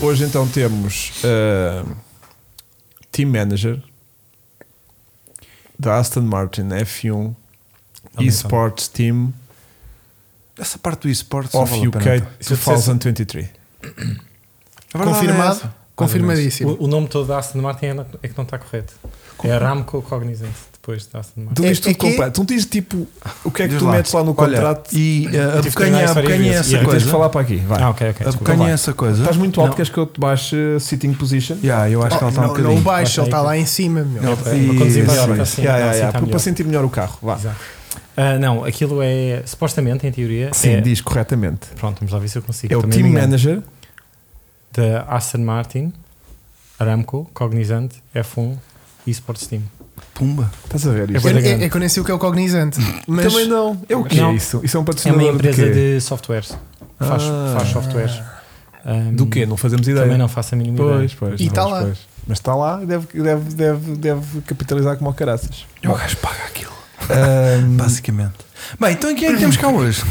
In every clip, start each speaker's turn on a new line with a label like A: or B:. A: Hoje então temos ah, Team Manager da Aston Martin F1
B: Aumentando.
A: Esports Team
C: Essa parte do esportes
A: of UK 2023.
D: é
C: Confirmado? Confirmadíssimo.
B: O, o nome todo da Aston Martin é, é que não está correto. É Aramco Cognizant, depois da Aston Martin.
A: Tu
C: É-
A: diz tudo
C: é que-
A: completo. Tu não diz tipo o que é que
C: Diz
A: tu
C: lá.
A: metes lá no
C: Olha,
A: contrato e
C: E uh, a
B: Tive que terminar a
C: bocanha, a
B: história
C: bocanha é
B: e
C: essa
B: ver.
A: tens de
C: coisa.
A: falar para aqui. Vai.
B: Ah, ok, ok.
C: A
B: desculpa.
C: bocanha é essa coisa.
A: Estás muito alto,
C: Não.
A: queres que eu te baixe uh, sitting position?
C: Yeah, eu acho que ela está um
D: não, não o
C: bocadinho.
D: baixo,
A: tá
D: ele está lá em cima, meu.
B: Não,
C: Ele-
B: para- para conduzir
C: Isso,
B: melhor,
C: isso.
A: Ah, Yeah, yeah,
B: assim, assim
A: yeah,
B: está
A: para- Para
B: melhor.
A: sentir melhor o carro. Vá.
B: Exato. Ah, não, aquilo é supostamente, em teoria.
A: Sim,
B: é-
A: diz corretamente.
B: Pronto, vamos lá ver se eu consigo.
A: É o
B: Também
A: team
B: me engano.
A: manager.
B: Da Aston Martin, Aramco, Cognizant, F1 e Sports Team.
C: Pumba.
A: Estás a ver
B: É
A: isto?
B: verdade.
D: É, é, é que eu nem sei o que é o cognizante. Mas
A: Também não. É o que é
B: Não.
A: isso? Isso é um
B: É
A: patrocinador
B: uma empresa
A: de quê?
B: de softwares. Faz,
A: Ah.
B: faz softwares. Ahm,
A: Do quê? Não fazemos ideia.
B: Também não faço a mínima ideia.
A: Pois, pois.
D: E
A: não, é? tá
D: está
A: mas
D: lá.
A: pois. Mas está lá e deve, deve, deve, deve capitalizar como o caraças.
C: O gajo paga aquilo.
A: Ahm,
C: Basicamente. Bem, então em quem é que temos cá hoje?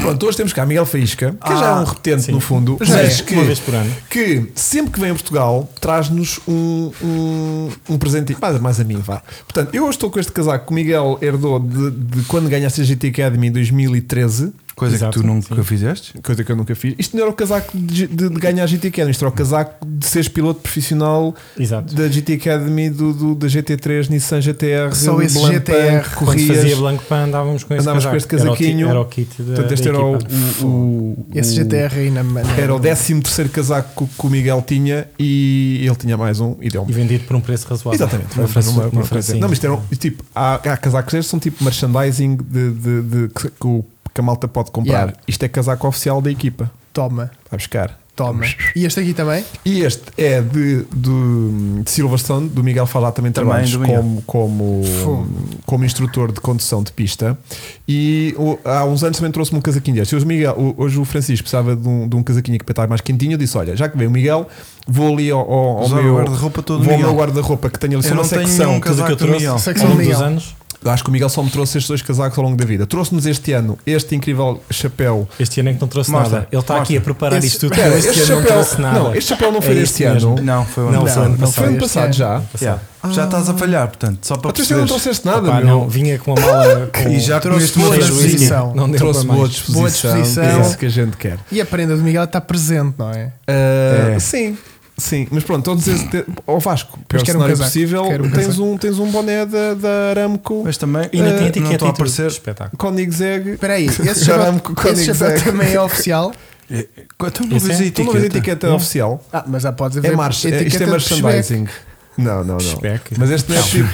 A: pronto, hoje temos cá Miguel Faísca, que já é um repetente
B: sim.
A: no fundo,
B: Já é,
A: mas que,
B: Uma vez por ano.
A: que sempre que vem a Portugal traz-nos um, um, um presentinho. Mais, mais a mim, vá. Portanto, eu hoje estou com este casaco que o Miguel herdou de, de quando ganhaste a GT Academy em 2013.
C: Coisa
B: Exato,
C: que tu nunca fizeste.
A: coisa que eu nunca fiz. Isto não era o casaco de, de- de ganhar a GT Academy, isto era o casaco de seres piloto profissional
B: Exato.
A: da GT Academy, do, do- da GT3, Nissan GTR,
D: Só esse
A: Blancpain,
B: Quando se
D: GTR,
B: fazia
A: um corrias.
B: Blanco Pan andávamos com esse
A: Andavas com
B: casaco.
A: este casaquinho.
B: Era o, ti- era o kit da,
A: Portanto, este
B: da
A: era o,
B: equipa.
A: o- o-
D: esse
A: o-
D: GTR aí na mano.
A: Era o 13 terceiro casaco que o Miguel tinha e ele tinha mais um e deu-me.
B: E vendido por um preço razoável.
A: Exatamente,
B: Uma,
A: vamos fazer uma,
B: uma,
A: uma coisa.
B: francinha.
A: Não, mas isto era um- tipo, há, há casacos estes são tipo merchandising de, de- de- que, que o- que a malta pode comprar.
D: Yeah.
A: Isto é casaco oficial da equipa.
D: Toma,
A: Vai buscar.
D: toma. E este aqui também?
A: E este é de, do- de Silverstone, do Miguel Fadá também,
C: Também
A: trabalhos
C: do Miguel.
A: como, como, como instrutor de condução de pista. E o- há uns anos também trouxe-me um casaquinho deste. Hoje o, Miguel, o- hoje o Francisco precisava de um, de um casaquinho que para estar mais quentinho. Eu disse: Olha, já que veio o Miguel, vou ali ao, ao- ao
C: Usar o
A: meu.
C: guarda-roupa todo
A: Vou ao meu
C: Miguel.
A: guarda-roupa que tenho ali só
C: Eu
A: uma
C: não tenho
A: secção.
C: nenhum
B: Tudo o que
C: casaco
B: eu
C: do
B: trouxe
C: Miguel.
B: ao
D: Secção
B: longo dos
D: Miguel.
B: anos,
A: Acho que o Miguel só me trouxe estes dois casacos ao longo da vida. Trouxe-nos este ano este incrível chapéu
B: este ano é que não trouxe
C: Mostra,
B: nada. Ele está
C: mostra.
B: aqui a preparar
D: Esse-
B: isto tudo.
A: Espera,
B: este
A: este
B: ano não
A: chapéu-
B: trouxe nada.
A: não, este chapéu não foi
B: É
A: deste
B: isso mesmo.
A: ano.
C: Não, foi o
B: Não,
C: ano
B: foi o
C: passado.
B: ano
A: Foi ano
D: este
A: passado
D: ano.
A: já.
C: Yeah. Já estás a falhar, portanto, só para
A: Ah, tu este ano não
C: perceberes.
A: trouxeste nada,
B: Pá,
A: meu.
B: não, vinha com uma mala. Com
C: E já
B: com
D: Trouxe
C: comeste uma
D: boa
B: três whisky.
D: disposição.
B: Não deu
A: trouxe
B: para
A: boa
B: mais.
A: disposição,
D: Boa disposição.
A: que é isso que a gente quer.
D: E a prenda do Miguel está presente, não é?
A: Uh,
C: É.
A: Sim, sim, mas pronto, todos esses. te- Ó Vasco, pior
D: quero um
A: cenário
D: casaco,
A: possível,
D: quero um
A: tens,
D: casaco.
A: um, tens um boné da, da Aramco
C: Mas também
B: E ainda tem
C: eh,
B: etiqueta
C: não estou a
B: e tudo.
C: aparecer.
B: Espetáculo.
A: Koenigsegg.
D: Espera aí, esse
A: Já
D: chapéu,
A: dá-me com- com
D: esse chapéu
A: Nixac.
D: também é oficial?
C: Eh, Quanto não
B: Esse
C: vês
B: é?
C: a
A: Tu não vês a Então,
C: então, etiqueta?
A: etiqueta oficial?
D: Ah, mas já podes
A: É
D: ver.
A: marcha, é- isto é merchandising. Não, não, não.
B: Speck.
A: Mas este não é tipo.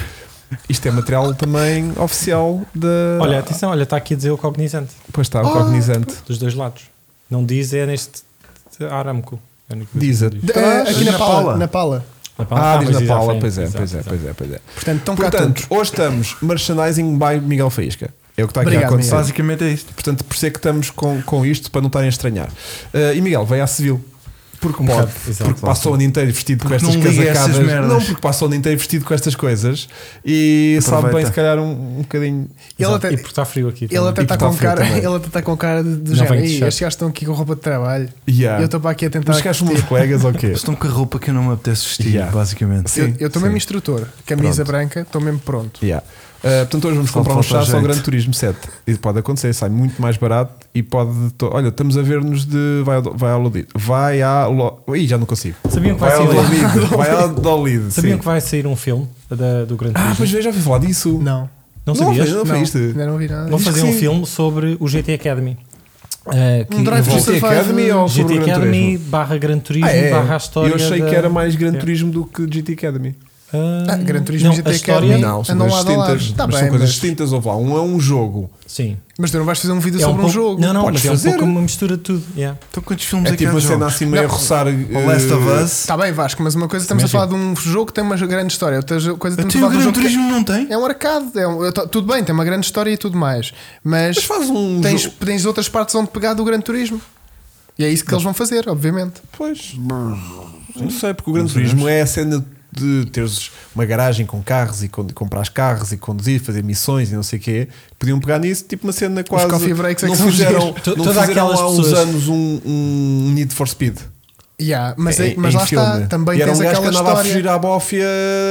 A: Isto é material também oficial da.
B: Olha, atenção, olha, está aqui a dizer o cognizante
A: Pois está, o cognizante.
B: dos dois lados. Não diz é neste Aramco. É a única coisa
A: Diz a-
B: que
D: eh, aqui na,
C: Na
D: pala,
C: Paula.
D: na pala.
B: Na Paula,
A: Ah,
B: mas
A: diz
B: à
A: na Paula,
B: frente.
A: pois é,
B: Exato,
A: pois é,
B: exato.
A: pois é, pois é.
D: Portanto, estão cá todos.
A: Portanto, hoje estamos merchandising by Miguel Faísca. É o que está aqui a
D: Obrigado,
A: acontecer.
C: Basicamente é isto.
A: Portanto, por ser que estamos com, com isto, para não estarem a estranhar. Ah, e Miguel, veio à Civil. Porque
B: Um
A: pode,
B: bocado, exato,
A: porque passa o ano inteiro vestido
C: Porque
A: com estas
C: não liga essas
A: casacadas.
C: merdas.
A: não, porque passa o ano inteiro vestido com estas coisas e sabe
C: Aproveita.
A: bem, se calhar, um, um bocadinho.
D: Ele
B: Exato.
D: até-
B: E porque está frio aqui.
D: Ele
B: também.
D: até
A: E
D: está
A: que tá
D: com
A: frio
D: cara,
A: também.
D: ele até está com cara de, de
B: Não
D: género.
B: vem de
D: "Ei,
B: chato."
D: Estes gajos estão aqui com roupa de trabalho.
A: Yeah.
D: E eu estou para aqui a tentar.
A: Mas cá são
D: vestir.
A: meus colegas ou quê?
C: Estão com a roupa que eu não me apetece vestir,
A: Yeah.
C: basicamente.
A: Sim.
D: Eu- Eu estou mesmo instrutor, camisa
A: Pronto.
D: branca, estou mesmo pronto.
A: Yeah. Ah, portanto, hoje vamos
C: Só
A: comprar um
C: falta
A: chassi ao
C: jeito.
A: Grande Turismo 7. E pode acontecer, sai muito mais barato e pode. to- Olha, estamos a ver-nos de. Vai, ao- vai ao Lodido. Vai a. Lo... Ih, já não consigo.
B: Sabiam que vai
A: ao
B: sair.
A: Lodido. Vai ao Lodido.
B: Sabiam
A: sim.
B: que vai sair um filme da- do Grande
A: Ah,
B: Turismo?
A: pois veja, já ouvi falar disso.
D: Não,
A: não,
B: Não sabias?
A: foi- não foi isto.
D: ainda não ouvi nada.
B: Vão
A: Diz que
B: fazer um
A: sim.
B: filme sobre o GT Academy. eh, que
D: Um Drive
B: envolve-
D: to
A: GT Academy ou sobre
B: GT
A: o Gran
B: Academy
A: Turismo?
B: barra Gran Turismo
A: Ah, é.
B: barra a história.
A: Eu achei
B: da-
A: que era mais Gran
B: É.
A: Turismo do que GT Academy.
B: Ah,
D: Ah, Gran Turismo
B: não,
D: GT
B: a história,
D: Academy.
A: Não, são
D: andam
A: coisas
D: lado a lado.
A: distintas.
D: Tá
A: mas
D: bem,
A: são coisas
D: mas-
A: distintas. Houve lá. Um é um jogo.
B: Sim.
D: Mas tu não vais fazer um vídeo
B: É
D: sobre um,
B: pouco-
D: jogo.
B: Não, não,
A: Podes
B: mas
A: fazer.
B: é um pouco uma mistura de tudo. yeah.
C: Então quantos filmes
A: É
C: é que
A: tipo
C: há
A: uma
C: de
A: cena
C: jogos?
A: assim meio a
D: Não.
A: roçar.
C: O Last of
D: eh,
C: Us.
D: Está Tá bem, Vasco, mas uma coisa estamos
B: Imagina.
D: a falar de um jogo que tem uma grande história, outra jo- coisa estamos
C: Até
D: a
C: o
D: falar de
C: Gran
D: um jogo que
C: Turismo não tem?
D: é um arcade. É um- eu tô- tudo bem, tem uma grande história e tudo mais. Mas,
A: Mas faz um
D: tens,
A: jogo-
D: tens outras partes onde pegar do Gran Turismo. E é isso que eles vão fazer, obviamente.
A: Pois. Não sei, porque o Gran Turismo é a cena de teres uma garagem com carros e con- comprar carros e conduzir, fazer missões e não sei o quê. Podiam pegar nisso, tipo uma cena quase.
D: coffee breaks é
A: não
D: que são
A: fizeram,
B: giros. To-
A: não fizeram
B: toda aquelas
A: há uns
B: pessoas-
A: anos um, um Need for Speed.
D: Yeah, mas, é
A: em-
D: mas
A: em
D: lá está,
A: filme.
D: também
A: e era
D: tens
A: um gajo que
D: aquela
A: andava a fugir
D: história.
A: à bófia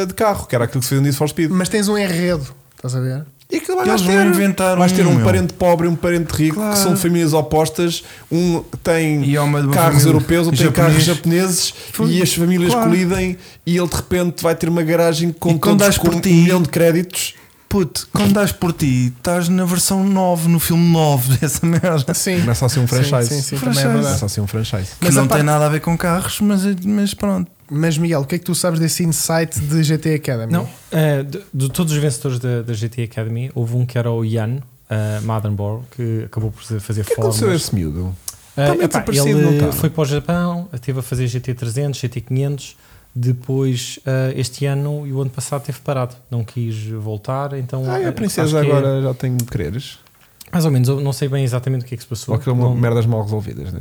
A: de carro, que era aquilo que se fez no Need for Speed.
D: Mas tens um enredo, estás a ver?
A: E aquilo vai
C: Eles
A: vais
C: vão
A: ter.
C: inventar
A: vais ter
C: um,
A: um,
C: meu.
A: parente pobre e um parente rico
C: Claro.
A: que são de famílias opostas. Um tem
C: E há uma de uma
A: carros
C: família
A: europeus, outro tem
C: japonês.
A: carros japoneses e as famílias
C: Claro.
A: colidem. E ele de repente vai ter uma garagem com,
C: E quando
A: todos,
C: dás
A: com
C: por
A: um
C: ti-
A: milhão de créditos.
C: Puto, quando dás por ti, estás na versão 9, no filme 9 dessa merda.
D: Sim.
A: Começa a ser um franchise.
D: Sim, sim, sim,
C: Franchise.
D: também é verdade.
A: Começa a ser um franchise.
C: Que
D: Mas
C: não
D: a
C: tem
D: parte-
C: nada a ver com carros, mas, mas pronto.
D: Mas Miguel, o que é que tu sabes desse insight de GT
A: É
D: Academy?
B: Não, eh, de, de todos os vencedores da, da GT Academy, houve um que era o Ian eh, Madenborough, que acabou por fazer
A: O que é que aconteceu a
B: formas.
A: esse miúdo?
B: Eh,
A: Também
B: epá,
A: desaparecido, não
B: ele
A: está?
B: foi para o Japão, esteve a fazer GT 300, GT 500. Depois, eh, este ano e o ano passado, teve parado, não quis voltar. Então,
A: Ah,
B: eh,
A: a princesa
B: acho que é-
A: agora já tem quereres.
B: mais ou menos, eu não sei bem exatamente o que é que se passou.
A: Ou aquilo
B: Não-
A: merdas mal resolvidas, né?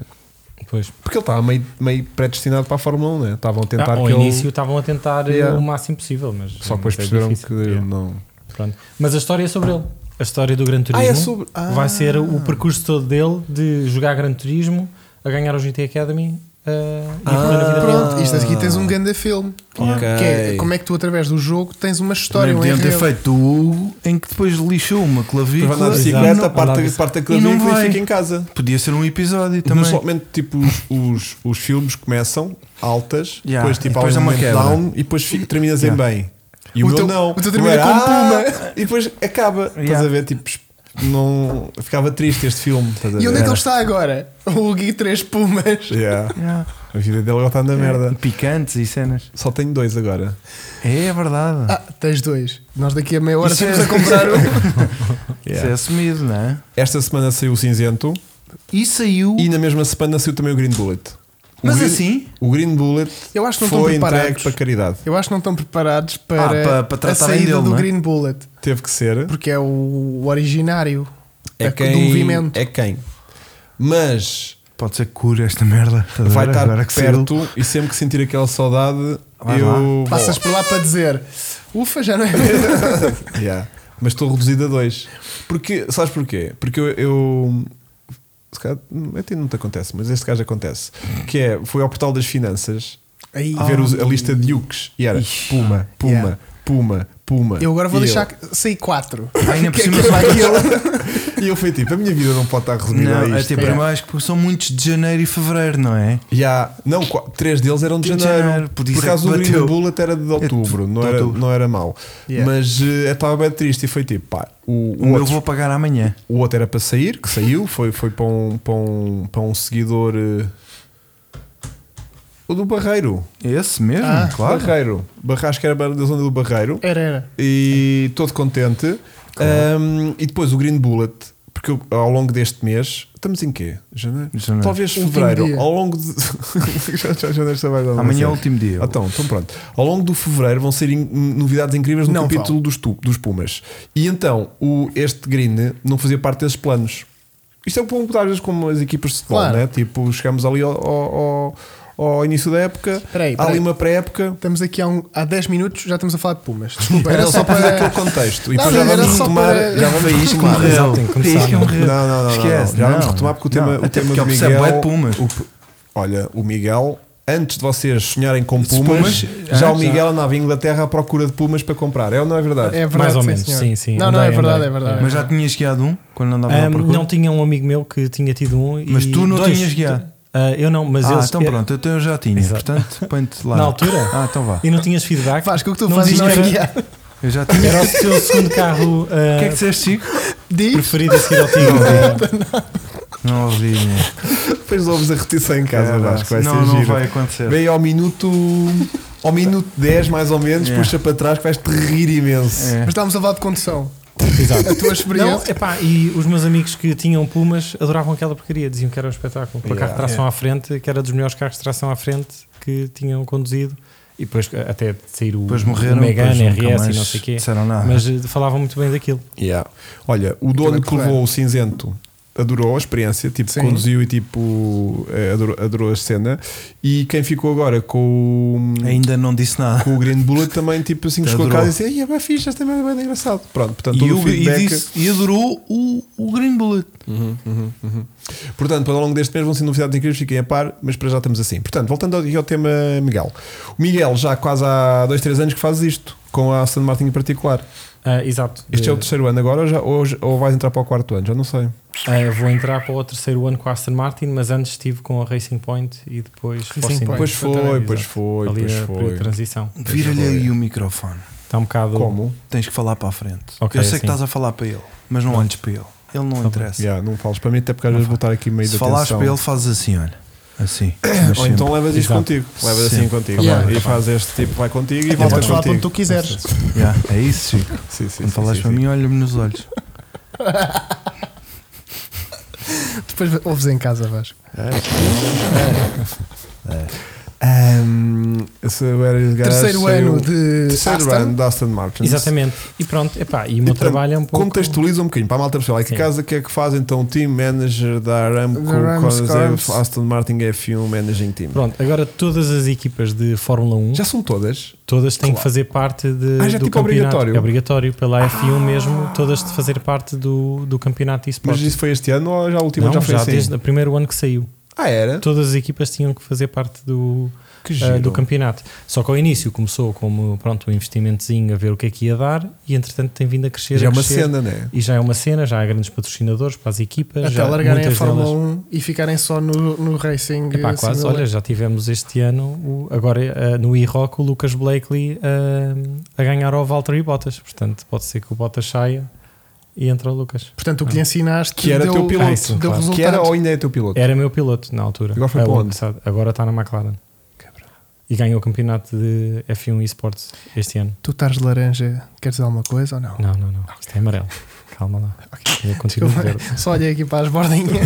B: Pois.
A: Porque ele estava meio, meio predestinado para a Fórmula 1, né? Estavam a tentar
B: Ah, ao
A: que ele.
B: início estavam a tentar eh,
A: Yeah.
B: o máximo possível, mas.
A: Só que depois
B: mas é
A: perceberam
B: difícil.
A: que
B: Yeah.
A: não.
B: Pronto. Mas a história é sobre ele. A história do Gran
A: Ah, é
D: Ah,
B: Turismo.
D: é
B: um, Vai ser o percurso todo dele de jogar Gran Turismo a ganhar o GT Academy eh, e
A: Ah,
B: a correr a vida dele.
D: Pronto, isto aqui tens um grande filme.
A: Ok.
D: Que é, como é que tu, através do jogo, tens uma história,
C: Também
D: um
C: podiam ter
D: enredo.
C: feito o Hugo em que depois lixou uma
A: Depois vai andar de
C: clavícula.
B: Exato.
A: bicicleta,
B: Não, andar
A: parte,
B: de-
A: parte a
C: E não
A: clavícula e
C: vai.
A: fica em casa.
C: Podia ser um episódio
A: Também.
C: também.
A: Normalmente, tipo, os, os, os filmes começam altas,
C: Yeah.
A: depois, tipo,
C: E depois
A: há
C: dá
A: um
C: uma
A: momento
C: queda.
A: down e depois fica, terminas
C: Yeah.
A: em bem. E
D: O
A: o, meu
D: teu-
A: não.
D: o teu
A: O
D: termina
A: meu
D: com um
A: era, "Ah!" E depois acaba. Estás
C: Yeah.
A: a ver, tipo, não, ficava triste este filme. Estás a
D: E onde é
A: ver?
D: que ele está agora? O Gui Três Pumas.
A: Yeah.
C: Yeah. É,
A: A vida dele agora está na merda.
C: Picantes e cenas.
A: Só tenho dois agora.
C: É, verdade.
D: Ah, tens dois. Nós daqui a meia hora
C: Isso é-
D: temos a comprar um.
C: Isso é assumido, não é?
A: Esta semana saiu o Cinzento
C: E saiu.
A: e na mesma semana saiu também o Green Bullet. O
C: mas
A: Green-
C: assim.
A: O Green Bullet
D: Eu acho que não estão
A: foi entregue
D: preparados.
A: para caridade.
D: Eu acho que não estão preparados para,
C: Ah, para- para
D: a
C: tratarem
D: saída
C: dele,
D: do
C: não é?
D: Green Bullet,
A: Teve que ser.
D: porque é o, o originário
A: É
D: da-
A: quem,
D: do movimento.
A: É quem. Mas
C: Pode ser que cura esta merda. Estás a
A: vai
C: ver?
A: estar
C: Agora que saiu.
A: perto e sempre que sentir aquela saudade,
C: Vai lá.
A: eu.
D: Passas por lá para dizer ufa, já não é
A: Yeah. Mas estou reduzido a dois. Porque, sabes porquê? Porque eu. eu se calhar, a ti não te acontece, mas este caso acontece. Que é, foi ao portal das finanças
D: Aí,
A: ver os- a lista de Yukes e era
C: Oh. Ixi. Ah,
A: Puma, Puma,
D: Yeah.
A: Puma, Puma.
D: Eu agora vou
A: E
D: deixar que- sair quatro.
C: Ah, Ainda por
D: Que é
C: cima
D: que vai aquilo?
A: Eu, e eu fui tipo, a minha vida não pode estar resumida a
C: Não, é
A: isto.
C: tipo,
D: é.
C: eu acho que porque são muitos de janeiro e fevereiro, não é?
A: E há- não, qua- três deles eram de
C: De
A: janeiro.
C: janeiro, por
A: por
C: isso é
A: acaso o
C: que
A: Green
C: bateu. É
A: Bullet era de outubro,
C: de
A: não, era,
C: outubro.
A: não era mau.
D: Yeah.
A: Mas eh, estava bem triste e foi tipo, pá, o, o
C: O meu
A: outro,
C: vou pagar amanhã.
A: o outro era para sair, que saiu, foi, foi para, um, para, um, para um seguidor. eh, o do Barreiro.
C: Esse mesmo,
D: Ah,
C: claro.
A: Barreiro. Barra, acho que era da zona do Barreiro.
D: Era, era.
A: e todo contente. Um, e depois o Green Bullet, porque eu, ao longo deste mês, estamos em quê? Janeiro?
C: Janeiro.
A: Talvez
D: Último
A: fevereiro.
D: dia.
A: Ao longo de. já, já, já nesta vai dar uma
C: Amanhã é o
A: série.
C: último dia.
A: Então, então pronto. Ao longo do fevereiro vão ser in- novidades incríveis no
D: Não
A: capítulo dos, tu- dos Pumas. E então, o, este Green não fazia parte desses planos. Isto é um pouco às vezes como as equipas de futebol,
D: Claro.
A: né? Tipo, chegamos ali ao, ao, ao- ao início da época,
D: Peraí,
A: há ali
D: peraí.
A: uma pré-época.
D: Estamos aqui há, um, há 10 minutos, já estamos a falar de Pumas. Desculpa,
A: Era só para dar aquele contexto. E
D: Não,
A: depois
D: não,
A: já
D: era
A: vamos
D: só
A: retomar.
D: para-
A: Já vamos
C: Foi isto que
A: claro,
C: morreu.
A: exato.
B: tem que
C: Foi
B: começar,
C: isto que
B: não é?
C: morreu.
A: Não, não, não, não,
C: um Esquece.
A: não. Já vamos
C: não.
A: retomar porque o
C: Não,
A: tema, o
C: até
A: tema
C: porque
A: do
C: ele percebe bué
A: Miguel.
C: de Pumas.
A: o p- olha, o Miguel, antes de vocês sonharem com
C: Esses
A: Pumas,
C: Pumas,
A: já
C: ah,
A: o Miguel andava em Inglaterra à procura de Pumas para comprar. É ou não é verdade?
D: É verdade,
B: Mais ou
D: sim,
B: menos,
D: senhor.
B: sim, sim.
D: Não, não,
B: Andei,
D: é verdade,
B: andei.
D: é verdade.
C: Mas já tinhas guiado um quando andava
B: Ahm,
C: na procura?
B: não tinha um amigo meu que tinha tido um.
C: Mas
B: e
C: tu não
B: dois.
C: tinhas guiado.
B: Ah, eu não, mas
C: ah,
B: eles.
C: então pronto, então eu já tinha.
B: Exato.
C: Portanto, põe-te lá.
B: Na altura?
C: Ah, então vá.
B: E não tinhas feedback.
D: Vasco, o que tu
B: Não
D: fazes
B: diz
D: não é
B: que era-
D: guiar.
C: Eu já tinha.
B: Era o teu segundo carro ah,
C: O que é que disseste, Chico?
D: Diz.
B: preferido a seguir ao Tigre.
C: Não ouvi. né?
A: Depois ouves a repetição em casa,
C: Era,
A: Vasco. Vai
C: É, não,
A: ser
C: não
A: giro.
C: vai acontecer.
A: Vem ao minuto. Ao minuto 10, mais ou menos,
C: Yeah.
A: puxa para trás que vais-te rir imenso.
D: Mas
C: É.
D: estávamos a falar de condução.
B: Exato.
D: A tua
B: Não,
D: experiência.
B: epá, e os meus amigos que tinham Pumas adoravam aquela porcaria, diziam que era um espetáculo. Para
A: Yeah.
B: carro de tração à frente, que era dos melhores carros de tração à frente que tinham conduzido. E depois até de sair o,
C: Depois
B: o
C: morreram.
B: Megane,
C: depois nunca
B: RS e
C: mais
B: não sei o quê.
C: Disseram nada.
B: Mas eh, falavam muito bem daquilo.
A: Yeah. Olha, o dono
D: vai
A: que levou
D: correr.
A: o cinzento adorou a experiência, tipo,
D: Sim.
A: conduziu e tipo, eh, adorou, adorou a cena. E quem ficou agora com o,
C: Ainda não disse nada.
A: com o Green Bullet também, tipo, assim, chegou a
C: Adorou.
A: casa e disse: Ei, é bem fixe, esta merda é bem engraçado. Pronto, portanto,
C: E,
A: todo o
C: o, e,
A: feedback.
C: disse, Uhum, e adorou o, o Green Bullet.
A: Portanto, ao longo deste mês vão ser novidades incríveis, fiquem a par, mas para já estamos assim. Portanto, voltando ao, aqui ao tema Miguel. O Miguel já quase há 2, 3 anos que faz isto, com a Aston Martin em particular.
B: Ah, exato.
A: Este é o terceiro ano agora ou, já, ou, ou vais entrar para o quarto ano? Já não sei.
B: Ah, vou entrar para o terceiro ano com a Aston Martin, mas antes estive com a Racing Point e depois
D: Racing
B: Force India.
D: Point.
A: Pois foi,
B: Exato.
A: pois foi,
B: Ali
A: pois
B: a período de
A: foi.
B: transição.
C: Vira-lhe aí o microfone.
B: Está um bocado.
A: Como?
C: Tens que falar para a frente.
B: Ok,
C: Eu sei que
B: assim.
C: estás a falar para ele, mas não olhes para ele. Ele não interessa.
A: Yeah, não fales para mim, até porque às vezes vou estar aqui meio
C: Se
A: da
C: falares
A: atenção.
C: para ele, fazes assim, olha. Assim. Mas
A: Ou
C: sempre.
A: então levas isto
B: Exato.
A: contigo. Levas
C: Sim.
A: assim contigo.
D: Tá bem,
A: e
B: tá
A: faz este tipo, vai contigo e
D: E
A: volta
D: podes falar quando
A: contigo.
D: tu quiseres.
C: Yeah, é isso, Chico.
A: Sim, sim,
C: Quando
A: sim,
C: falares
A: sim,
C: para
A: sim.
C: mim, olha-me nos olhos.
D: Depois ouves em casa, Vasco.
A: Ahm, se eu era esse gajo,
D: Terceiro
A: saiu-
D: ano de
A: Terceiro
D: Aston.
A: ano da Aston Martin.
B: Exatamente. E pronto, epá,
A: E,
B: e o meu
A: portanto,
B: trabalho é um pouco.
A: Contextualiza um bocadinho para a malta perceber. Like,
B: Sim.
A: que casa que é que faz então o team manager da Aramco
D: Da Aramco
A: com a
D: Scarves.
A: Aston Martin F1 Managing Team?
B: Pronto, agora todas as equipas de Fórmula 1,
A: Já são todas?
B: todas têm
A: Claro.
B: que fazer parte de,
A: Ah, já é
B: do
A: tipo
B: campeonato.
A: obrigatório? Ah.
B: É obrigatório pela F1 mesmo, todas de fazer parte do, do campeonato de
A: Mas
B: esportes.
A: isso foi este ano ou já o último
B: Não,
A: ano já
B: já,
A: foi assim?
B: desde o primeiro ano que saiu.
A: Ah, era?
B: Todas as equipas tinham que fazer parte do,
A: Que
B: ah,
A: giro.
B: do campeonato. Só que ao início começou como pronto, um investimentozinho a ver o que é que ia dar e entretanto tem vindo a crescer.
A: já é
B: a
A: uma
B: crescer.
A: cena, né?
B: E já é uma cena, já há grandes patrocinadores para as equipas.
D: Até
B: já
D: largarem a
B: muitas
D: Fórmula é
B: delas-
D: 1 e ficarem só no, no Racing.
B: Epá, quase,
D: Simulator.
B: olha, já tivemos este ano, o- agora eh, no E-Rock, o Lucas Blakely eh, a ganhar ao Valtteri Bottas. Portanto, pode ser que o Bottas saia e entra o Lucas.
D: Portanto, o que lhe ensinaste
A: Que era
D: deu,
A: teu piloto.
B: Ah, isso,
D: deu
B: claro.
D: resultado.
A: Que era ou ainda é teu piloto?
B: Era meu piloto na altura.
A: Agora foi
B: Ah,
A: para
B: o ano
A: onde?
B: passado. Agora está na McLaren. E ganhou o campeonato de F1 Esports este ano.
D: Tu estás de laranja, quer dizer alguma coisa ou não?
B: Não, não, não. Isto é amarelo. Calma lá. Eu continuo
D: Desculpa.
B: verde.
D: Só olhei aqui para as bordinhas.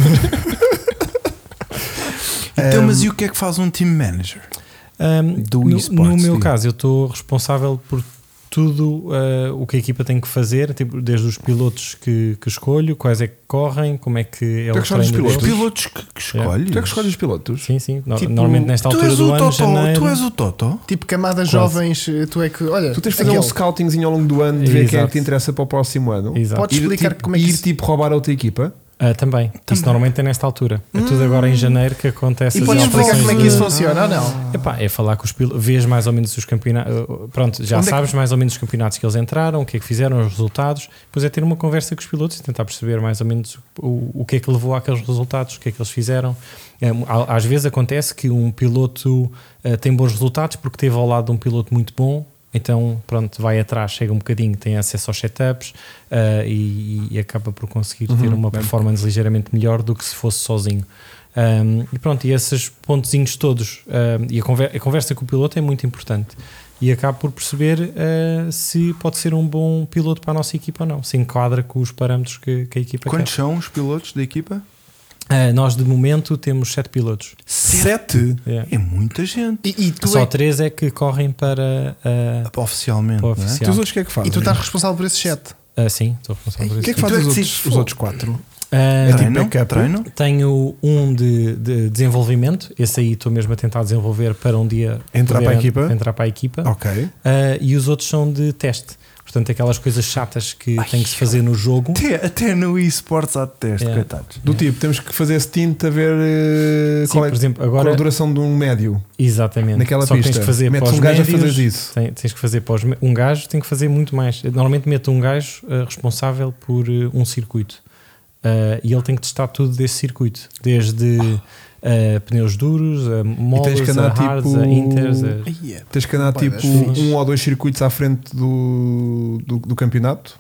C: Então, mas e o que é que faz um team manager?
B: Um,
C: Do
B: no,
C: esportes,
B: no meu
C: sim.
B: caso, eu estou responsável por tudo uh, o que a equipa tem que fazer, tipo, desde os pilotos que, que escolho, quais é que correm, como é que
A: Tu é
B: é o
A: que escolhes os pilotos?
B: treino
C: Os
A: Todos.
B: deles.
C: pilotos que, que escolhes.
A: Tu é que escolhes os pilotos?
B: Sim, sim. No-
D: Tipo,
B: Normalmente nesta
C: Tu
B: altura
C: és
B: do
C: o
B: ano,
C: Totó.
B: janeiro,
C: Tu és o Totó.
D: tipo, camada
B: Quase.
D: jovens, tu é que. Olha,
A: Tu tens de fazer um
D: aquele-
A: scoutingzinho ao longo do ano de ver quem é
B: Exato.
A: que te interessa para o próximo ano.
B: Exato.
D: Podes
A: Ir,
D: explicar
A: tipo,
D: como é que
A: ir,
D: isso-
A: tipo roubar a outra equipa.
B: Ah, também. Isso normalmente é nesta altura. É tudo agora em janeiro que acontece
D: E
B: as
D: podes explicar
A: um
B: alterações
D: como é que
B: de-
D: isso funciona ou não?
B: Epá, é falar com os pilotos, vês mais ou menos os campeonatos, pronto, já
D: Onde é que-
B: sabes mais ou menos os campeonatos que eles entraram, o que é que fizeram, os resultados, depois é ter uma conversa com os pilotos e tentar perceber mais ou menos o, o que é que levou àqueles resultados, o que é que eles fizeram. É, a- Às vezes acontece que um piloto eh, tem bons resultados porque teve ao lado de um piloto muito bom, então pronto, vai atrás, chega um bocadinho, tem acesso aos setups eh, e, e acaba por conseguir
D: Uhum.
B: ter uma performance ligeiramente melhor do que se fosse sozinho. Um, e pronto, e esses pontozinhos todos, um, e a, conver- a conversa com o piloto é muito importante. E acabo por perceber uh, se pode ser um bom piloto para a nossa equipa ou não, se enquadra com os parâmetros que, que a equipa
C: Quantos
B: quer.
C: são os pilotos da equipa?
B: Uh, nós, de momento, temos sete pilotos.
C: Sete.
B: Yeah.
C: É muita gente.
D: E, e tu,
B: Só
D: é,
B: três é que correm para, uh,
C: Oficialmente.
B: para o
A: Tu
C: não é?
A: os
B: oficial.
A: outros o que é que fazes?
D: e tu estás responsável por esse chat.
B: Ah, sim, estou responsável por
A: O que é
B: isso.
A: que fazes
C: tu é
A: os
C: que
A: outros,
C: dizes,
A: os
C: "Fogo".
A: outros quatro? tipo
B: Ah,
C: é? Treino?
A: backup.
C: treino?
B: tenho um de, de desenvolvimento, esse aí estou mesmo a tentar desenvolver para um dia
A: Entrar
B: poder
A: para a equipa?
B: Entrar para a equipa.
A: Ok.
B: Uh, e os outros são de teste. Portanto, aquelas coisas chatas que tem que se fazer no jogo.
C: Até, até no eSports há de teste,
B: É.
C: coitados.
A: Do tipo, temos que fazer esse tint a ver eh,
B: Sim,
A: qual, é,
B: por exemplo,
A: qual é
B: agora.
A: a duração de um médio
B: Exatamente.
A: naquela
B: Só que
A: pista.
B: tens que fazer
A: Metes
B: para os
A: um gajo
B: médios,
A: a fazer isso.
B: tem- tens que fazer para os, me- um gajo tem que fazer muito mais. Eu Normalmente meto um gajo uh, responsável por uh, um circuito. Uh, e ele tem que testar tudo desse circuito. Desde uh, pneus duros, a molas,
A: que
B: a
A: andar,
B: hards,
A: tipo,
B: a inters. a-
D: é.
A: Tens que andar
D: Pá,
A: tipo
D: mas fixe.
A: um ou dois circuitos à frente do, do, do campeonato.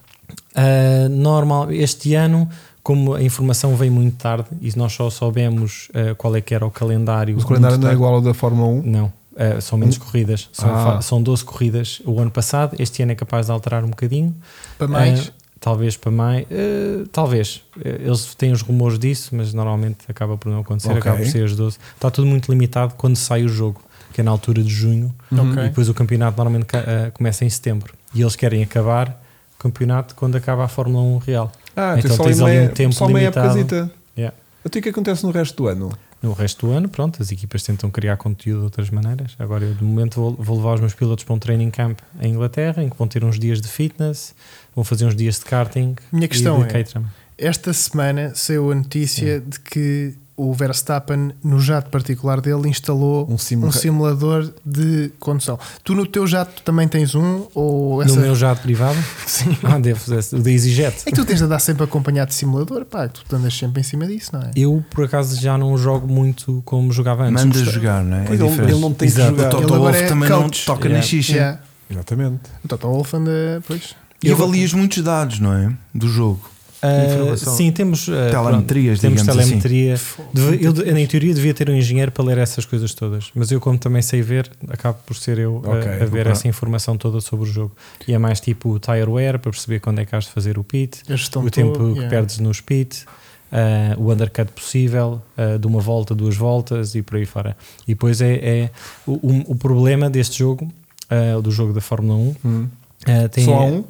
B: Uh, normal, este ano, como a informação vem muito tarde e nós só soubemos uh, qual é que era o calendário.
A: O
B: muito
A: calendário não é
B: tarde.
A: igual ao da Fórmula 1.
B: Não, eh, são menos corridas. São,
A: Ah.
B: fa- são 12 corridas o ano passado. Este ano é capaz de alterar um bocadinho.
D: Para mais.
B: Eh, talvez para mais. eh, talvez. Eh, eles têm os rumores disso, mas normalmente acaba por não acontecer.
A: Ok.
B: Acaba por ser as 12. Está tudo muito limitado quando sai o jogo, que é na altura de junho.
D: Ok.
B: E depois o campeonato normalmente ca- eh, começa em setembro. E eles querem acabar o campeonato quando acaba a Fórmula 1 real.
A: Ah,
B: Então
A: tem só,
B: tens
A: ali
B: ali
A: meia,
B: um tempo
A: só meia
B: limitado.
A: épocazita.
B: Yeah.
A: Então o que é que acontece no resto do ano?
B: No resto do ano, pronto, as equipas tentam criar conteúdo de outras maneiras. Agora eu, de momento, vou, vou levar os meus pilotos para um training camp em Inglaterra, em que vão ter uns dias de fitness, vão fazer uns dias de karting.
D: Minha
B: e
D: questão
B: de
D: é-
B: catering.
D: Esta semana saiu a notícia de que o Verstappen, no jato particular dele, instalou
A: Um
D: um,
A: simulacro.
D: simulador de condução. Tu no teu jato também tens um? Ou essa...
B: No meu jato privado?
D: Sim.
B: Ah, devo fazer o da EasyJet.
D: É que tu tens de andar sempre acompanhado de simulador, pá, tu andas sempre em cima disso, não é?
B: Eu, por acaso, já não jogo muito como jogava antes.
C: Manda
B: Gostei-
C: jogar, não é? É
A: Pois, ele-
C: diferente.
A: ele não tem que
C: Exato.
A: jogar.
C: O Toto
D: Ele agora
C: Wolff
D: é
C: também
D: coach.
C: não toca na
B: Yeah.
C: xixa.
D: Yeah. Então,
A: Exatamente.
D: O Toto Wolff anda, pois.
C: E avalias muitos dados, não é? Do jogo.
B: Ah,
C: Informação.
B: sim, temos ah,
C: Telemetrias,
B: pronto, temos
C: digamos assim.
B: telemetria. Deve- eu, É. de- em teoria, devia ter um engenheiro para ler essas coisas todas, mas eu, como também sei ver, acabo por ser eu a-
A: Ok,
B: a, ver
A: ok.
B: essa informação toda sobre o jogo. E é mais tipo o tire wear para perceber quando é que has de fazer o pit,
D: A
A: Então
D: gestão
B: o
D: toda,
B: tempo que
D: yeah.
B: perdes nos pit, ah, o undercut possível, ah, de uma volta, duas voltas e por aí fora. E depois é, é o, o- o problema deste jogo, ah, do jogo da Fórmula 1. ah, tem,
A: Só há um?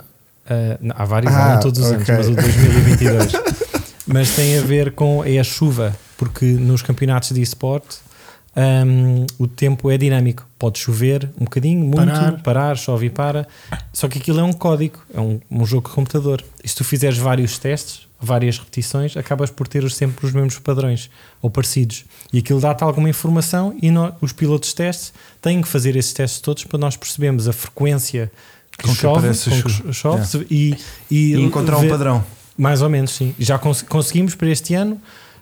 B: ah, não, há vários,
A: Ah,
B: há um todos os anos,
A: ok.
B: mas o de 2022. mas tem a ver com é a chuva, porque nos campeonatos de esporte hum, o tempo é dinâmico. Pode chover um bocadinho, muito,
D: Parar.
B: parar, chove e para. Só que aquilo é um código, é um, um jogo de computador. E se tu fizeres vários testes, várias repetições, acabas por ter os- sempre os mesmos padrões ou parecidos. E aquilo dá-te alguma informação e nó- os pilotos de testes têm que fazer esses testes todos para nós percebermos a frequência que
C: Com que
B: chove,
C: aparece a
B: com que
C: chuva.
B: chove
C: Yeah.
B: e,
C: É. E encontrar um
B: ver-
C: padrão.
B: mais ou menos, sim. Já cons- conseguimos para este ano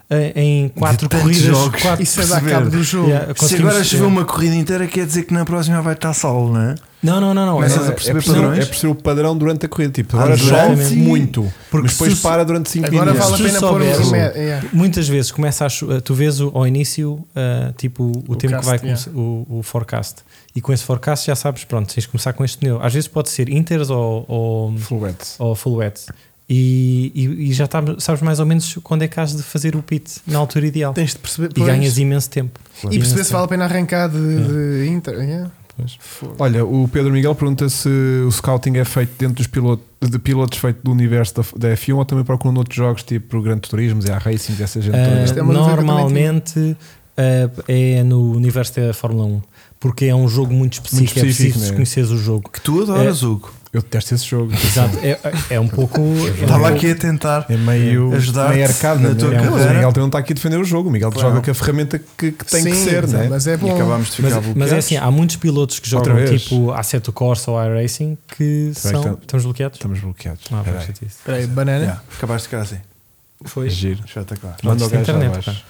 B: eh, em quatro
C: tantos
B: corridas.
C: jogos.
B: Quatro,
D: Isso é dar
C: Perceber.
D: cabo do jogo.
B: Yeah,
C: Se
B: conseguimos-
C: agora chover uma corrida inteira, quer dizer que na próxima vai estar sol, não é?
B: Não, não, não, não.
C: Começas
B: É-
A: é,
C: a perceber
A: perceber-
C: padrões?
A: é perceber o padrão durante a corrida. Tipo,
C: Ah,
A: agora
C: durante-
A: chove
B: Sim.
A: muito,
B: Porque
A: mas depois
B: se-
A: para durante 5
D: Agora
A: minutos.
D: vale a
B: Se
D: pena
B: tu
D: pôr um
B: souberes-
D: remédio. yeah.
B: Muitas vezes começa a chu- tu vês o- ao início eh, tipo o,
D: O
B: tempo
D: cast,
B: que vai começar
D: yeah.
B: o, o forecast e com esse forecast já sabes pronto tens de começar com este pneu às vezes pode ser inters ou, ou,
A: Fluente.
B: ou full wet e, e- e já tá- sabes mais ou menos quando é que has de fazer o pit na altura ideal
D: Tens de perceber.
B: e
D: pois.
B: ganhas imenso tempo
D: E perceber se
B: Imenso
D: vale a pena arrancar de,
B: Yeah.
D: de Inter. yeah.
B: Pois.
D: Fogo.
A: Olha, o Pedro Miguel pergunta se o scouting é feito dentro dos pilotos, de pilotos feito do universo da, da F1 ou também procuram noutros jogos tipo Gran Turismo, e Racing, essa gente
B: Ah,
A: toda.
D: Isto é uma dúvida que eu
B: normalmente ah, é no universo da Fórmula 1, porque é um jogo muito
A: Muito
B: específico,
A: específico,
B: é preciso
A: né?
B: conheceres o jogo.
C: Que tu adoras,
B: É.
C: Hugo.
A: Eu detesto esse jogo.
B: Exato, é, é um pouco. é um
C: Estava
B: pouco-
C: aqui a tentar.
A: É meio,
C: Ajudar-te
A: meio arcade.
C: na
A: né?
C: tua
A: É, mas o
C: carreira.
A: Miguel também não está aqui a defender o jogo. O Miguel
D: Claro.
A: joga com a ferramenta que, que tem que
D: Sim,
A: ser,
D: exato,
A: né?
D: mas é bom.
C: E acabámos de
B: Mas,
C: ficar
B: mas é
C: bloqueados.
B: assim, há muitos pilotos que
A: Outra
B: jogam
A: vez.
B: tipo Assetto Corsa ou iRacing que são.
A: estamos-
B: estamos bloqueados?
A: Estamos bloqueados.
B: Ah,
A: Tá- Espera
B: pois,
A: aí.
B: chatice.
D: Espera aí, banana.
C: Yeah, Acabaste de ficar assim.
A: É
B: Foi.
A: giro.
C: Espetacular.
B: Mas
A: Manda o
B: isto é
A: gajo lá
B: internet,
A: abaixo.
B: pá.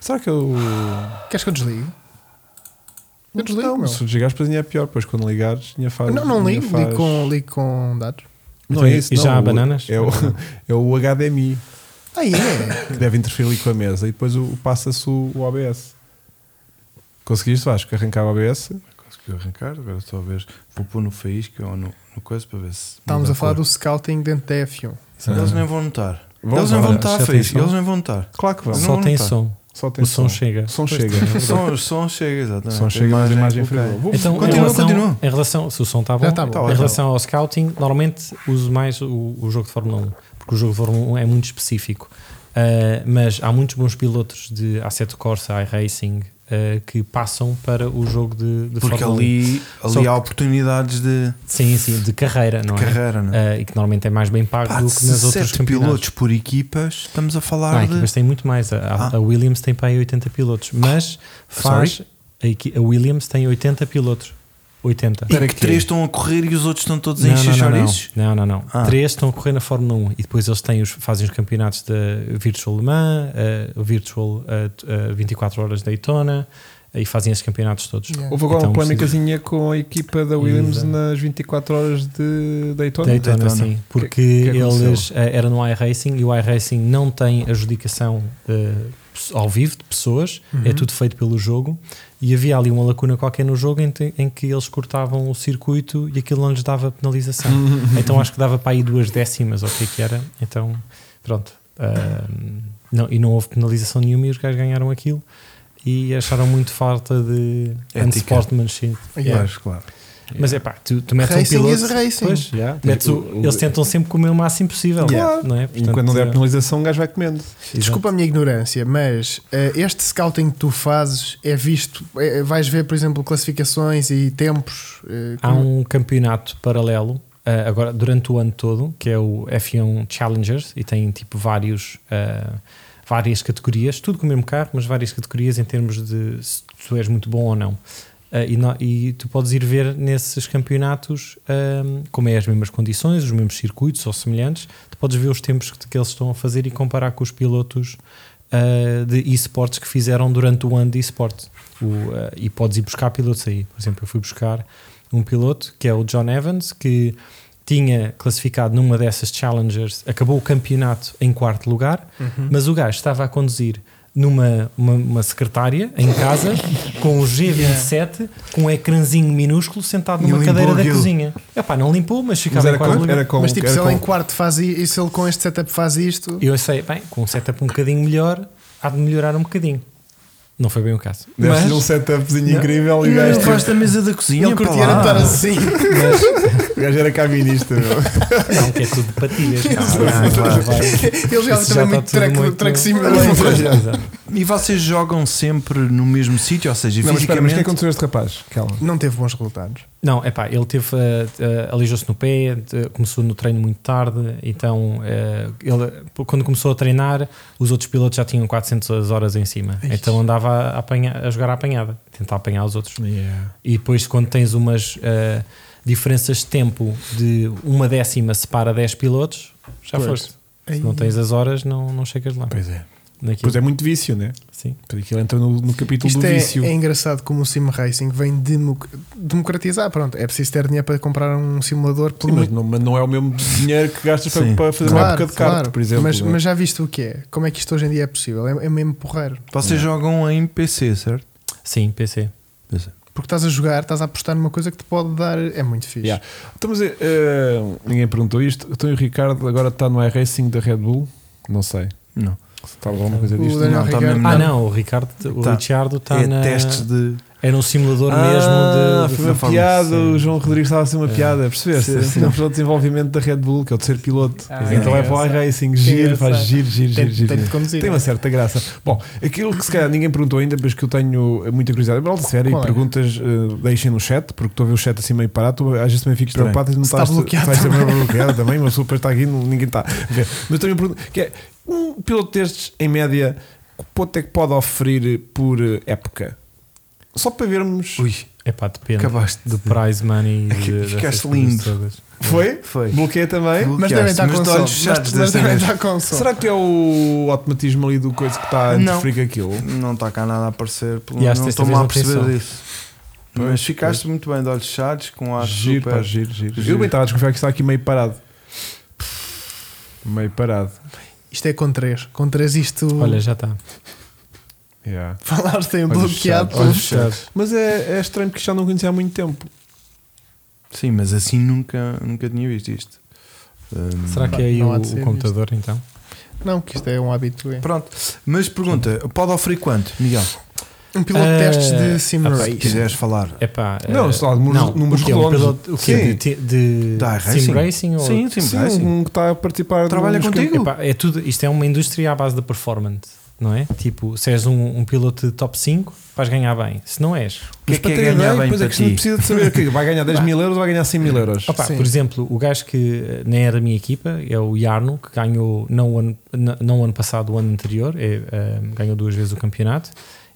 A: Será que eu.
D: Queres que eu desligue? Eu desligo,
A: não,
D: meu.
A: Então, se desligares, depois ainha é pior. Depois quando ligares, tinha faz.
D: Não, não
A: tinha
D: ligo,
A: faz-
D: ligo com, ligo com dados.
A: Não
B: Então,
A: é isso,
B: e
A: não,
B: já há
A: o-
B: bananas?
A: É o, é o HDMI
D: Aí é.
A: que deve interferir ali com a mesa e depois o- passa-se o, o OBS. Conseguiste, Vasco, arrancar o OBS?
C: Conseguiu arrancar, agora estou a ver. Vou pôr no faísca ou no, no coisa para ver se.
D: Estávamos
C: muda
D: a falar
C: cor.
D: do scouting dentro da
A: Tá
D: F1.
C: Eles nem vão notar.
A: Vão,
C: eles nem
A: vão.
C: vão notar
B: Já
C: a
B: tem
C: faísca.
B: som?
C: Eles nem vão notar.
A: Claro que vão.
C: Não,
B: Só
C: não
B: tem
C: tá.
B: som.
A: Só tem
B: O som chega.
A: O som
B: Pois
A: chega.
B: tem.
A: O
B: um
C: O som, o som um chega, exatamente.
A: som um chega, mas a imagem foi
C: ok.
A: boa. Vou-
B: Então,
C: Continua,
B: em relação,
C: continua.
B: Em relação, se o som está bom,
D: Já tá
C: Tá
D: bom.
A: Então,
B: em
C: ótimo.
B: relação ao scouting, normalmente uso mais o, o jogo de Fórmula 1, porque o jogo de Fórmula 1 é muito específico. Ah, mas há muitos bons pilotos de Assetto Corsa, iRacing, ah, que passam para o jogo de, de
C: Porque
B: Fórmula 1.
C: ali,
B: Só
C: ali
B: que-
C: há oportunidades de
B: Sim, sim, de carreira, não é?
C: carreira, não é?
B: Ah, e que normalmente é mais bem pago
C: Pá,
B: do que nas outras
C: 17
B: campeonatos.
C: pilotos por equipas, estamos a
B: Ah,
C: falar de.
B: equipas têm muito mais. A, a-
C: Ah.
B: a Williams tem para aí 80 pilotos, mas faz. A, equi- a Williams tem 80 pilotos. 80.
C: E que três estão a correr e os outros estão todos a
B: Não,
C: encher
B: não, não, não.
C: chouriços?
B: Não, não, não.
C: Ah.
B: Três estão a correr na Fórmula 1 e depois eles têm os, fazem os campeonatos da Virtual Le Mans, eh, o Virtual eh, t- eh, 24 Horas Daytona eh, e fazem esses campeonatos todos.
D: Yeah.
A: Houve agora
B: Então,
A: uma polémicazinha com a equipa da Williams
B: Exato.
A: nas 24 horas de é Daytona.
B: Daytona,
C: Daytona.
B: sim, porque
A: que aconteceu?
B: eles eh, era no iRacing e o iRacing não tem adjudicação eh, pes- ao vivo de pessoas,
D: Uhum.
A: Uhum.
B: é tudo feito pelo jogo. E havia ali uma lacuna qualquer no jogo em, te- em que eles cortavam o circuito e aquilo não lhes dava penalização. então acho que dava para aí duas décimas ou o que é que era. Então, pronto. ah, não, e não houve penalização nenhuma e os gajos ganharam aquilo e acharam muito falta de
C: Ética.
B: unsportsmanship.
D: Yeah.
C: Pois, claro.
B: Mas é pá, tu, tu metes
D: Racing
B: um piloto.
D: is racing.
B: Pois, yeah, metes o-
A: Tipo, O- o-
B: eles tentam sempre comer o máximo possível.
A: Claro.
B: Não é?
A: E quando não der penalização, o gajo vai comendo.
B: exato.
D: Desculpa a minha ignorância, mas eh, este scouting que tu fazes é visto. eh, vais ver, por exemplo, classificações e tempos. eh,
B: Há
D: como-
B: um campeonato paralelo ah, agora durante o ano todo, que é o F1 Challengers, e tem tipo vários, ah, várias categorias, tudo com o mesmo carro, mas várias categorias em termos de se tu és muito bom ou não. Ah, e, no- e tu podes ir ver nesses campeonatos ah, como é as mesmas condições, os mesmos circuitos ou semelhantes, tu podes ver os tempos que, que eles estão a fazer e comparar com os pilotos ah, de esportes que fizeram durante o ano de esportes. O, ah, e podes ir buscar pilotos aí. Por exemplo, eu fui buscar um piloto que é o John Evans, que tinha classificado numa dessas challengers, acabou o campeonato em quarto lugar, mas o gajo estava a conduzir numa uma, uma secretária em casa com o G27 com um ecrãzinho minúsculo sentado
C: E
B: numa
C: limpou
B: cadeira da
C: aquilo.
B: cozinha. Epá, não limpou, mas
A: Mas
B: ficava
A: era
B: em quarto
A: com,
B: lugar.
A: era com,
D: mas tipo,
A: era
D: se ele em
A: com-
D: quarto faz isto, se ele com este setup faz isto.
B: Eu sei, bem, com um setup um bocadinho melhor, há de melhorar um bocadinho. Não foi bem o caso.
A: Deve-lhe um setupzinho incrível e o gajo,
C: Ele faz da mesa da cozinha.
D: ele
C: pá
D: curtia
C: lá.
D: era estar assim.
A: o gajo era cabinista. meu.
B: Não, que é tudo de patilhas. pá.
C: Exato.
B: Vai, vai.
D: ele já
B: Isso
D: também
B: já
D: muito
B: está tudo
D: track,
B: muito-
D: track
B: Pois,
D: simulator.
B: exato.
C: E vocês jogam sempre no mesmo sítio, ou seja,
A: Não, mas espera, mas o que é que
C: fisicamente.
A: aconteceu a este rapaz? Calma.
D: Não teve bons resultados.
B: Não, é pá, ele teve, eh, eh, aleijou-se no pé, de- começou no treino muito tarde, então eh, ele, pô, quando começou a treinar, os outros pilotos já tinham 400 horas em cima,
D: Ixi.
B: então andava a, apanha- a jogar à apanhada, tentar apanhar os outros. E depois, quando tens umas eh, diferenças de tempo de uma décima separa 10 pilotos, já
A: Pois.
B: foste. Se não tens as horas, não, não chegas lá.
A: Pois é.
B: Naquilo.
A: Pois é muito vício, né?
B: Sim.
A: Porque aquilo entra no, no capítulo
D: Isto
A: do
D: é,
A: um vício.
D: é engraçado como o sim racing vem democ- democratizar. Pronto, é preciso ter dinheiro para comprar um simulador por
A: Sim, mas
D: muito.
A: não, mas não é o mesmo dinheiro que gastas para,
C: Sim.
A: para fazer uma época de kart, por exemplo.
D: mas,
A: né?
D: mas já viste o que é? Como é que isto hoje em dia é possível? É, é mesmo porreiro.
C: Vocês jogam em PC, certo?
B: Sim, PC.
C: PC.
D: Porque estás a jogar, estás a apostar numa coisa que te pode dar. É muito fixe.
A: Yeah. Então, mas, eh, ninguém perguntou isto. Então, e o Ricardo agora está no iRacing da Red Bull? Não sei.
C: Não.
A: Se está alguma coisa
D: O
A: disto.
D: Daniel
C: Não, está
D: Ricciardo-
C: mesmo
B: Ah,
C: Não.
B: não, o Ricardo, o
C: Tá.
B: Richardo está
C: é
B: na.
C: testes de.
B: Era um simulador
A: Ah,
B: mesmo de- de.
A: foi uma
C: forma-
A: piada.
B: sim. É.
A: O João Rodrigues estava a ser uma piada, percebeste?
C: Sim, sim.
A: Não foi o desenvolvimento da Red Bull, que é o terceiro piloto.
D: Ah,
A: então é para o
D: engraçado.
A: iRacing, giro,
D: Engraçado.
A: faz giro, giro,
D: Tem,
A: giro, giro.
D: tem de conduzir.
A: Tem uma certa graça. Bom, aquilo que se calhar ninguém perguntou ainda, mas que eu tenho eh, muita curiosidade. Mas, de sério,
D: Qual é?
A: perguntas eh, deixem no chat, porque estou a ver o chat assim meio parado. estou- Às vezes também fico
C: Estranho.
A: preocupado. e Não tá
D: Se está bloqueado
A: estás também bloqueado também. Mas super está aqui, não- ninguém está. a ver. Mas também pergunto: que é, um piloto destes, em média, quanto é que pode oferir por eh, época? Só para vermos.
C: Ui,
B: É pá, depende.
C: acabaste
B: Do
C: de.
B: prize money. e
C: É que
B: de-
C: ficaste
B: dessas coisas
C: lindo.
B: todas.
A: Foi?
C: Foi.
A: Bloqueia também?
C: Blo-
D: Mas devem estar
A: assim,
C: Mas
D: com
C: de
D: sono.
C: olhos fechados
D: Mas, mas
C: desta
D: devem
C: vez.
D: estar com sono.
A: Será que é o automatismo ali do coisa que está a
C: Não.
A: interferir com aquilo?
C: Não está cá nada a aparecer, pelo
B: E acho
C: menos não
B: que desta
C: estou-me a
B: vez não tem
C: perceber
B: som.
C: disso. Mas ficaste muito bem de olhos fechados, com ar
A: Giro, pá,
C: super.
A: giro, giro,
C: giro.
A: Eu bem estava a desconfiar que está aqui meio parado. Meio parado.
D: Isto é com 3. Com 3 isto.
B: Olha, já tá. está.
A: Yeah.
D: Falaste em
A: Olhos fechados.
D: bloqueado. pelo-
C: Olhos fechados.
A: Mas é, é estranho porque já não conhecia há muito tempo.
C: Sim, mas assim nunca, nunca tinha visto isto. Hum,
B: Será que é aí
D: Não
B: o,
D: há de ser
B: o
D: visto.
B: computador então?
D: Não, que isto é um hábito. é.
C: Pronto, mas pergunta: pode oferecer quanto, Miguel?
A: Ah,
D: Um piloto de
B: Eh,
D: testes de sim
B: ah,
C: Se
D: race.
C: quiseres falar.
B: É pá.
A: Não,
B: eh,
A: só alguns
B: não,
A: números
B: o que é, um
A: redondos.
B: piloto- o que é
A: Sim.
B: de, de, de
C: Da
B: sim racing? ou-
C: Sim, sim,
A: Sim,
C: racing.
A: um que está a participar.
C: Trabalha
A: nos
C: contigo?
B: Epá, é tudo, isto é uma indústria à base da performance, não é? Tipo, se és um, um piloto de top 5, vais ganhar bem. Se não és,
C: O que é
A: Mas
C: que
A: para
C: é
A: ter
C: ganhar
A: ganhar
C: bem
A: depois
C: para
A: é que não
C: ti?
A: precisa de saber que vai ganhar 10 mil euros ou vai ganhar 100 mil euros.
B: Opa,
D: Sim.
B: por exemplo, o gajo que eh, nem era da minha equipa é o Jarno, que ganhou não o ano, n- não o ano passado, o ano anterior, é, eh, ganhou duas vezes o campeonato.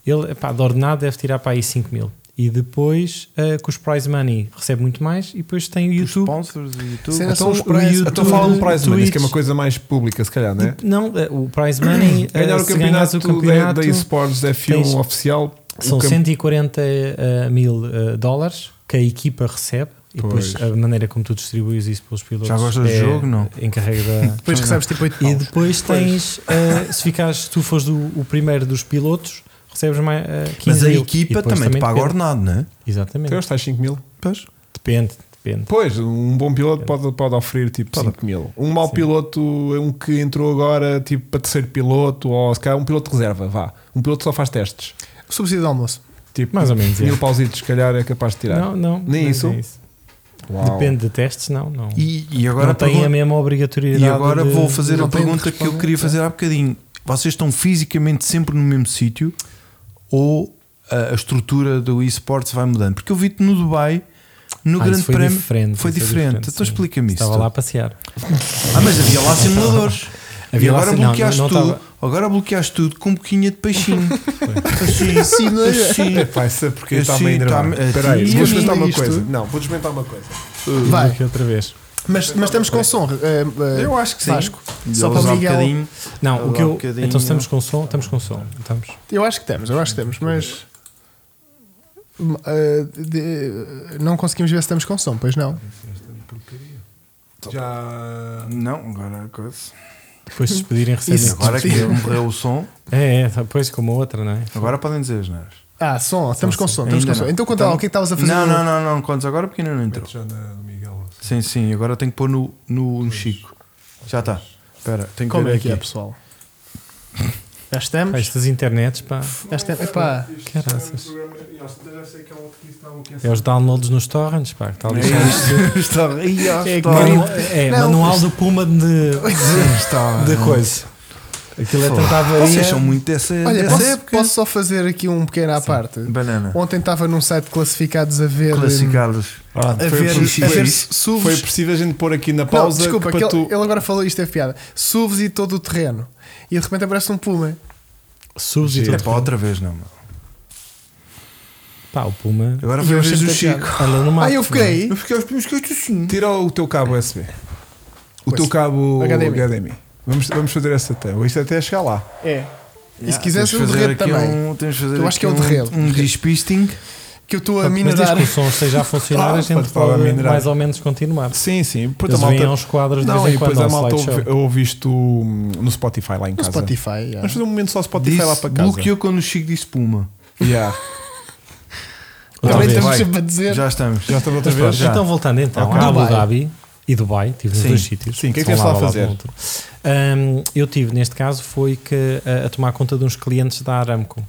B: Ele, epá, de ordenado, deve tirar para aí 5 mil. E depois, eh, com os prize money, recebe muito mais. E depois tem o
C: Os
B: YouTube.
C: sponsors e tudo.
D: Cenas-
A: Então,
D: São os
A: o
D: prizes.
A: YouTube, então
D: Tudo,
A: fala um prize money,
B: Twitch.
A: isso que é uma coisa mais pública, se calhar, né?
B: Não, eh, o prize money, eh,
A: Ganhar o
B: se ganhas
A: campeonato,
B: o
A: da,
B: campeonato, É.
A: da eSports da F1
B: tens-
A: oficial. o
B: são
A: campe-
B: 140 eh, mil eh, dólares que a equipa recebe. E depois
A: Pois.
B: a maneira como tu distribuis isso pelos pilotos.
C: Já gostas do
B: é-
C: jogo, não?
B: Encarrega da,
D: Depois recebes tipo 8
B: E
D: paus.
B: depois tens, eh, se ficares, se tu fores do, o primeiro dos pilotos, recebes mais eh, 15
C: Mas a
B: mil. E
C: equipa
B: depois
C: também te paga
B: depende.
C: ordenado, não é?
A: Então,
B: Exatamente.
A: estás 5 mil.
C: Pois.
B: Depende, depende.
A: Pois, um bom piloto pode, pode oferecer tipo
B: É. Pode.
A: 5 mil. Um mau
B: Sim.
A: piloto é um que entrou agora tipo para terceiro piloto, ou se calhar um piloto de reserva, vá. Um piloto que só faz testes.
D: Subsídio de almoço.
A: Tipo,
B: Mais ou menos, é.
A: Mil pausitos, se calhar é capaz de tirar.
B: Não, não.
A: Nem
B: não
A: isso?
B: é
A: Uau.
B: Depende de testes, não. Não,
C: E, e agora
B: não tem
C: pergun-
B: a mesma obrigatoriedade.
C: E agora
B: de-
C: vou fazer
D: não
C: a
D: tem de
C: pergunta que eu
D: responder,
C: queria
D: é.
C: fazer há bocadinho. Vocês estão fisicamente sempre no mesmo sítio ou a, a estrutura do eSports vai mudando? Porque eu vi-te no Dubai, no
B: Ah, isso
C: Grande
B: foi
C: Prémio.
B: diferente,
C: foi
B: isso foi
C: diferente.
B: diferente,
C: Então
B: sim.
C: explica-me isso.
B: Estava lá a passear.
C: Ah, mas havia lá simuladores.
B: Havia
C: e
B: lá
C: agora
B: sim- não,
C: bloqueaste
B: não- não
C: tudo.
B: estava.
C: Agora bloqueaste tudo com um boquinha de peixinho. assim, assim.
A: Vai ser porque
C: Eu
A: está
C: sim,
A: meio
B: tá
A: enervado.
C: tá-me-
A: Espera aí,
C: sim,
A: vou
C: a mim
A: experimentar uma
D: isto-
A: coisa. Não, vou experimentar uma coisa.
D: Vai,
B: Aqui outra vez.
D: mas, mas estamos com som. eh,
B: É,
D: eh,
C: Eu acho que sim.
D: Vasco. Só
C: Eles
D: para
B: um
C: há
D: o Miguel.
C: bocadinho-
B: Não, o que
C: Lá um
B: eu.
C: bocadinho.
B: então estamos com som, estamos com som. Estamos.
D: Eu acho que temos, eu acho que temos, mas. Hum, eh, de- eh, não conseguimos ver se estamos com som, pois não.
A: Já.
C: Não,
B: é
C: agora a coisa.
B: Depois se pedirem recebem.
D: Isso.
C: Agora que morreu o som,
B: É, é, depois como a outra, não é?
C: agora podem dizer as neiras.
D: Ah, som, estamos com som, estamos
C: Ainda
D: com som.
C: não.
D: Então conta lá, o que é que estavas a fazer?
C: Não,
D: no-
C: não, não, não, contas agora porque ainda não entrou.
A: Já na Miguel.
C: Sim, sim, agora tenho que pôr no, no, no Chico. Já está. Espera, tenho que
D: Como
C: ver
D: é que é,
C: aqui.
D: pessoal? Já estamos?
B: Pá, Ah, estas internets, pá.
D: Já estamos. Epá,
B: Caraças.
A: Já sei que é um que disse não, que
B: É os downloads nos torrents, pá. que Tal,
C: É isto. Está- Ih, ah,
D: É
C: está-
B: Manu- é,
D: Não,
B: manual do Puma de,
C: está-
B: de coisa. Aquilo é tanta
C: Vocês
B: avaria.
C: são muito dessa,
D: olha,
C: dessa
D: posso,
C: época.
D: posso só fazer aqui um pequeno à parte?
C: Banana.
D: Ontem estava num site de classificados a ver. eh,
C: Classicados.
A: Ah,
D: A
A: foi
D: ver,
A: preciso-
B: É
D: a ver
A: foi-
D: subs.
A: Foi preciso a gente pôr aqui na
D: Não,
A: pausa
D: desculpa,
A: que
D: que
A: para
D: ele,
A: tu.
D: ele agora falou isto, é piada. Subs e todo o terreno. E de repente aparece um puma.
B: Subs e
C: É
B: tudo.
C: para outra vez, não. meu.
B: Pá, o Puma.
C: Agora
D: E
C: foi a
D: eu
C: vez
D: achei
C: do
D: muita
C: Chico.
B: Anda no mapa.
D: Ah, eu fiquei.
C: Eu fiquei aos primeiros que eu disse assim.
A: Tira o teu cabo USB. O teu cabo
D: HDMI.
A: HDMI. Vamos, vamos fazer essa até. Isto até chegar lá.
D: É. E se
C: Ah, temos
D: quisesse eu
C: de fazer
D: derreto
C: aqui
D: também.
C: Um, temos de fazer
D: Eu acho que
C: aqui
D: eu derreto.
C: um, um despisting.
D: Que eu estou a
B: Pronto, Mas desde
D: minerar.
B: que o som esteja a funcionar,
A: Ah,
B: a gente
A: pode falar a
B: pode
A: minerar.
B: mais ou menos continuar.
A: Sim, sim. Depois
B: Eles vêm aos quadros de
A: não,
B: vez
A: e
B: em quando.
A: depois a
B: ao
A: malta
B: slideshow.
A: ouve, ouve isto hum, no Spotify lá em
D: No
A: casa.
D: Spotify. yeah.
A: Vamos fazer um momento só Spotify lá
C: Disse,
A: para casa.
C: bloqueou quando o Chico disse Puma.
A: Yeah.
B: Outra
D: Também
B: vez.
D: estamos
A: vai.
D: sempre a dizer.
C: Já estamos.
A: Já estamos outra
B: Mas pronto,
A: vez?
B: Então, voltando então
D: Ok.
B: a Abu
D: Dubai.
B: Dhabi e Dubai, estive nos
C: Sim.
B: dois sítios.
A: Sim, o que é que
B: São
A: tens lá a
B: lado
A: fazer?
B: lado do outro. Hum, eu tive, neste caso, foi que a, a tomar conta de uns clientes da Aramco.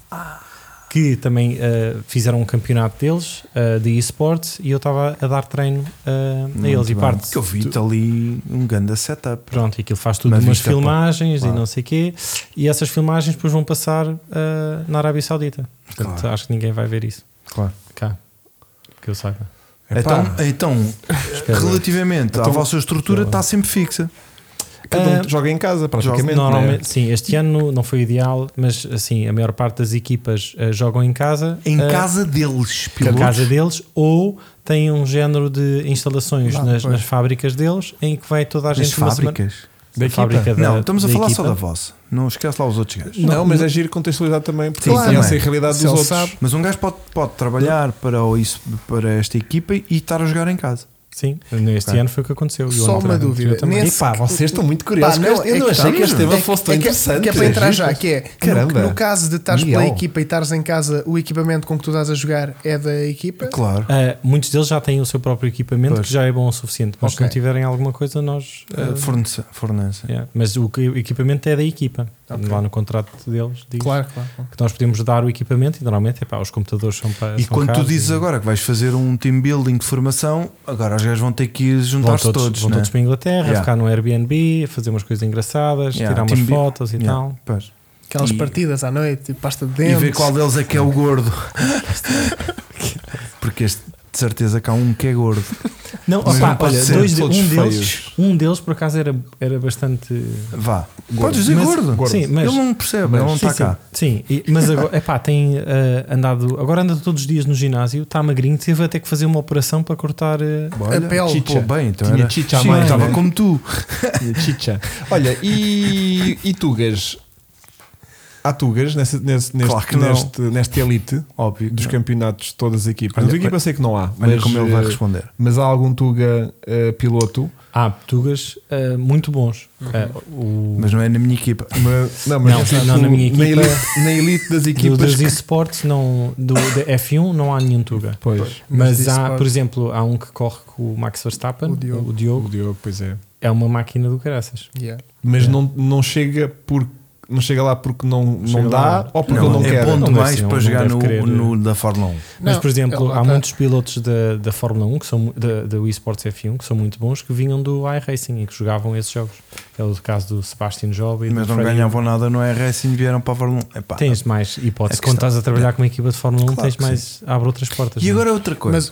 B: Que também ah, fizeram um campeonato deles ah, de esportes e eu estava a dar treino ah, a eles. E parte
C: Que eu vi-te ali um grande setup.
B: Pronto, e aquilo faz tudo
C: Na
B: umas
C: vista, pá.
B: filmagens
C: Claro.
B: e não sei quê, e essas filmagens depois vão passar ah, na Arábia Saudita. Portanto,
C: Claro.
B: acho que ninguém vai ver isso
C: Claro.
B: cá, que eu saiba.
C: Então, então
B: Espero eu.
C: relativamente à
A: Então-
C: vossa estrutura, está sempre fixa.
A: Cada um
B: Ah,
A: joga em casa, praticamente.
B: Normalmente,
A: né?
B: sim, este ano não foi ideal, mas assim, a maior parte das equipas ah, jogam em casa.
C: Em
B: ah,
C: casa deles,
B: na
C: pilotos.
B: casa deles, ou têm um género de instalações
D: Ah,
B: nas,
D: pois.
B: nas fábricas deles em que vai toda a gente
C: Nas
B: uma semana-
C: fábricas.
B: Da fábrica da-
C: Não, estamos a
B: da
C: falar
B: equipa.
C: só da vossa. Não esquece lá os outros gajos.
A: Não, mas é giro contextualizar também, porque
C: Sim,
A: ele
C: também.
A: conhece a realidade
D: Se
A: dos
D: ele
A: outros.
D: sabe.
C: Mas um gajo pode, pode trabalhar para, o, isso, para esta equipa e estar a jogar em casa.
B: Sim, neste
C: Ok.
B: ano foi o que aconteceu. e o
D: Só
B: ano
D: uma
B: anterior
D: dúvida.
B: também.
D: Nesse-
A: E pá, vocês estão muito curiosos.
D: Pá,
A: com este- eu
D: é
A: não
D: que
A: achei que este tema
D: É-
A: fosse tão
D: é que-
A: interessante.
D: Que é para entrar já, que é
A: Caramba.
D: no, no caso de estares
A: Miguel.
D: pela equipa e estares em casa, o equipamento com que tu estás a jogar é da equipa.
C: Claro.
B: Ah, muitos deles já têm o seu próprio equipamento
C: Pois.
B: que já é bom o suficiente, mas se
D: Ok.
B: não tiverem alguma coisa, nós. ah,
C: Uh, fornece, fornece.
B: yeah. Mas o que- o equipamento é da equipa.
D: Ok.
B: Lá no contrato deles diz
D: Claro, claro.
B: que nós podemos dar o equipamento e normalmente é pá, os computadores são para.
C: E
B: são
C: quando tu
B: caros
C: dizes
B: e-
C: agora que vais fazer um team building de formação, agora os gajos vão ter que ir
B: Vão
C: juntar-se
B: todos,
C: todos.
B: vão
C: né?
B: todos para a Inglaterra,
C: Yeah.
B: ficar no Airbnb, fazer umas coisas engraçadas,
C: Yeah,
B: tirar umas
C: team bu-
B: fotos e
C: Yeah,
B: tal.
C: pois.
D: Aquelas
C: E-
D: partidas à noite, tipo pasta de
C: E
D: dentes.
C: ver qual deles é que é o gordo. Porque este, de certeza que há um que é gordo.
B: Não,
C: Mas
B: opá,
C: não pode
B: olha,
C: ser,
B: dois de-
C: todos
B: um, deles,
C: feios.
B: um deles por acaso era, era bastante.
C: Vá. Podes dizer
B: Mas-
C: gordo.
B: Sim, mas- tá
C: Ele não percebe, ele não
B: sim,
C: está
B: sim,
C: cá.
B: Sim, e- mas agora, epá, tem eh, andado. Agora anda todos os dias no ginásio, está magrinho, teve até que fazer uma operação para cortar. eh,
D: A pele.
C: Pô, bem, então
A: Tinha
C: era.
A: chicha à
C: Sim,
A: mãe,
C: estava
A: né?
C: como tu.
A: Chicha. Olha, e, e Tugas? Há Tugas nesse, nesse, neste,
C: Claro que não.
A: neste, nesta elite
C: Óbvio.
A: dos campeonatos de todas as equipas.
C: Olha,
A: Na tua equipa
C: olha-
A: eu sei que não há.
C: Olha
A: mas,
C: como ele vai
A: eh,
C: responder.
A: Mas há algum Tuga eh, piloto?
B: Há portugas eh, muito bons. Eh, o,
C: Mas não é na minha equipa.
A: Mas- não, mas
B: Não,
A: tipo,
B: não, na minha equipa-
A: na elite, na elite das
B: do,
A: equipas.
B: dos
A: que-
B: esportes, não, do, da F1, não há nenhum Tuga.
A: pois,
D: Mas
B: Mas
D: de
B: há,
D: esportes-
B: por exemplo, há um que corre com o Max Verstappen,
D: O
B: o
D: Diogo.
A: o Diogo, pois é.
B: é uma máquina do caraças.
D: Yeah.
A: Mas
B: É.
A: não, não chega por não chega lá porque não, não
B: Chega
A: dá
B: lá.
A: ou porque
C: Não,
A: ele não
C: é
A: quer.
C: ponto
B: Não deve
C: mais
B: ser,
C: para
B: não
C: jogar
B: deve
C: no,
B: querer.
C: no- da Fórmula 1.
B: Mas,
D: Não,
B: por exemplo,
D: ele-
B: há
D: tá.
B: muitos pilotos da, da Fórmula 1 que são mu- da, da Wii Sports F1 que são muito bons que vinham do iRacing e que jogavam esses jogos. É o caso do Sebastian Job e
C: Mas
B: do
C: não
B: Fred
C: ganhavam nada no RS e vieram para a Fórmula 1. Epá,
B: Tens mais
C: É
B: hipótese.
C: que
B: Quando
C: está-
B: estás a trabalhar com uma equipa de Fórmula 1,
C: Claro
B: tens
C: que
B: mais. abre outras portas.
C: E
B: não é?
C: agora outra coisa.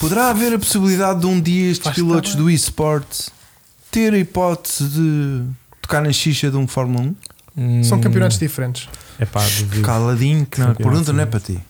C: Poderá haver a possibilidade de um dia estes
D: Faz
C: pilotos
D: tá bem.
C: do eSports ter a hipótese de tocar na xixa de um Fórmula
B: Hum,
D: São campeonatos diferentes.
B: É pá,
C: 1?
B: duvido.
C: Caladinho, que não.
B: Campeonato,
C: Pergunta
B: sim.
C: não é para ti.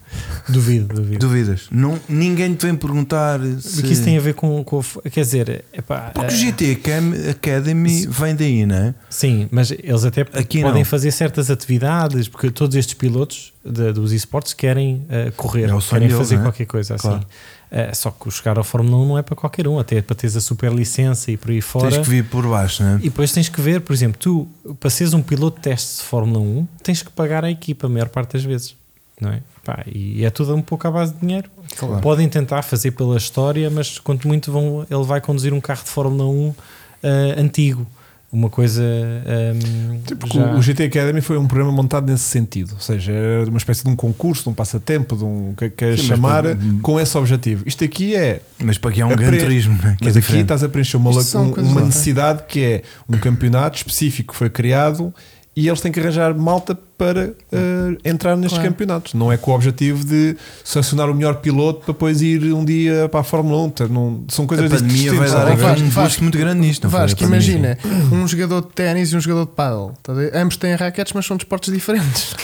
B: Duvido, duvido.
C: Duvidas? Não, ninguém te vem perguntar se.
B: O que isso tem a ver com. com a f- quer dizer, é pá.
C: Porque
B: eh,
C: o GT Acam- Academy vem daí, não é?
B: Sim, mas eles até p-
C: Aqui
B: podem
C: não.
B: fazer certas atividades, porque todos estes pilotos de- dos esportes querem eh, correr,
C: É o sonho
B: querem
C: deles,
B: fazer
C: não é?
B: qualquer coisa assim.
C: Claro.
B: Eh, só que o chegar ao Fórmula 1 não é para qualquer um, até para teres a super licença e por aí fora.
C: Tens que vir por baixo, não é?
B: E depois tens que ver, por exemplo, tu para seres um piloto de teste de Fórmula 1, tens que pagar à equipa a maior parte das vezes, não é? Pá, e é tudo um pouco à base de dinheiro.
C: Claro.
B: Podem tentar fazer pela história, mas quanto muito vão, ele vai conduzir um carro de Fórmula 1 ah, antigo, uma coisa. ahm,
A: Tipo, porque
B: já-
A: o GT Academy foi um programa montado nesse sentido, ou seja, era uma espécie de um concurso, de um passatempo, de um que queres
C: Sim, mas
A: chamar,
C: para-
A: com esse objetivo. Isto aqui é
C: Mas para aqui é um
A: Apre-
C: grande turismo, não é? Que é
A: Mas aqui tá-
C: diferente.
A: estás a preencher uma,
D: Isto
A: lac-
D: são
A: um-
D: coisas
A: uma
D: lá.
A: necessidade que é um campeonato específico que foi criado e eles têm que arranjar malta para eh, entrar nestes
D: Claro.
A: campeonatos. Não é com o objetivo de sancionar o melhor piloto para depois ir um dia para a Fórmula 1. Portanto, não- são coisas
C: A pandemia vai
A: distintas.
C: dar
D: Oh,
C: aqui
D: Vasco,
C: um boost
D: Vasco,
C: muito grande nisto. não foi?
D: Vasco,
C: A pandemia.
D: imagina um jogador de ténis e um jogador de paddle. Tá a ver? Ambos têm raquetes, mas são desportos diferentes.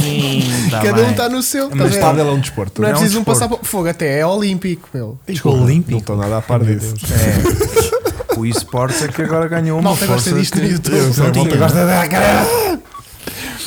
C: Sim, tá
D: Cada um
C: bem.
D: está no seu. tá a
A: Mas
D: ver?
A: pádel é um desporto.
D: não é
C: é um
D: preciso um
C: desporto.
D: passar para fogo, até é olímpico. Meu.
B: Desculpa, olímpico.
A: Não estou nada a par
B: Meu
A: disso.
B: Deus.
C: É. O eSports é que agora ganhou uma
D: Malta gosta
C: força.
D: disto no
C: que-
D: YouTube.
A: Eu sei, a malta
D: Tinha.
A: gosta de-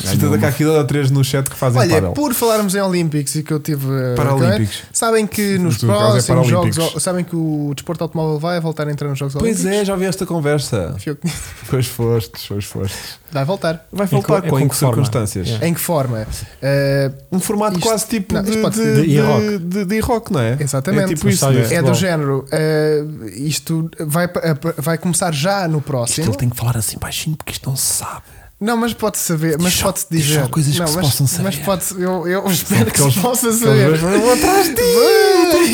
A: Sinta que há aqui dois ou três no chat que fazem
D: Olha,
A: pádel.
D: por falarmos em Olímpicos e que eu tive. eh,
C: Paralímpicos.
D: também, Sabem que nos
A: No teu caso é
D: próximos
A: Paralímpicos.
D: jogos. Sabem que o desporto automóvel vai voltar a entrar nos Jogos
A: Pois é,
D: Olímpicos?
A: já vi esta conversa.
D: Fui eu que disse.
A: Pois fostes, pois fostes.
D: Vai voltar.
A: Vai
B: co-
A: faltar
B: é
A: com,
B: com
A: em
B: que
A: que É.
B: forma?
A: circunstâncias?
B: Yeah.
D: Em que forma? Eh,
A: Um formato
D: Isto-
A: quase tipo
D: não, isto
A: de,
D: pode
A: de,
D: ser.
A: de,
B: De e-rock.
A: de- de e-rock, não é?
D: Exatamente.
A: É tipo isso,
B: Sabe
A: não
B: isso.
A: é?
D: é
B: Futebol.
D: do género. eh, isto vai, pa- eh, pa- vai começar já no próximo.
A: que falar assim baixinho porque isto não se sabe.
D: Não, mas pode-se saber. Mas
A: Diz só-
D: pode-se
A: diz só
D: dizer.
A: coisas que
D: não,
A: se
D: mas,
A: possam saber.
D: Mas pode eu, eu espero que
A: eles-
D: se possa
A: Eles
D: saber.
A: vão atrás de ti.
C: Ninguém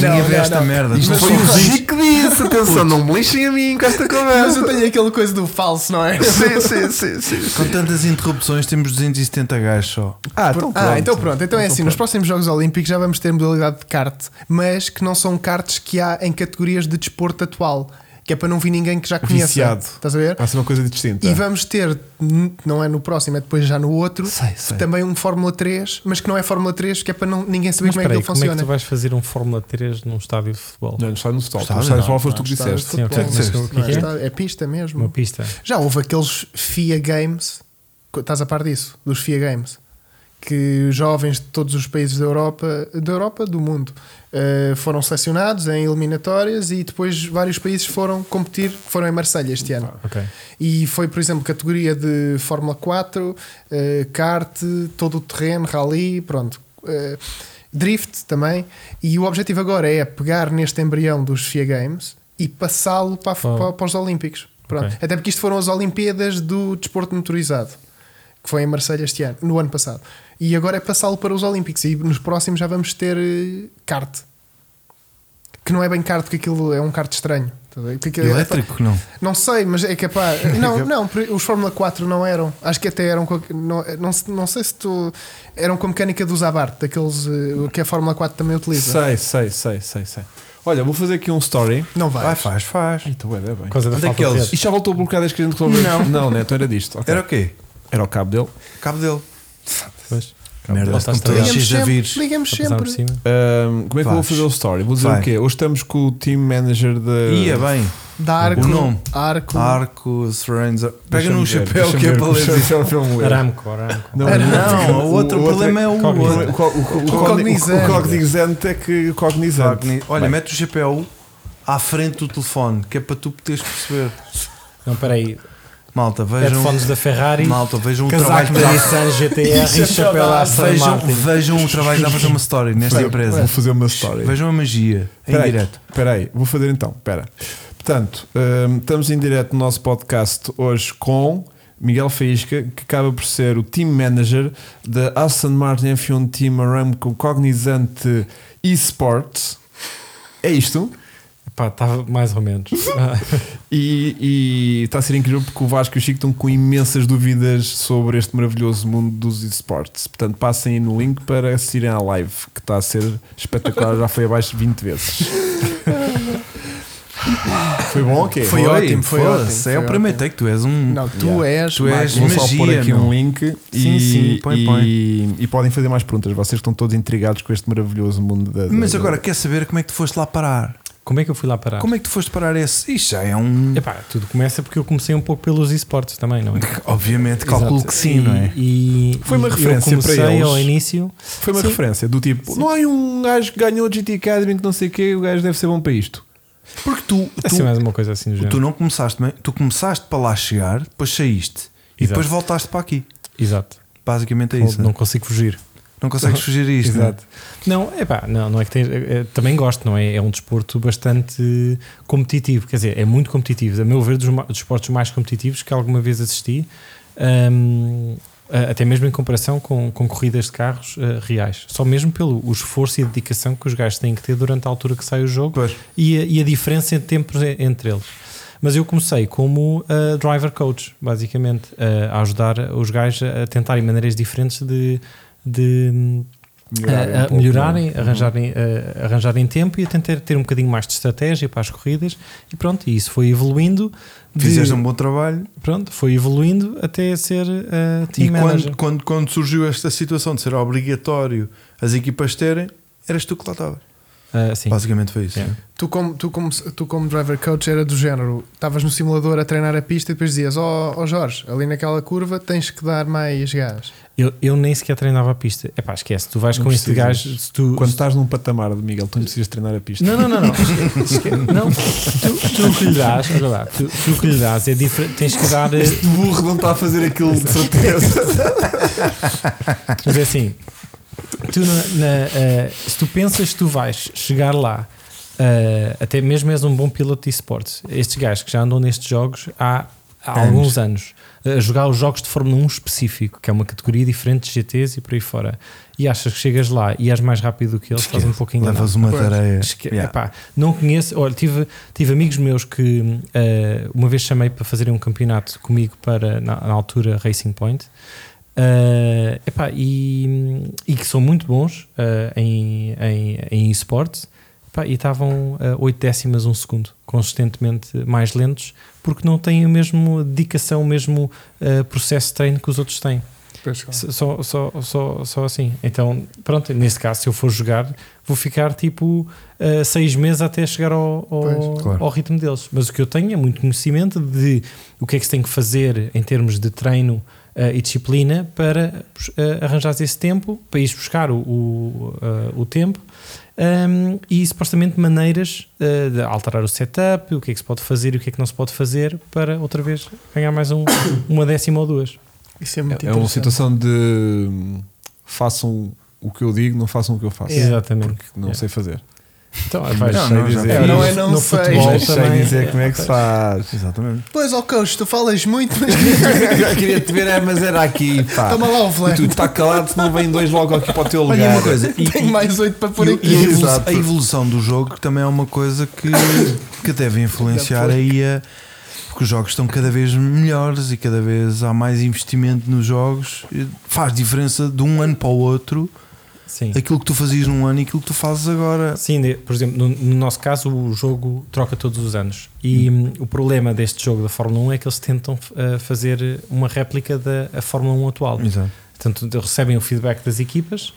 D: Não,
C: vê
D: não,
C: esta
D: não.
C: merda. um
A: Isto
C: Mas
A: foi um
C: só-
A: o Zico que disse. Atenção, não me lixem a mim com esta
D: Mas
A: conversa.
D: eu tenho aquela coisa do falso, não é?
A: Sim, sim, sim, sim.
C: Com tantas interrupções, temos 270 gajos só.
A: Ah, então
D: Ah, então
A: pronto.
D: pronto, então é
A: Então
D: assim:
A: pronto.
D: nos próximos Jogos Olímpicos já vamos ter modalidade de kart, mas que não são karts que há em categorias de desporto atual, que é para não vir ninguém que já conheça.
A: Viciado. Ah,
D: Estás a ver?
A: Há-se assim uma coisa distinta.
D: E vamos ter, n- não é no próximo, é depois já no outro,
A: Sei, sei.
D: também um Fórmula 3, mas que não é Fórmula 3, que é para não, ninguém saber
B: Mas
D: como
B: espera
D: é que ele
B: aí, como é que
D: funciona.
B: tu vais fazer um Fórmula 3 num estádio de futebol?
A: Não, não está no futebol.
C: Está,
A: Tu Está no
C: não,
A: futebol, foste tu que
D: Está-
A: disseste.
B: Sim, ok.
D: futebol,
B: Mas
D: não
B: o que é que é?
D: está- é pista
B: Uma
D: mesmo.
B: pista.
D: Já houve aqueles FIA Games, co- estás a par disso? Dos FIA Games, que jovens de todos os países da Europa, da Europa, do mundo, eh, foram selecionados em eliminatórias e depois vários países foram competir, foram em Marselha este ano.
B: Ok.
D: E foi, por exemplo, categoria de Fórmula 4, eh, kart, todo o terreno, rally, pronto. eh, drift também. E o objetivo agora é pegar neste embrião dos FIA Games e passá-lo para, a f-
B: Oh.
D: para- para os Olímpicos. Pronto.
B: Ok.
D: Até porque isto foram as Olimpíadas do desporto motorizado, que foi em Marselha este ano, no ano passado. E agora é passá-lo para os Olímpicos. E nos próximos já vamos ter eh, kart. Que não é bem kart, porque aquilo é um kart estranho. Tá bem? Porque aquilo é-
C: Elétrico, não.
D: não sei, mas é capaz. Não, não, os Fórmula 4 não eram. Acho que até eram. com- Não, não, se- não sei se tu. Eram com a mecânica dos Abarth, daqueles eh, que a Fórmula 4 também utiliza.
C: é.
A: Sei, sei, sei, sei, sei. Olha, vou fazer aqui um story.
D: Não vai.
C: Vai, faz, faz.
A: Então, é bem.
B: Por causa da
C: Onde é
B: falta
C: que
B: de
C: eles-
B: rede.
A: Isto já voltou a bloquear desde que a gente resolveu. Não, não, né? então era disto. Ok.
C: Era o quê?
A: Era o cabo dele.
C: Cabo dele.
B: Pois.
C: Merda,
B: Voltaste
C: como
B: atrás.
C: todos
D: Ligamos
C: estes a
D: sempre.
C: vírus.
D: Ligamos
B: Só passar por
D: sempre.
B: cima.
A: Ahm, como é que eu vou
C: Vais.
A: fazer o story? Vou dizer
C: Vai.
A: o quê? Hoje estamos com o team manager da.
C: Ia é bem.
D: Da arco,
C: O nome.
D: arco.
C: Arco, Serenza. Pega
A: Deixa-me
C: num
A: ver,
C: chapéu
A: deixa-me
C: que é
A: ver
C: para
A: o
C: ler.
A: chapéu para eu ler.
B: Aramco, Aramco.
A: Não,
C: Não, o outro
A: outro
C: problema é o
A: é-
C: outro.
A: o co- o- o
D: O
A: cogni-
D: cognizante.
A: o cognizante é que o cognizante.
C: Cogni- Olha,
A: Bem.
C: mete o chapéu à frente do telefone, que é para tu poderes perceber.
B: Não, peraí.
C: Malta, vejam.
B: Headphones da Ferrari,
C: Malta, vejam o trabalho
B: casaco
C: que
B: da
C: dá.
B: Nissan GTR e chapéu da Aston
C: é Vejam,
B: Martin.
C: vejam o trabalho que dá para fazer uma story nesta
A: Vou
C: empresa.
A: fazer uma story.
C: Vejam a magia em
A: Espera aí,
C: direto.
A: Espera aí, vou fazer então. Espera. Portanto, hum, estamos em direto no nosso podcast hoje com Miguel Faísca, que acaba por ser o team manager da Aston Martin F1 Team Aramco Cognizante Esports. É isto.
B: Pá, estava mais ou menos. Ah,
A: E, e está a ser incrível porque o Vasco e o Chico estão com imensas dúvidas sobre este maravilhoso mundo dos esportes. Portanto, passem aí no link para assistirem à live, que está a ser espetacular. Já foi abaixo de 20 vezes. foi bom ou quê?
D: Foi ótimo, foi
C: foda-se,
D: ótimo,
C: É
D: foi
C: o primeiro
D: ótimo.
C: take, tu és um.
D: Não, tu és.
C: Tu és
A: Vou
D: máquina.
A: só pôr
C: magia,
A: aqui
C: meu.
A: um link
C: Sim,
A: e,
C: sim, põe,
A: e-
C: põe.
A: e podem fazer mais perguntas. Vocês estão todos intrigados com este maravilhoso mundo da. da-
C: Mas
A: da-
C: agora quer saber como é que tu foste lá parar?
B: como é que eu fui lá parar?
C: Como é que tu foste parar esse? Isto já é um.
B: Epá, tudo começa porque eu comecei um pouco pelos esportes também, não é?
C: Obviamente, calculo
B: Exato.
C: que sim, não é?
B: E, e-
A: Foi uma
B: e
A: referência
B: eu comecei
A: para eles.
B: ao início.
A: Foi uma
B: Sim.
A: referência do tipo: não há um gajo que ganhou o GT Academy que não sei o quê, o gajo deve ser bom para isto.
C: Porque tu,
B: Assim,
C: tu,
B: mais uma coisa assim do género.
C: tu não começaste bem, tu começaste para lá chegar, depois saíste e
B: Exato.
C: depois voltaste para aqui.
B: Exato.
C: Basicamente é
B: Não-
C: isso.
B: não
C: Não,
B: consigo fugir.
C: não consegues fugir a isto. né?
B: Exato. Não, é pá, não, não é que tens. é- é- também gosto, não é? É um desporto bastante competitivo, quer dizer, é muito competitivo. A meu ver, dos ma- dos desportos mais competitivos que alguma vez assisti, hum, a- até mesmo em comparação com, com corridas de carros eh, reais. Só mesmo pelo o esforço e a dedicação que os gajos têm que ter durante a altura que sai o jogo
C: Pois.
B: e a, e a diferença em tempos e- entre eles. Mas eu comecei como ah, driver coach, basicamente, ah, a ajudar os gajos a tentarem maneiras diferentes de, de, hum,
A: Melhorarem um
B: a- a
A: pouco,
B: É, melhorarem,
A: não é?
B: arranjarem, a- arranjarem tempo e a tentar ter um bocadinho mais de estratégia para as corridas e pronto, e isso foi evoluindo. de-
C: Fizeste um bom trabalho.
B: Pronto, foi evoluindo até ser ah, team
C: e
B: manager.
C: quando, quando, quando surgiu esta situação de ser obrigatório as equipas terem, eras tu que lá estavas.
B: Ah, sim.
C: Basicamente foi isso.
B: Yeah.
D: Tu como, tu, como, tu, como driver coach, era do género: estavas no simulador a treinar a pista e depois dizias, ó ó Jorge, ali naquela curva tens que dar mais gás.
B: Eu, eu nem sequer treinava a pista. É pá, esquece, tu vais
A: Não
B: com este
A: precisas.
B: gajo, se tu,
A: Quando estás num patamar de Miguel, tu não precisas treinar a pista.
B: Não, não, não, não. Esque- não. Tu, tu o que lhe dás, olha lá, tu, tu o que lhe dás é diferente. Tens que dar. eh,
A: Este burro não está a fazer aquilo de certeza.
B: Mas é assim, tu na- na, eh, se tu pensas que tu vais chegar lá, eh, até mesmo és um bom piloto de esportes, estes gajos que já andam nestes jogos há, há
C: Anos.
B: alguns anos, a jogar os jogos de Fórmula 1 específico, que é uma categoria diferente de GTs e por aí fora, e achas que chegas lá e és mais rápido do que eles, estás um pouco enganado.
C: é. Levas uma tareia.
B: Esque-
C: É, Yeah.
B: epá, não conheço. Olha, tive, tive amigos meus que eh, uma vez chamei para fazerem um campeonato comigo para, na, na altura, Racing Point. Eh, epá, e, e que são muito bons eh, em, em, em esporte. Epá, e estavam a 8 décimas um segundo, consistentemente mais lentos, porque não têm a mesma dedicação, o mesmo eh, processo de treino que os outros têm. S- Só, só, só, só assim. Então, pronto, nesse caso, se eu for jogar, vou ficar tipo 6 seis meses até chegar ao, ao,
D: Pois,
C: claro.
B: ao ritmo deles. Mas o que eu tenho é muito conhecimento de o que é que se tem que fazer em termos de treino ah, e disciplina para arranjar arranjares esse tempo, para ires buscar o, o, ah, o tempo. Ahm, e supostamente maneiras ah, de alterar o setup, o que é que se pode fazer e o que é que não se pode fazer para outra vez ganhar mais um, uma décima ou duas.
D: Isso é muito
A: É uma
D: interessante.
A: situação de hum, façam o que eu digo, não façam o que eu faço.
B: É. Exatamente.
A: Porque não
B: Yeah.
A: sei fazer.
B: Então,
A: Mas
B: vais
C: não,
A: sei
C: não, já
A: dizer.
C: fiz.
D: Não é não
B: no
D: sei.
B: futebol
A: Mas sei
B: também.
A: dizer como é que se faz.
C: Exatamente.
D: Pois, ó coach, tu falas muito, mas
A: Eu queria te ver, é, mas era aqui, pá.
D: toma lá o
A: E tu
D: volante.
A: está calado, se não vem dois logo aqui para o teu lugar.
C: Olha uma coisa. E,
D: Tenho mais oito para pôr
C: e-
D: aqui.
C: e a, evolu-
A: Exato.
C: a evolução do jogo também é uma coisa que, que deve influenciar aí a. Porque os jogos estão cada vez melhores e cada vez há mais investimento nos jogos. E Faz diferença de um ano para o outro
B: Sim.
C: aquilo que tu fazias num ano e aquilo que tu fazes agora.
B: Sim, de- por exemplo, no, no nosso caso o jogo troca todos os anos e hum, o problema deste jogo da Fórmula 1 é que eles tentam eh, fazer uma réplica da a Fórmula 1 atual.
C: Exato.
B: Portanto, de- recebem o feedback das equipas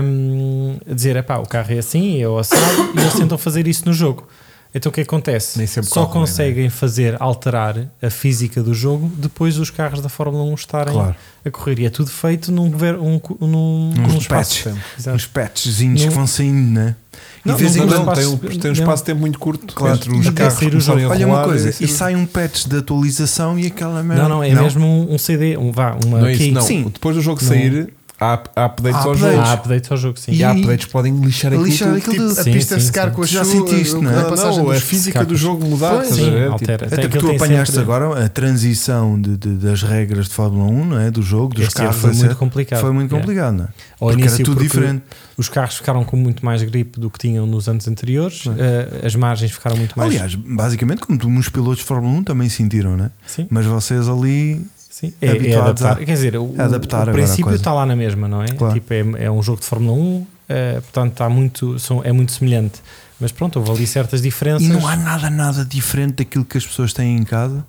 B: hum, a dizer, epá, o carro é assim, é o assado e eles tentam fazer isso no jogo. Então o que acontece?
A: Nem sempre
B: Só
A: corre bem,
B: conseguem fazer alterar a física do jogo depois dos carros da Fórmula 1 estarem
C: Claro.
B: a correr e é tudo feito num, gover- um, cu- num, num
C: Uns
B: espaço.
C: patches.
B: Exato.
C: Uns patchzinhos
B: Não-
C: que vão saindo, né? E
B: Não,
C: de vez em
B: não
C: quando
B: dá-
A: tem um,
B: espaço-
A: tem um
B: não.
A: espaço de tempo muito curto
C: Claro.
A: entre os
B: Até
A: carros
B: sair o
A: começarem a
B: jogo.
C: Olha uma
A: rolar sair
C: coisa, e
A: o jogo.
C: sai um patch de atualização e aquela merda.
B: Não, não, é mesmo é um, um CD, um, vá, uma
A: Não é isso,
B: key.
A: não.
C: Sim.
A: Depois do jogo
B: Não.
A: sair, Há, há updates
D: Há
A: ao
D: updates.
A: jogo.
B: Há updates ao jogo, sim.
A: E há
C: E-
A: updates que podem lixar aquilo.
C: Lixar
A: tudo. tipo
C: aquilo tudo.
D: a
B: Sim,
D: pista
B: sim,
D: secar
B: sim.
D: com a
C: Já
D: chuva,
C: sentiste,
D: o-
C: não é?
D: a
A: Não,
D: passagem
A: não, a
D: dos-
A: física do jogo mudar.
D: Pois,
A: estás a
B: Sim,
A: ver? Tipo,
B: altera.
C: Até que
B: Aquilo
C: tu
B: tem
C: apanhaste
B: sempre-
C: agora a transição de- de- das regras de Fórmula 1, não é? do jogo, dos
B: Este ano
C: carros.
B: foi muito
C: etc.
B: complicado.
C: Foi muito
B: É.
C: complicado, não é?
B: Ao
C: Porque era
B: início,
C: tudo
B: porque
C: diferente.
B: Os carros ficaram com muito mais gripe do que tinham nos anos anteriores, eh, as margens ficaram muito mais.
C: é? Aliás, basicamente, como tu- os pilotos de Fórmula 1 também sentiram, não é?
B: sim,
C: Mas vocês ali.
B: sim.
C: é
B: É, é
C: habituados
B: adaptar.
C: a-
B: Quer dizer, o,
C: a adaptar
B: o
C: agora a
B: princípio
C: coisa.
B: está lá na mesma, não é?
C: Claro.
B: Tipo, é, é um jogo de Fórmula 1, eh, portanto está muito, são, é muito semelhante. Mas pronto, houve ali certas diferenças.
C: E não há nada, nada diferente daquilo que as pessoas têm em casa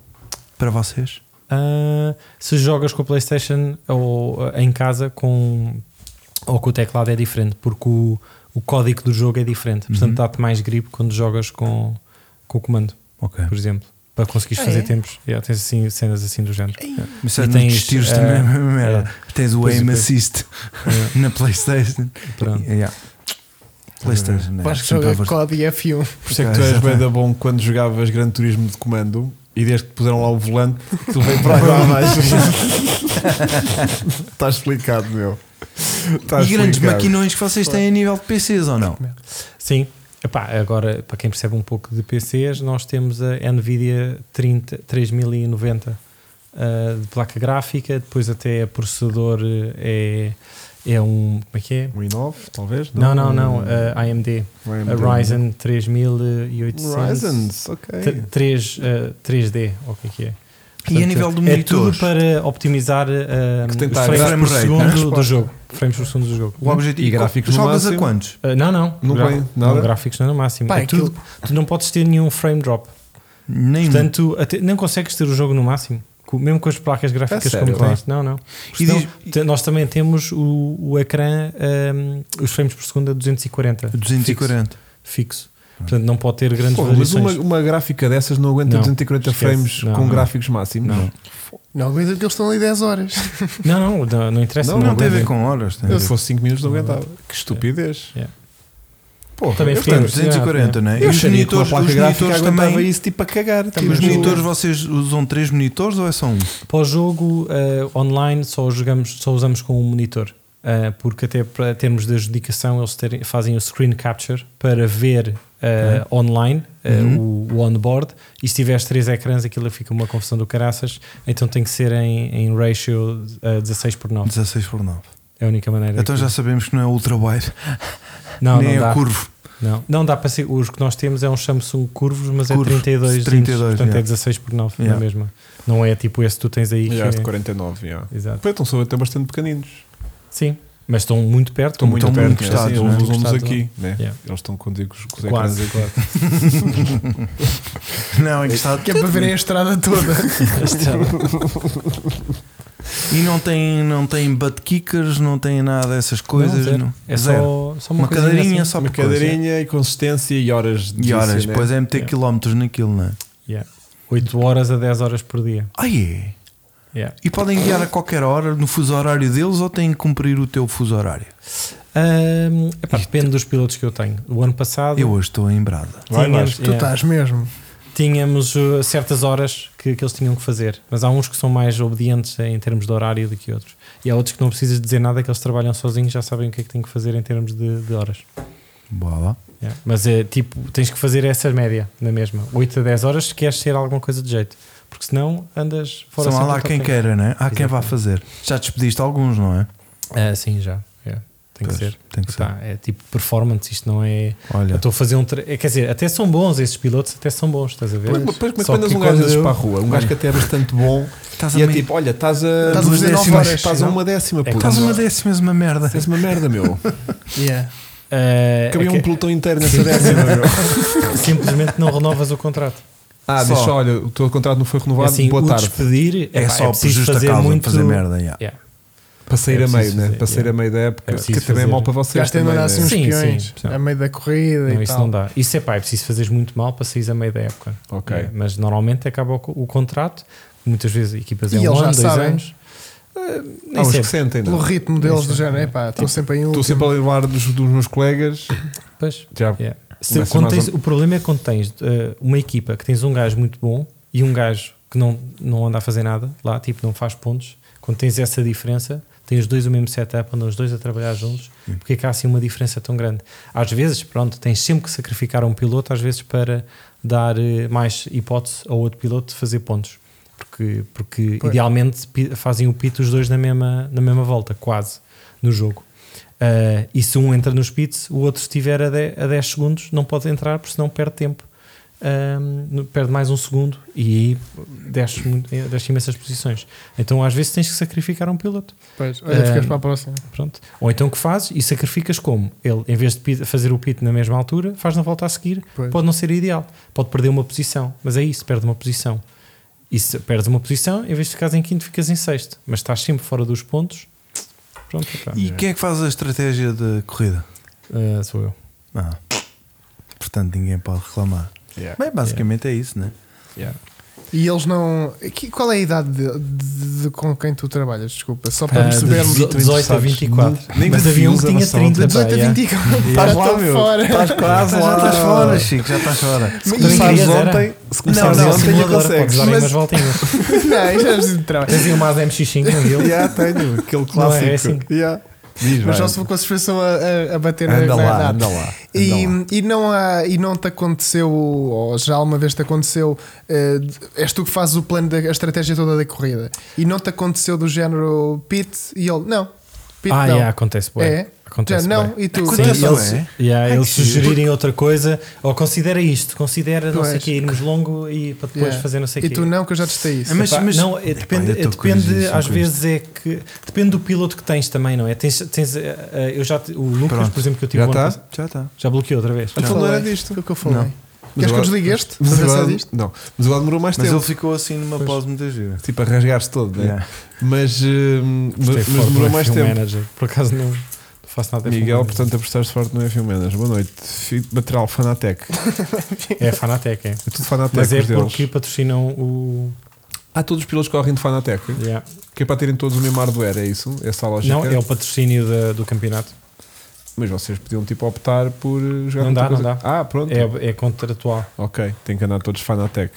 C: para vocês?
B: Ah, se jogas com a PlayStation ou ah, em casa com ou com o teclado é diferente porque o, o código do jogo é diferente portanto
C: Uhum.
B: dá-te mais grip quando jogas com, com o comando
C: Ok.
B: por exemplo para conseguires
D: Ah,
B: fazer
D: é?
B: tempos yeah, tens assim cenas assim do género
C: Mas
B: E
C: sabes,
B: tens,
C: nos tiros
B: eh,
C: também é a mesma merda. Tens o
B: Pois,
C: aim
B: pois.
C: assist na PlayStation.
B: Pronto.
C: Yeah. PlayStation, né?
D: Acho que
B: é
C: Sempre
D: joga
C: a ver-
D: COD e F1.
A: Por isso é que tu és bem da bom quando jogavas Gran Turismo de comando e desde que puseram lá o volante, tu veio para lá abaixo. Está explicado, meu. Está
C: E grandes
A: explicado.
C: maquinões que vocês têm a nível de PCs ou não?
B: sim Epá, agora para quem percebe um pouco de PCs nós temos a Nvidia 30, 3090 ah, de placa gráfica depois até a processador eh, é, é um como é que é?
A: Um i9, talvez? Hum,
B: Não, não,
A: um
B: não, a AMD,
A: Vai
B: a
A: meter um-
B: Ryzen 3800.
A: Ryzens, ok.
B: 3, eh, d ou o que é que é?
C: E a
B: Portanto,
C: nível do
B: é tudo
C: monitor?
B: para optimizar ah,
A: Que tem
B: os
A: que
B: frames por
C: estar frame rate,
B: segundo
C: né?
B: do jogo. Frames por segundo do jogo.
C: O objetivo
A: E gráficos no
C: Jogas a
A: máximo?
C: quantos?
B: Ah, não, não.
A: Não
B: Gra-
A: põe nada?
B: não, gráficos não é no máximo.
D: Pá,
B: É tudo- tu não podes ter nenhum frame drop.
C: Nem
B: Portanto, até, não consegues ter o jogo no máximo. Co- Mesmo com as placas gráficas
A: É sério,
B: como
A: lá?
B: tens. Não, não.
C: E
B: Senão,
C: diz-
B: te- nós também temos o, o ecrã, ah, os frames por segundo a 240. fixo.
C: 240.
B: fixo. Portanto, não pode ter grandes
A: Pô, mas uma,
B: variações.
A: uma gráfica dessas não aguenta
B: Não,
A: 240
B: esquece.
A: frames
B: Não,
A: com
B: não.
A: gráficos máximos.
B: Não.
D: Não aguenta porque eles estão ali 10 horas.
B: Não, não, não, não é interessa.
C: Não, não tem a ver
B: aguenta.
C: com horas. tem a
A: Eu,
C: ver
A: se fosse 5 minutos não aguentava. Que estupidez.
B: Yeah.
A: Porra,
B: É. Também
A: eu,
B: fiquei
C: Portanto,
B: impressionado,
C: 240,
B: né?
C: não é? E
A: eu
C: os
A: acharia que uma
C: monitores,
A: placa
C: os
A: gráfica
C: monitores
A: aguentava
C: também.
A: isso tipo a cagar. tipo,
C: Os
A: eu-
C: monitores, vocês usam três monitores ou é só um?
B: Para o jogo eh, online só, jogamos, só usamos com um monitor. eh, porque até para termos de adjudicação eles terem- fazem o screen capture para ver eh, online eh,
C: Uhum.
B: o, o onboard e se tiveres três ecrãs aquilo fica uma confusão do caraças então tem que ser em, em ratio eh, 16 por 9
C: 16 por 9.
B: é a única maneira
C: Então
B: que-
C: já sabemos que não é ultra-wide,
B: não,
C: nem
B: não
C: é
B: dá.
C: curvo.
B: Não, não dá para ser. Os que nós temos é um Samsung curvos, mas é
C: Curvos,
B: 32,
C: 32,
B: inches, portanto
C: yeah.
B: é 16 por 9 na
C: Yeah.
B: mesma. Não é tipo esse que tu tens aí. que
A: Yeah, este
B: é-
A: 49, yeah.
B: Exato.
A: Pois, então são até bastante pequeninos.
B: Sim, mas estão é? muito perto.
A: Estão muito
C: muito
A: perto, né?
C: encostados,
A: Assim,
C: né?
A: eles usam-nos
B: Encostados,
A: aqui. Né?
B: Yeah.
A: Eles estão contigo com os ecrãs
B: Quase,
A: aqui.
B: quase.
C: Não, é que está.
D: Que é para verem a estrada toda.
C: E não tem, não tem butt kickers, não tem nada dessas
B: Não,
C: coisas.
B: zero.
C: não.
B: É
C: Zero.
B: só, só uma,
C: Uma
B: coisinha
C: cadeirinha
B: assim.
C: só
A: Uma
C: por coisa.
A: cadeirinha e consistência e horas de
C: E horas,
A: vício, né?
C: depois é meter
B: Yeah.
C: quilómetros naquilo, não é?
B: Yeah. 8 horas a 10 horas por dia.
C: Ah, é?
B: Yeah.
C: E podem guiar a qualquer hora no fuso horário deles ou têm que cumprir o teu fuso horário?
B: Ahm, epá, depende dos pilotos que eu tenho. O ano passado
C: Eu hoje estou em Brada.
A: Vai, vai.
B: tínhamos,
D: Tu
B: yeah,
D: estás mesmo.
B: tínhamos uh, certas horas que, que eles tinham que fazer, mas há uns que são mais obedientes em termos de horário do que outros. E há outros que não precisas dizer nada, que eles trabalham sozinhos, já sabem o que é que têm que fazer em termos de, de horas.
C: Bora lá.
B: Yeah. Mas é tipo, tens que fazer essa média na mesma, 8 a 10 horas se queres ser alguma coisa de jeito, porque senão andas fora
C: São
B: sempre
C: lá
B: do
C: quem
B: top
C: queira, né? Há quem vá
B: Exatamente.
C: fazer. Já despediste alguns, não é?
B: ten. Ah, sim, já. Yeah. Tem
C: Pois,
B: que ser.
C: Tem que ser.
B: Epá, é tipo performance, isto não é. Eu
C: Olha,
B: estou a fazer um. Tre... é, Quer dizer, até são bons esses pilotos, até são bons, estás a ver?
A: Mas mas como é que
B: Só
A: mandas
B: que
A: um gajo
B: quando
A: desses
B: eu-
A: para a rua? Um gajo que até é bastante bom
C: estás a
A: e é
C: meio-
A: tipo, olha, estás a
D: Estás a
A: duas
D: fazer nove
A: décimas,
D: horas,
A: estás a
D: não?
A: uma décima, puto.
C: estás uma décimas uma merda.
A: Tens uma merda, meu.
D: Yeah.
B: Ah,
A: Cabia
B: é
A: um
B: que
A: pelotão inteiro nessa décima, meu.
B: simplesmente não renovas o contrato.
A: Ah,
C: Só.
A: diz só, É olha, o teu contrato não foi renovado,
B: assim,
A: boa
B: o
A: tarde.
B: despedir
C: É
B: epá,
C: só por
B: preciso
C: justa
B: fazer
C: causa
B: muito
C: muito... fazer merda. yeah.
B: Yeah.
A: Para sair
B: É
A: a meio,
B: preciso
A: né?
B: fazer,
A: Para sair a
B: yeah.
A: meio da época,
B: É
A: que
B: preciso
A: também é
B: fazer.
A: mal para vocês.
D: Gastei a
A: também,
D: mandar assim uns
A: né?
B: Sim,
D: peões
B: sim.
D: a meio da corrida
B: Não,
D: e
B: isso
D: tal.
B: não dá. Isso é pá, é preciso fazeres muito mal para sair a meio da época.
A: Ok.
B: É, mas normalmente acaba o, co- o contrato. Muitas vezes equipas é
D: E
B: um
D: eles
B: ano,
D: já
B: dois
D: sabem.
B: anos. Ah,
A: Há
B: nem
A: uns que
B: sempre.
A: sentem,
D: Pelo
A: não.
D: ritmo deles, do género,
B: Tipo,
D: epá, estão sempre em
A: Estou
D: último.
A: sempre a levar dos, dos meus colegas.
B: Pois,
A: Já
B: yeah. Se
A: Começa
B: quando
A: mais
B: tens-
A: um-
B: O problema é quando tens eh, uma equipa que tens um gajo muito bom e um gajo que não, não anda a fazer nada lá, tipo, não faz pontos. Quando tens essa diferença, têm os dois o mesmo setup, andam os dois a trabalhar juntos, porque é que há assim uma diferença tão grande? Às vezes, pronto, tens sempre que sacrificar um piloto, às vezes para dar eh, mais hipótese ao outro piloto de fazer pontos, porque, porque
D: Pois.
B: idealmente pi- fazem o pit os dois na mesma, na mesma volta, quase, no jogo. Ah, e se um entra nos pits, o outro, se estiver a 10, a 10 segundos, não pode entrar, porque senão perde tempo. Ahm, no- perde mais um segundo e aí desce, muito- eh, desce imensas posições. Então às vezes tens que sacrificar um piloto.
D: Pois, olha,
B: Eh,
D: ficas para a próxima.
B: Pronto. Ou então o que fazes e sacrificas como? Ele, em vez de pit- fazer o pit na mesma altura, faz na volta a seguir.
D: Pois.
B: Pode não ser ideal, pode perder uma posição, mas é isso, perde uma posição. E se perdes uma posição, em vez de ficares em quinto, ficas em sexto, mas estás sempre fora dos pontos. Pronto, pá.
C: E quem é que faz a estratégia da corrida?
B: Ah, sou eu.
C: Ah. Portanto, ninguém pode reclamar.
A: Yeah.
C: Bem, basicamente é isso, né?
D: E eles não. que- qual é a idade de, de- de- com quem tu trabalhas? Desculpa, só para
B: Ah, de
D: percebermos.
A: dezo-
B: 18 a 24.
A: Nem
B: mas
A: de
B: havia um que
A: fios
B: tinha
A: avançavam.
B: 30.
D: De 18
B: pá,
D: a
B: yeah.
D: 24,
A: Estás
D: estás
A: lá,
D: lá
A: meu.
D: fora.
A: tá- Estás quase lá.
C: já estás fora, Chico, já estás fora.
A: Se
B: Também
D: é
A: começares
B: querias, era.
A: ontem, se
B: Não,
A: começares
B: não,
A: ontem, já
B: simulador, podes
A: consegues.
B: dar aí
D: Mas-
B: umas voltinhas.
D: Não, isso é de trabalho.
B: Tens aí uma ADMX5 com ele.
A: Já tenho aquele
B: Não é
A: clássico.
B: assim?
A: Yeah. Diz,
D: Mas
A: vai.
D: só se for com a suspensão a, a- a bater na-
A: Anda
D: na
A: lá,
D: idade.
A: anda lá.
D: E, e, não há, e não te aconteceu, ou já alguma vez te aconteceu, eh, és tu que fazes o plano, da, a estratégia toda da corrida, e não te aconteceu do género pit e ele, não, pit
B: Ah,
D: não.
B: yeah, acontece bué.
D: É?
B: Acontece
D: Já
B: bué.
D: não, é? e tu,
B: Sim,
C: Acontece
B: eles,
C: bué.
B: yeah,
C: Ai,
B: eles
C: que giro.
B: sugerirem outra coisa, ou considera isto, considera não sei o
D: Pois.
B: que, irmos longo e para depois
D: Yeah.
B: fazer não sei o
D: e
B: quê.
D: tu não, que eu já testei isso.
C: É, mas-
B: Epá, não, é, depende,
C: eu tô
B: é, depende
C: curiosíssimo
B: às
C: com
B: vezes é que depende do piloto que tens também, não é? Tens, tens, eh, eh, eu já te- o Lucas,
C: Pronto.
B: por exemplo, tipo, que eu tive
A: Já tá?
B: o ano
A: está?
B: passado-
C: Já tá. está.
B: já bloqueou outra vez.
A: Então não era
D: Falei.
A: disto.
D: Foi o que eu falei.
C: Não.
A: Mas
D: Queres que eu
A: agora-
D: desligue este?
A: Mas
D: Para ver se é
A: agora,
D: disto?
A: não, mas agora demorou mais
C: Mas
A: tempo.
C: ele ficou assim numa
B: Pois.
C: pause muito gira. É.
A: Tipo, a rasgar-se todo, né?
C: Yeah.
A: Mas, hum,
B: Isto é
A: mas, mas
B: forte, não
A: demorou
B: é
A: mais
B: film
A: tempo.
B: manager. Por acaso não, não faço nada de film
A: Miguel,
B: manager.
A: portanto, apostaste forte no FM Menas. Boa noite. Fico Lateral Fanatec. É
B: é a Fanatec, é.
A: tudo Fanatec
B: Mas é
A: os deles.
B: porque patrocinam o.
A: Ah, todos os pilotos correm de Fanatec.
B: yeah.
A: Que é para terem todos o mesmo hardware, é isso? Essa a lógica.
B: Não, é o patrocínio da- do campeonato.
A: Mas vocês podiam tipo optar por eh, jogar
B: Não
A: outra
B: dá, não
A: coisa. Ah, pronto.
B: É, é contratual. Eh,
A: Ok, tem que andar todos Fanatec.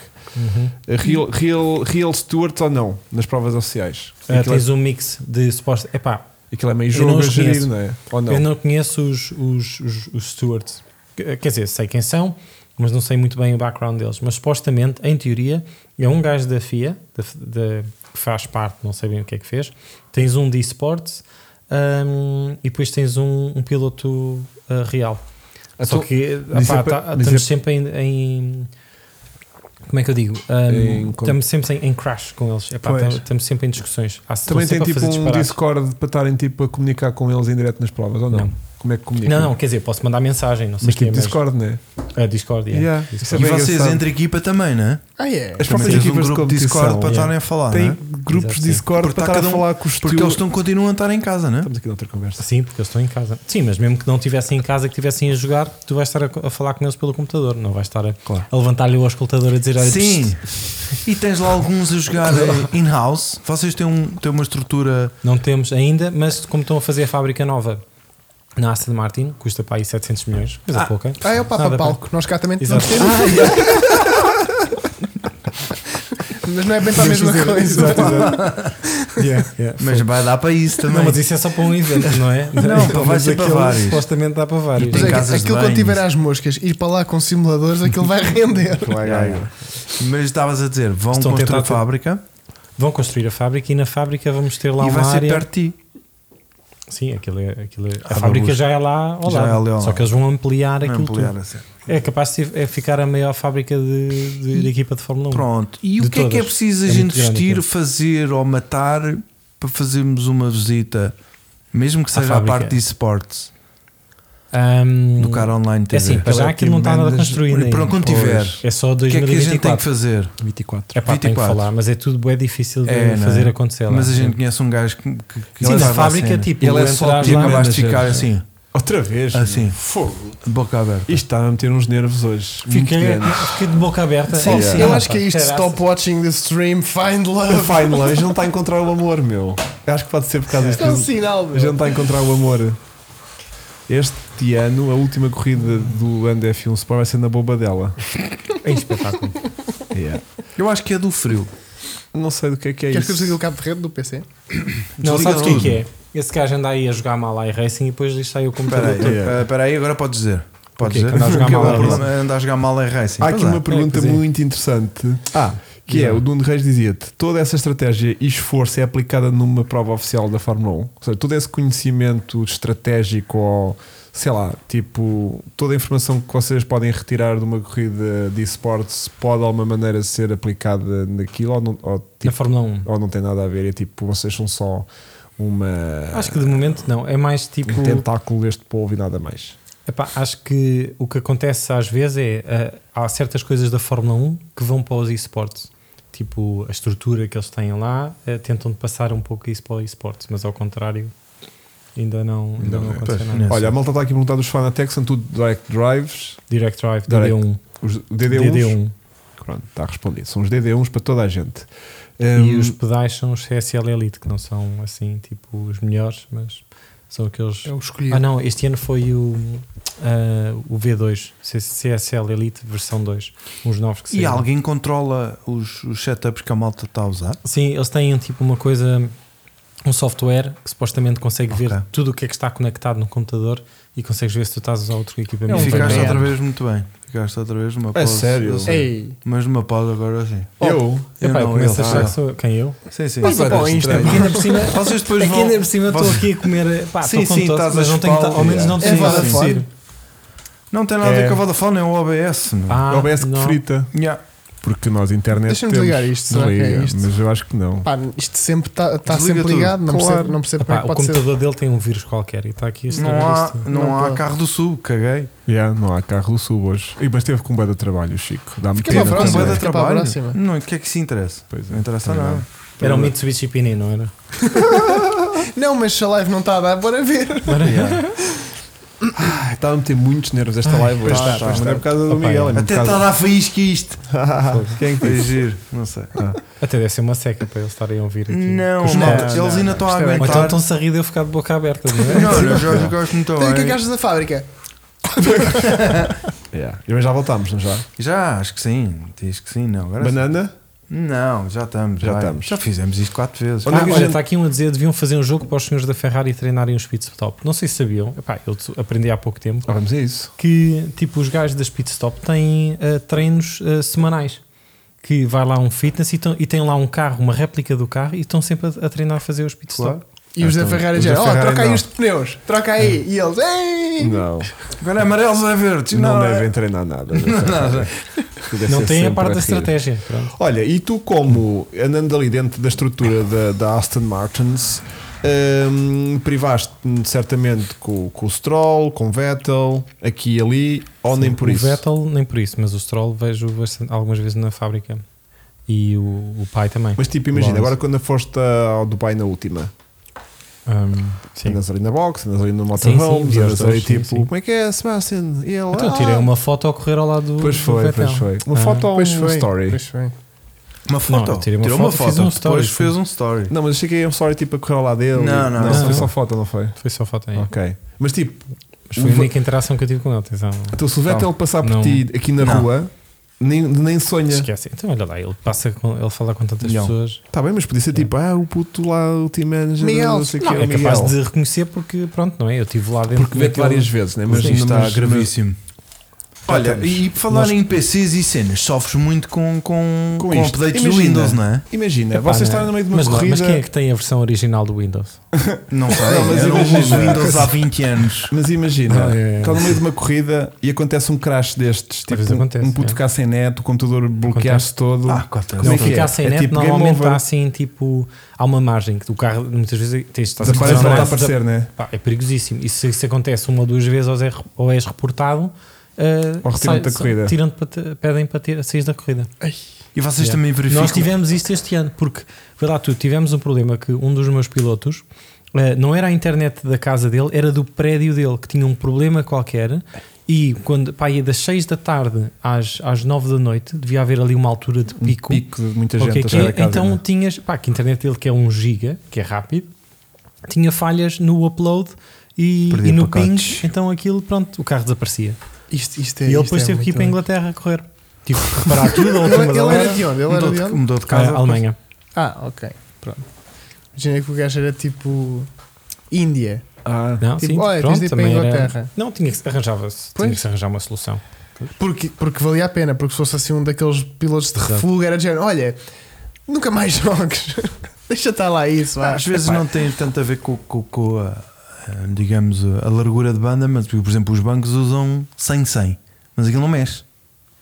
A: Eh, Real, real, real Stewart ou não? Nas provas oficiais.
B: Ah,
A: aquilo,
B: tens um mix de supostos. Epá,
A: é, aquilo é meio
B: eu
A: jogo
B: não
A: a
B: os
A: gerir,
B: conheço.
A: não é? Ou não?
B: eu não conheço os, os, os, os stewards. Que- Quer dizer, sei quem são, mas não sei muito bem o background deles. Mas supostamente, em teoria, é um gajo da FIA, da, da- que faz parte, não sei bem o que é que fez. Tens um de esportes hum, e depois tens um, um piloto ah, real. Só
A: Então,
B: que
A: mas
B: epá,
A: é pa-
B: tá-
A: mas
B: estamos
A: é-
B: sempre em, em- Como é que eu digo? Hum,
A: Em com-
B: estamos sempre em, em crash com eles. Epá,
A: Pois.
B: tam- estamos sempre em discussões. Há- estão
A: Também tem
B: sempre a
A: tipo
B: fazer
A: um
B: disparates.
A: Discord para estarem tipo a comunicar com eles em direto nas provas, ou não?
B: Não.
A: Como é que comunicam?
B: Não, não, quer dizer, posso mandar mensagem, não sei
A: Mas
B: o que é
A: tipo
B: mesmo.
A: Discord, não é?
B: A Discord, yeah.
A: Yeah, isso é
C: E
A: bem
C: vocês
A: engraçado.
C: entre equipa também, né?
D: Ah, é.
A: As próprias
C: Também tens um
A: equipas de
C: grupo de
A: competição
C: Discord para
B: yeah.
C: estarem a falar,
A: têm
C: né?
A: grupos
B: Exato,
A: de
B: sim.
A: Discord
C: Porque
A: para
C: tá
A: estar a
C: cada um-
A: falar com os
C: Porque
A: teus-
C: eles estão, continuam a estar em casa, né?
A: Estamos aqui noutra conversa.
B: Sim, porque eles estão em casa. Sim, mas mesmo que não estivessem em casa, que estivessem a jogar, tu vais estar a, co- a falar com eles pelo computador, não vais estar a, a levantar-lhe o auscultador a dizer olha,
C: Sim.
B: psst,
C: E tens lá alguns a jogar eh, in-house. Vocês têm, um, têm uma estrutura.
B: não temos ainda, mas como estão a fazer a fábrica nova na Aston Martin, custa para aí 700 milhões, coisa pouca.
D: Ah, é o Papa
B: Nada, pá.
D: Palco. Nós cá também
B: Exato.
D: temos Mas não é bem para a mesma coisa.
A: Exato, exato.
B: Yeah, yeah.
C: Mas vai dar para isso também.
B: Não, mas isso é só para um evento, não é?
C: Não, pá, vai ser para
B: Aquilo
C: vários.
B: Supostamente dá para vários.
C: Tem
D: Mas é que
C: casas de
D: aquilo quando
C: banho.
D: tiver às moscas, ir para lá com simuladores, aquilo vai render.
A: Vai, vai, vai.
C: Mas estavas a dizer, vão
B: Estão a
C: construir
B: tentar
C: a
B: ter-
C: fábrica
B: Vão construir a fábrica e na fábrica vamos ter lá
C: e
B: uma
C: vai ser
B: área.
C: perto de ti.
B: Sim, aquilo é, aquilo é-
C: Ah,
B: a fábrica
C: babucho.
B: já é lá ao
C: Já é
B: lado.
C: ali ao
B: só
C: lado.
B: que eles vão ampliar aquilo
C: Ampliar
B: tudo.
C: assim.
B: É capaz de é ficar a maior fábrica de, de- de equipa de Fórmula 1.
C: Pronto. E
B: De
C: o que é que é
B: todas.
C: preciso a
B: É muito
C: gente
B: grande
C: vestir,
B: aquilo.
C: fazer ou matar para fazermos uma visita, mesmo que
B: À
C: seja a
B: fábrica.
C: parte de esportes
B: Ahm,
C: do cara online TV?
B: É assim, para já aquilo não está nada construído. ainda.
C: Para quando tiver,
B: É só
C: o que é que a gente tem que
B: 2024.
C: fazer?
A: 24.
B: É pá, tem que
C: 24.
B: falar, mas é tudo bem difícil de
C: É, não é?
B: fazer acontecer lá.
C: Mas a gente conhece um gajo que, que, que
B: Sim,
C: ele
B: na
C: faz lá a
B: fábrica,
C: cena.
B: tipo,
A: Ele é só
B: entras
C: E
A: lá-
C: acabaste de
A: manager,
C: ficar
A: já.
C: assim,
A: Outra vez?
C: Assim.
A: Fogo.
C: de boca aberta.
A: Ah, Isto está a meter uns nervos hoje. muito
B: Fiquei,
A: grandes.
B: fiquei de boca aberta.
A: Sim,
B: É,
A: sim.
B: pá,
D: Eu acho que é isto.
B: caraças.
D: Stop watching the stream, find
A: A
D: love.
A: Fine Lange não está a encontrar o amor, meu. Eu Acho que pode ser por causa disto.
D: Isto é um sinal,
A: A gente
D: meu.
A: está a encontrar o amor. Este ano, a última corrida do ano de F1 Sport vai ser na boba dela.
B: É um espetáculo.
C: Eu acho que é do frio.
A: Não sei do que é que é
D: Queres que eu
A: isso.
D: desligue o cabo de rede do PC?
B: Não,
C: Desliga
B: sabes o que é que é? Esse gajo anda aí a jogar mal a iRacing e depois diz aí o
C: Espera
B: computador.
C: aí,
B: todo.
A: Yeah.
C: eh, espera aí, agora podes dizer. Podes
B: Ok,
C: dizer.
B: que andar a jogar
C: Porque
B: mal
C: o
B: é
C: problema é andar a jogar mal é racing.
A: Há aqui
C: Pois é.
A: uma pergunta
B: pois é.
A: muito interessante. Ah, que é,
B: Yeah.
A: o Duno Reis dizia-te: toda essa estratégia e esforço é aplicada numa prova oficial da Fórmula 1. Ou seja, todo esse conhecimento estratégico ou sei lá, tipo, toda a informação que vocês podem retirar de uma corrida de esportes pode de alguma maneira ser aplicada naquilo ou não, ou,
B: Na
A: tipo,
B: Fórmula 1.
A: ou não tem nada a ver? É tipo, vocês são só uma.
B: Acho que de momento não. É mais tipo.
A: um tentáculo deste povo e nada mais.
B: Epá, acho que o que acontece às vezes é ah, há certas coisas da Fórmula 1 que vão para os esportes. Tipo, a estrutura que eles têm lá eh, tentam de passar um pouco isso para o esportes, mas ao contrário ainda não, ainda não,
A: Não,
B: aconteceu
C: pois,
B: nada.
C: não.
A: Olha, a malta está aqui a perguntar dos Fanatex, são tudo direct drives,
B: Direct Drive,
A: Direct.
B: DD1.
A: os DD1s.
B: DD1.
A: Pronto, está respondido. São os DD1s para toda a gente.
B: E
A: Um,
B: os pedais são os CSL Elite, que não são assim, tipo, os melhores, mas são aqueles.
D: É o escolhido.
B: Ah, não, este ano foi o, ah, o V2, CSL Elite versão 2. Uns novos que
C: E
B: saíram.
C: alguém controla os, os setups que a malta está a usar?
B: Sim, eles têm tipo uma coisa, um software que supostamente consegue
C: Ok.
B: ver tudo o que é que está conectado no computador e consegues ver se tu estás a usar outro
C: E
B: equipamento.
C: ficaste
B: Também. é.
C: outra vez muito bem. Ficaste outra vez numa pausa.
A: sério?
C: Eu sei.
D: Ei,
C: Mas numa pausa agora assim.
A: eu?
C: Eu
B: Epá, eu
C: não,
B: começo
C: ele.
B: a achar
C: Ah.
B: que sou eu. Quem eu?
C: Sim, sim.
D: passa para o Insta.
A: É
B: Porque ainda por cima,
C: Vocês depois
B: é que
C: vão.
B: ainda por cima eu estou
C: vocês-
B: aqui a comer. Pá,
C: Sim,
B: estou
C: sim,
B: com tosse,
C: estás a
B: mas não tenho que
C: espalda.
B: estar- ao menos não
C: É
B: tenho assim, que estar a
D: Vodafone?
B: tossir.
C: Não tem nada
A: É.
C: a ver com a Vodafone, é o OBS. meu.
B: Ah,
A: é o BS que
B: não.
A: frita.
C: Yeah.
A: Porque nós, internet.
D: Deixa-me
A: temos-
D: ligar isto, será
A: Liga,
D: que é isto?
A: Mas eu acho que não.
D: pá, isto sempre está tá
C: Desliga
D: sempre
C: tudo.
D: ligado, não
A: Claro.
D: percebo, não percebo
B: Epá, o
D: como é que pode ser.
B: computador dele tem um vírus qualquer e está aqui a estragar
C: Não, há,
B: isto.
C: não,
D: Não
C: há
D: pode.
C: carro do sul, caguei.
A: Yeah, não há carro do sul hoje. Ih, mas teve com um de trabalho, o Chico. Dá-me
D: Fica para
A: pena.
D: a
C: Com
D: próxima,
C: bué de
A: também.
D: fica para a
C: trabalho.
D: próxima.
C: Não, o que é que se interessa?
A: Pois é.
C: Não interessa
A: Também
C: nada.
B: Era um Mitsubishi Pini, não era?
D: Não, mas se a live não está a dar, bora ver.
C: Yeah.
A: Ah, Estava a meter muitos nervos esta live hoje.
C: pois está, pois
A: Mas não
C: está.
A: é por causa do
B: Opa,
A: Miguel. é por
C: Até
A: causa-
C: está a dar faísca isto.
A: Quem é que
C: Foi
A: diz?
C: giro, não sei.
B: Até deve ser uma seca para eles estarem a ouvir aqui.
C: Não,
B: Com os
C: malta,
B: fones.
C: eles ainda estão a
D: Isto é bem-
B: Ou então
C: aguentar.
B: estão-se a rir de eu ficar de boca aberta, não é?
C: Não, eu gosto- gosto muito
D: Então, o que é que
C: bem.
D: achas da fábrica?
A: Yeah. E bem, já voltámos, não já?
C: Já, acho que sim. Diz que sim, não. Agora sim.
A: Banana?
C: Não, já estamos.
A: Já
C: vai.
A: estamos.
C: Já fizemos isto quatro vezes.
A: Onde é
B: Ah,
A: que a
B: olha,
A: gente-
B: está aqui um a dizer deviam fazer um jogo para os senhores da Ferrari treinarem os pit stop. Não sei se sabiam, epá, eu t- aprendi há pouco tempo
A: Ah, vamos a isso.
B: que tipo os gajos das pit stop têm ah, treinos ah, semanais. Que vai lá um fitness e, tão- e tem lá um carro, uma réplica do carro e estão sempre a, a treinar a fazer os pit stop.
C: Claro.
D: E os da Ferrari
A: os da
D: já, ó,
A: Ferrari
D: troca aí
A: não.
D: os pneus, troca aí. E eles, ei!
A: Não,
C: Agora é amarelos é verdes.
A: não,
C: Não, é-
A: devem treinar nada. Nada. é
B: Não tem a parte da estratégia. pronto.
A: Olha, e tu, como andando ali dentro da estrutura da, da Aston Martins, hum, privaste-te certamente com, com o Stroll, com o Vettel, aqui e ali, ou nem por
B: o
A: isso?
B: Vettel, nem por isso, mas o Stroll vejo bastante- algumas vezes na fábrica. E o, o pai também.
A: Mas tipo, imagina,
B: Lawrence.
A: agora quando foste ao Dubai na última,
B: Ahm, sim.
A: andas ali na box, andas ali no
B: sim,
A: motorhome,
B: vi os
A: andas ali
B: dois, sim,
A: tipo,
B: sim.
A: como é que é, Sebastian? E ele,
B: Então
A: "Ah."
B: tirei uma foto a correr ao lado do.
A: Pois
B: do
A: foi,
B: Vettel.
A: pois foi. Uma
B: Ah.
A: foto ou um
D: Pois foi.
A: story?
D: Pois foi.
C: Uma foto.
B: eu tirei uma
C: Tirou
B: foto, fiz um story,
C: Depois
B: sim.
C: fez um story.
A: Não, mas achei que é um story tipo a correr ao lado dele.
C: Não, não,
A: foi
B: não.
A: só foto, não foi?
B: Foi só foto aí.
A: Ok. Mas tipo,
B: Mas foi
A: O
B: a única interação que eu tive com ele. Atenção.
A: então, se o Vettel passar por
B: Não.
A: ti aqui na
C: Não.
A: rua, nem, nem sonha.
B: Esquece. Então olha lá, ele passa com, ele fala com tantas
C: Não.
B: pessoas.
A: Tá bem, mas podia ser tipo, ah, o puto lá, o team manager,
D: Miguel.
A: não sei o que,
B: É. Não,
A: o
B: é capaz
A: Miguel.
B: de reconhecer porque pronto, não é? Eu estive lá dentro
A: Porque vê-te várias vezes, né? Mas
C: Mas isto está
A: mas-
C: gravíssimo. Olha,
A: Estamos.
C: e por falar
B: Nós-
C: em PCs e cenas, sofres muito com, com,
A: Com
C: com,
A: isto.
C: updates do
A: Imagina.
C: Windows, não é?
A: Imagina,
B: Epá,
A: vocês
B: não é?
A: estarem no meio de uma
B: mas, não,
A: corrida.
B: mas quem é que tem a versão original do Windows?
C: Não sei,
A: Não, mas
C: eu não
A: imagina.
C: uso Windows há 20 anos.
A: Mas imagina,
B: Ah, é, é.
A: está no meio de uma corrida e acontece um crash destes, tipo,
B: vezes acontece,
A: um puto
B: é.
A: ficar sem net, o computador bloquear-se todo.
C: Ah, quatro
A: Como
B: Não
A: é que é?
B: ficar sem
A: É
B: net,
A: tipo game
B: normalmente
A: over.
B: está assim, tipo, há uma margem que o carro muitas vezes tens estás a
A: Desaparece
B: cruzar
A: volta
B: um
A: a
B: lance,
A: aparecer, né?
B: Pá, é perigosíssimo. E se isso acontece uma ou duas vezes ou és, ou és reportado, ah,
A: Ou retiram-te
B: sai-
A: da corrida.
B: tiram-te para te- pedem para ter, sair da corrida.
C: E vocês
B: Yeah.
C: também verificam.
B: Nós tivemos isto este ano, porque, vê lá tu, tivemos um problema que um dos meus pilotos eh, não era a internet da casa dele, era do prédio dele, que tinha um problema qualquer. E quando, pá, ia das 6 da tarde às, às 9 da noite, devia haver ali uma altura de pico.
A: Um Pico de muita
B: Ok,
A: gente a
B: que
A: sair da
B: é-
A: casa.
B: então
A: né?
B: tinhas, pá, que a internet dele que é 1 giga, que é rápido, tinha falhas no upload e,
C: Perdia
B: e no ping,
C: pacotes.
B: então aquilo, pronto, o carro desaparecia.
D: Isto, isto é.
B: E ele
D: isto
B: depois
D: é
B: teve que ir para
D: muito
B: a
D: bem.
B: Inglaterra a correr. Tipo, reparar tudo, a
D: Ele,
B: última
D: ele
B: hora.
D: era de onde? Ele
C: mudou,
D: era de
C: de,
D: onde?
C: mudou de
B: Ah,
C: casa.
B: Alemanha.
D: Ah, ok. Pronto. Imagina que o gajo era tipo. Índia.
A: Ah,
B: Não,
D: Tipo,
B: sim,
D: olha,
B: pronto,
D: tens de ir para
B: também era-
D: Inglaterra.
B: Não, tinha que, se- arranjava-se, tinha
D: Pois.
B: que se arranjar uma solução.
D: Porque, porque valia a pena, porque se fosse assim um daqueles pilotos de
B: Exato.
D: refúgio, era de género: olha, nunca mais jogues. Deixa estar lá isso. vá.
C: Às vezes não tem tanto a ver com, com- com a, a, digamos, a largura de banda, mas por exemplo, os bancos usam 100-100, mas aquilo não mexe.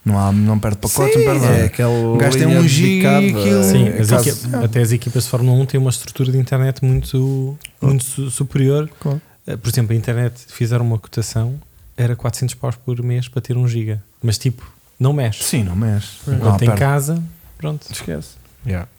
C: Não, há, não perde pacote, não perde nada.
A: é aquele.
C: O gajo tem um giga e
D: Eh,
C: aquilo-
B: Sim,
C: É,
B: as
C: caso-
B: equi-
D: Ah.
B: até as equipas de Fórmula 1 têm uma estrutura de internet muito, muito su- superior.
D: Claro.
B: Eh, Por exemplo, a internet fizeram uma cotação, era 400 paus por mês para ter um giga. Mas tipo, não mexe.
C: Sim, não mexe. Não há
D: Ah,
B: Enquanto em
C: perda.
B: casa, pronto.
A: Esquece.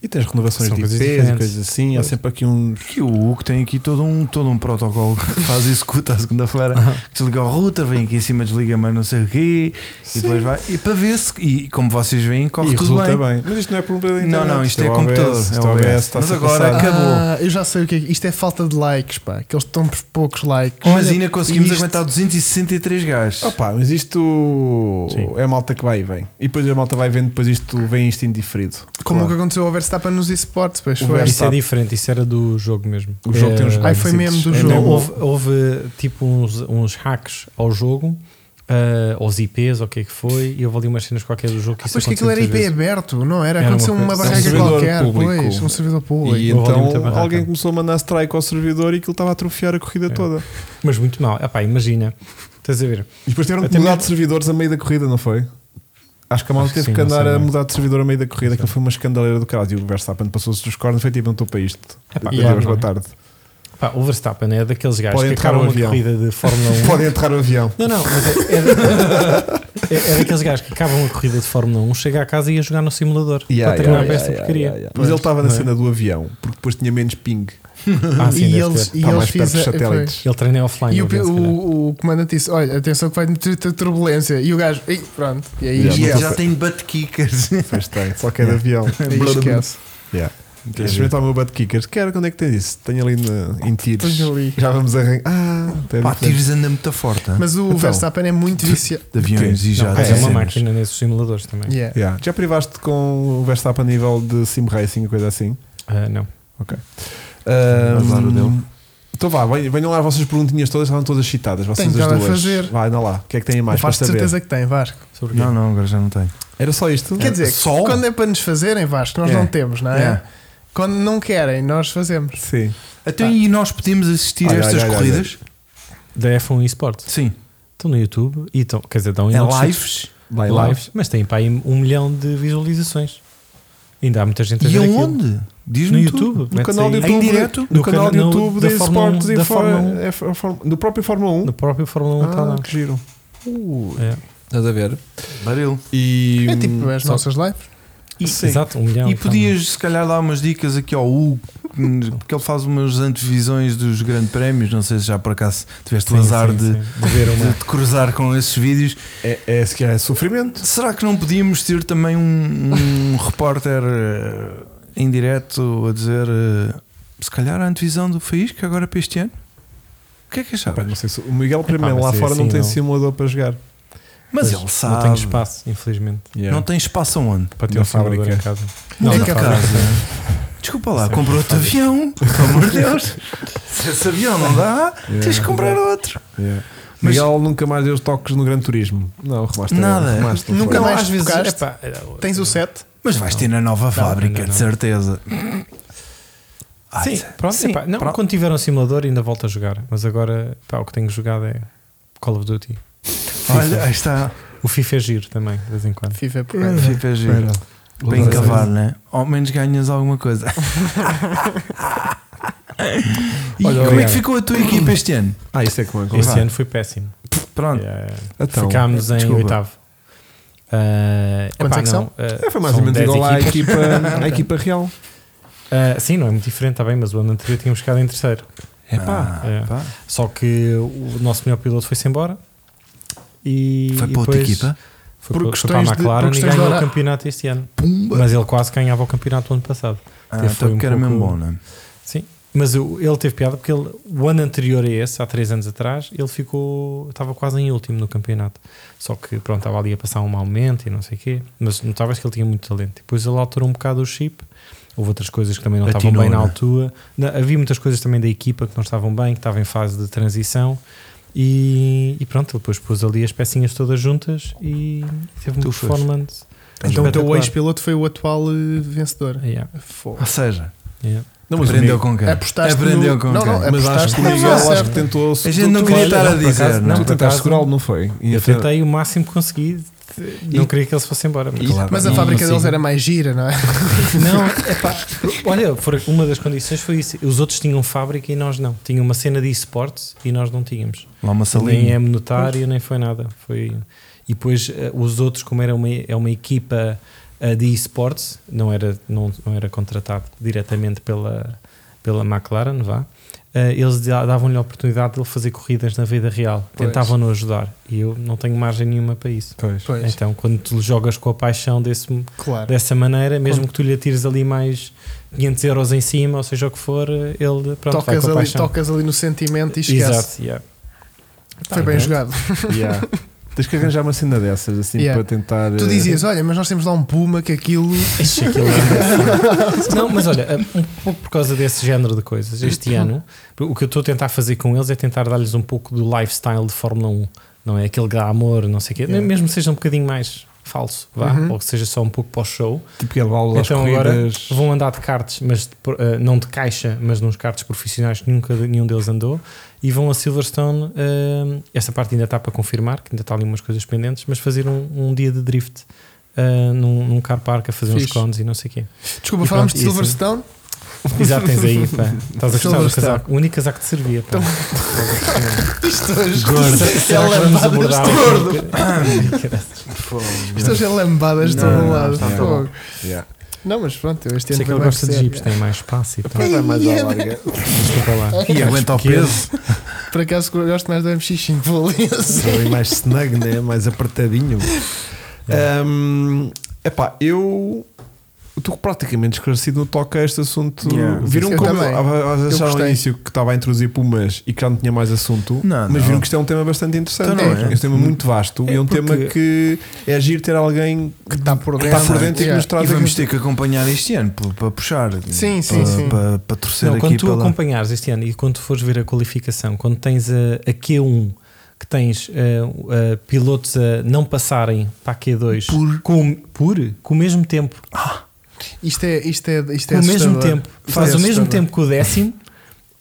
A: E tens renovações
B: São
A: de
B: coisas
A: IPs e
B: diferentes.
A: coisas assim. Há sempre aqui uns.
C: E o Hugo tem aqui todo um, todo um protocolo que faz e executa à segunda-feira. Desliga o router, vem aqui em cima, desliga, mas não sei o quê. E depois vai. E para ver se. E como vocês veem, corre
A: e
C: tudo
A: resulta
C: bem.
A: bem. Mas isto não é problema da
C: Não,
A: internet,
C: não, isto é
A: o
C: computador,
A: OBS,
C: é
A: Isto é
C: o
A: OBS.
C: OBS,
A: está
C: mas
A: sempre
C: agora-
A: a passar.
D: Ah, eu já sei o que é. que- Isto é falta de likes, pá. Que eles estão por poucos likes.
C: Mas ainda conseguimos
D: isto-
C: aguentar 263 gajos.
A: Opa, mas isto
B: Sim.
A: é a malta que vai e vem. E depois a malta vai vendo, depois isto vem isto indiferido.
D: Como o que
A: Claro.
D: aconteceu ao Verstappen nos esportes, pois
A: O
D: foi.
A: Verstappen-
B: Isso é diferente, isso era do jogo mesmo.
A: O jogo
B: Eh,
A: tem uns
D: Ai, foi
A: bugs
D: mesmo do
A: simples.
D: jogo.
A: É mesmo-
B: Houve, houve, tipo uns, uns hacks ao jogo, eh, aos IPs, ou o que é que foi, e houve ali umas cenas qualquer do jogo que
D: Ah,
B: isso
D: pois que aquilo era
B: aconteceu
D: IP
B: muitas vezes.
D: aberto, não? Era,
B: Era
D: aconteceu
B: uma
D: uma,
B: coisa-
A: Um
D: barraca
A: servidor
D: qualquer,
A: público.
D: pois, um servidor público.
A: E
B: Houve ali muita
A: então
B: barraca.
A: alguém começou a mandar strike ao servidor e aquilo estava a atrofiar a corrida toda.
B: Mas muito mal. Epá, imagina, estás a ver?
A: E depois tiveram que
B: Até
A: mudar
B: mesmo-
A: de servidores a meio da corrida, não foi? Acho que a malta
B: Acho que
A: teve
B: sim,
A: que
B: não sei
A: andar a
B: bem.
A: mudar de servidor a meio da corrida, que foi uma escandaleira do caralho. E o Verstappen passou-se dos cornos, foi tipo, não estou para isto.
B: Epá,
A: Adeus,
B: claro, não
A: boa
B: é?
A: tarde.
B: Pá, o Verstappen é daqueles gajos
A: Podem
B: que
A: entrar
B: acabam
A: um
B: uma
A: avião.
B: corrida de Fórmula 1.
A: Podem entrar o avião.
B: Não, não, mas é, é- é- é daqueles gajos que acabam uma corrida de Fórmula 1, chega à casa e ia jogar no simulador para treinar para esta porcaria.
A: Mas ele estava na
B: Não é?
A: cena do avião, porque depois tinha menos ping.
B: Ah, sim,
D: e
B: deve
D: eles,
A: Está
B: ter.
D: e eles
A: Tá mais perto dos
D: fizeram. foi.
A: satélites.
B: Ele treina offline.
D: E o,
B: ele, se calhar.
D: o, o comandante disse: Olha, atenção que vai meter turbulência. E o gajo, "Ei, pronto. E aí
C: E
A: Yeah.
C: ele já tem butt kickers.
A: Pois tem, só que é de avião.
D: aí esquece.
A: Yeah. Queres experimentar o meu butt kickers? Quero, quando é que tens isso? Tenho ali na- em tiros.
D: Tenho ali.
A: Já vamos arrancar. Ah, tem
C: Pá,
A: diferente.
C: tiros anda muito forte. hein?
D: Mas o
A: Então.
D: Verstappen é muito viciado.
C: de aviões e já
B: Não,
C: de
B: mas é uma
C: cenas.
B: máquina nesses simuladores também.
D: Yeah.
A: Yeah. Já privaste com o Verstappen a nível de sim racing e coisa assim?
B: Ah, não.
A: Ok. Ahm,
C: Azar o dele.
A: Hum, então vá, venham venham lá as vossas perguntinhas todas, estavam todas citadas. Vocês
D: Tenho
A: as
D: nada a
A: duas.
D: fazer.
A: Vai, anda lá. O que é que têm mais para
D: Faz de
A: saber?
D: certeza que tem, Vasco.
B: Sobre o quê?
C: Não, não, agora já não tem.
A: Era só isto?
D: Quer dizer,
C: Sol?
D: quando é para nos fazerem, Vasco, nós
C: Yeah.
D: não temos, não é?
C: Yeah.
D: Quando não querem, nós fazemos.
A: Sim.
C: Então, e nós podemos assistir
A: Olha,
C: a
A: olha,
C: estas
A: olha,
C: corridas?
B: Da F1 eSports.
C: Sim.
B: Estão no YouTube e estão, quer dizer, dão
C: É
B: em outros
C: lives.
A: Vai lá.
B: lives, mas tem para aí um milhão de visualizações. Ainda há muita gente a
C: E
B: ver aquilo.
C: aonde?
B: um No
C: Diz-me tu.
B: YouTube.
A: No
B: mete-se
A: canal do
B: aí.
C: Em
A: YouTube,
C: direto?
A: No,
B: No
A: canal do
B: canal
A: YouTube
B: da
A: de
B: Fórmula
A: esportes
B: 1,
A: e
B: da
A: fora,
B: Fórmula 1.
A: é for- for- do próprio Fórmula 1.
B: No próprio Fórmula 1 está
A: ah,
B: lá. É,
A: que giro. Uh, Estás a ver?
C: Baril.
A: E, um
D: É tipo as
B: só-
D: nossas lives.
A: Sim.
B: Exato, um milhão.
C: E
B: tá.
C: podias, se calhar, dar umas dicas aqui ao Hugo, porque ele faz umas antevisões dos grandes prémios. Não sei se já por acaso tiveste o
B: Sim,
C: azar
B: sim,
C: de,
B: sim. De ver uma.
C: de te cruzar com esses vídeos.
A: é, é, se calhar é sofrimento.
C: Será que não podíamos ter também um, um repórter eh, em direto a dizer eh, se calhar a antevisão do Faísca agora para este ano? O que é que
A: Pá,
C: achavas?
A: não sei se- o Miguel,
B: Epá,
A: primeiro,
B: mas
A: lá
B: é
A: fora
B: assim,
A: não tem
B: não.
A: simulador para jogar.
C: Mas
B: Pois,
C: ele sabe.
B: Não tenho espaço, infelizmente,
A: Yeah.
C: Não tem espaço aonde?
B: para ter
A: Na
B: um simulador
A: fábrica.
B: em casa.
C: Não,
D: Não,
C: de
D: na
C: casa. Desculpa
B: é
C: lá, comprou outro avião. Pelo amor de Deus. Se esse avião não dá,
B: É.
C: tens que comprar outro.
A: Yeah.
C: Mas-
A: Miguel nunca mais deu toques no Gran Turismo. Não, remaster.
C: Nada.
A: remaster, foi.
D: Nunca mais
B: às vezes.
D: tocaste?
B: epá, eh,
D: Tens o set?
C: Mas vais ter na nova fábrica,
B: não, não,
C: de
B: não.
C: certeza. Ah,
B: Sim, pronto,
C: sim,
B: epá, não,
C: pronto.
B: quando tiver um simulador ainda volto a jogar. Mas agora, pá, o que tenho jogado é Call of Duty.
C: Olha, aí está.
B: O FIFA é giro também, de vez em quando.
D: FIFA é por
C: Fica giro.
A: Espera.
C: Bem
A: Outra
C: cavado, né? Ao menos ganhas alguma coisa. e
A: Olha,
C: como é
A: obrigado.
C: que ficou a tua equipa este ano?
A: Ah, isso é que me
B: Este
C: Vá.
B: ano foi péssimo.
C: Pronto.
B: Yeah.
A: Então,
B: Ficámos em
C: desculpa.
B: oitavo. Ah,
D: Quantos
B: epá,
D: é que são?
B: não, ah,
A: é, foi mais
B: são
A: ou menos
B: 10
A: igual à
B: equipas.
A: equipa, à equipa real.
B: Ah, sim, não é muito diferente, está bem, mas o ano anterior tínhamos ficado em terceiro.
A: É
C: Ah,
A: pá.
B: é.
C: pá.
B: Só que o nosso melhor piloto foi-se embora. E
C: Foi
B: e
C: para outra
B: depois
C: equipa?
B: Foi,
D: Por
B: para- foi para a
D: questões de- por
B: McLaren e
D: questões de
B: ganhou o
D: hora-
B: campeonato este ano.
C: Pumba!
B: Mas ele quase ganhava o campeonato do ano passado.
C: Ah,
B: Teve-
C: então
B: foi um
C: que era mesmo
B: pouco-
C: bom, né?
B: Sim. Mas o- ele teve piada porque ele, o ano anterior a esse, há três anos atrás, ele ficou. estava quase em último no campeonato. Só que pronto, estava ali a passar um mau momento e não sei o quê. Mas notava-se que ele tinha muito talento. Depois ele alterou um bocado o chip, Houve outras coisas que também não
C: A
B: estavam bem na
C: Tinona.
B: altura. Na- havia muitas coisas também da equipa que não estavam bem, que estava em fase de transição. E, e pronto, ele depois pôs ali as pecinhas todas juntas e teve uma
C: Tu foste.
B: performance.
D: Então o teu
B: espetacular.
D: ex-piloto foi o atual eh, vencedor.
B: Ah, Yeah,
D: Fogo.
C: Ou seja,
B: yeah.
A: Não, mas
C: aprendeu
A: amigo,
C: com quem?
D: Apostaste
C: aprendeu
D: no-
C: com
D: não,
C: quem?
D: não,
A: mas
D: apostaste
A: acho que o
D: na
A: Miguel
D: coisa
A: acho que
D: certa.
A: tentou.
C: A gente não
A: tu-
C: queria
A: olha,
C: estar a
B: por
C: dizer,
B: acaso,
C: não,
A: Tu
B: por
A: tentaste
B: acaso,
A: segurá-lo, não foi? E
B: Eu
A: foi-
B: tentei o máximo que consegui. Não queria que ele se fosse embora. Mas,
C: Claro.
D: Mas a
B: não
D: fábrica deles
B: consigo.
D: era mais gira, não é?
B: Não, epá, olha, for- uma das condições foi isso. Os outros tinham fábrica e nós não. Tinha uma cena de esportes e nós não tínhamos.
C: Lá
B: Nem
C: uma salinha.
B: é notário, nem foi nada. Foi... E depois eh, os outros, como era uma, é uma equipa eh, de esportes, não era, não, não era contratado diretamente pela, pela McLaren, vá. eh, eles da- davam-lhe a oportunidade de ele fazer corridas na vida real,
D: Pois.
B: tentavam-no ajudar e eu não tenho margem nenhuma para isso.
D: Pois,
B: Então, quando tu jogas com a paixão desse,
D: É, claro.
B: dessa maneira, mesmo que tu lhe atires ali mais 500 euros em cima, ou seja o que for, ele pronto, vai
D: tocas,
B: com a
D: ali,
B: paixão.
D: tocas ali no sentimento e esquece.
B: Exato, yeah.
D: Foi
B: Tá,
D: bem
B: pronto.
D: jogado.
A: Yeah. Tens que arranjar uma cena dessas, assim,
D: Yeah.
A: para tentar.
D: Tu
A: eh,
D: dizias, olha, mas nós temos lá um puma que aquilo.
B: Ixi, aquilo é- não, mas olha, um pouco por causa desse género de coisas, este
D: Uhum.
B: ano, o que eu estou a tentar fazer com eles é tentar dar-lhes um pouco do lifestyle de Fórmula 1, não é? Aquele que dá amor, não sei o quê,
D: Yeah.
B: mesmo que seja um bocadinho mais falso, vá,
D: Uhum.
B: ou que seja só um pouco para o show,
A: Tipo que levá-los às
B: Então agora
A: corridas.
B: vão andar de karts, mas de pro- eh, não de caixa, mas nos karts profissionais que nunca nenhum deles andou. E vão a Silverstone, eh, essa parte ainda está para confirmar, que ainda está ali umas coisas pendentes, mas fazer um, um dia de drift eh, num, num car park a fazer uns
D: Fixe.
B: cones e não sei o quê.
D: Desculpa,
B: E
D: falámos de
B: pronto, isso.
D: Silverstone.
B: Exato, tens aí, pá. Estás a gostar do
D: Silverstone.
B: casaco. O único casaco que te servia, pá.
D: Isto hoje.
B: Gordo. Será que vamos abordar?
D: Isto hoje é lambadas de todo
C: Não, não,
D: lado.
C: está
D: Fogo.
A: Yeah.
D: Não, mas pronto, eu este
B: Sei
D: ano
B: que
D: foi
B: ele
D: mais
B: gosta de
D: sério.
B: jeeps, tem mais espaço e tal.
A: Vai mais à larga.
B: Desculpa lá.
C: E aguenta o
B: Que é-
C: peso.
D: Por acaso eu gosto mais do MX5, vou ali assim.
A: Bem mais snug, né? mais apertadinho. Um, epá, eu estou praticamente esclarecido no que toca a este assunto.
C: Yeah.
A: Viram
D: Eu
A: como
D: também.
A: vocês acharam
D: Eu
A: no
D: gostei.
A: início que estava a introduzir pumas e que já não tinha mais assunto,
C: Não,
A: mas
C: não.
A: viram que isto é um tema bastante interessante.
C: Então não é.
A: É um tema muito vasto
B: É
A: e é um
B: porque-
A: tema que é agir ter alguém que
D: Está por
A: está
D: dentro.
A: por dentro e que
D: Yeah.
A: nos
C: E
A: traz
C: vamos
A: aqui.
C: ter que acompanhar este ano para, para puxar.
D: Sim, sim,
C: para,
D: sim.
C: Para, para torcer
B: Não,
C: aqui
B: quando tu
C: pela.
B: acompanhares este ano e quando tu fores ver a qualificação, quando tens a, a Q1 que tens eh, eh, pilotos a não passarem para a Q2
C: Por-
B: com, por- com o mesmo tempo,
D: Isto é, isto é, isto é
B: com o mesmo
D: assustador.
B: tempo,
D: Isto
B: faz
D: é
B: o mesmo
D: assustador.
B: tempo que o décimo,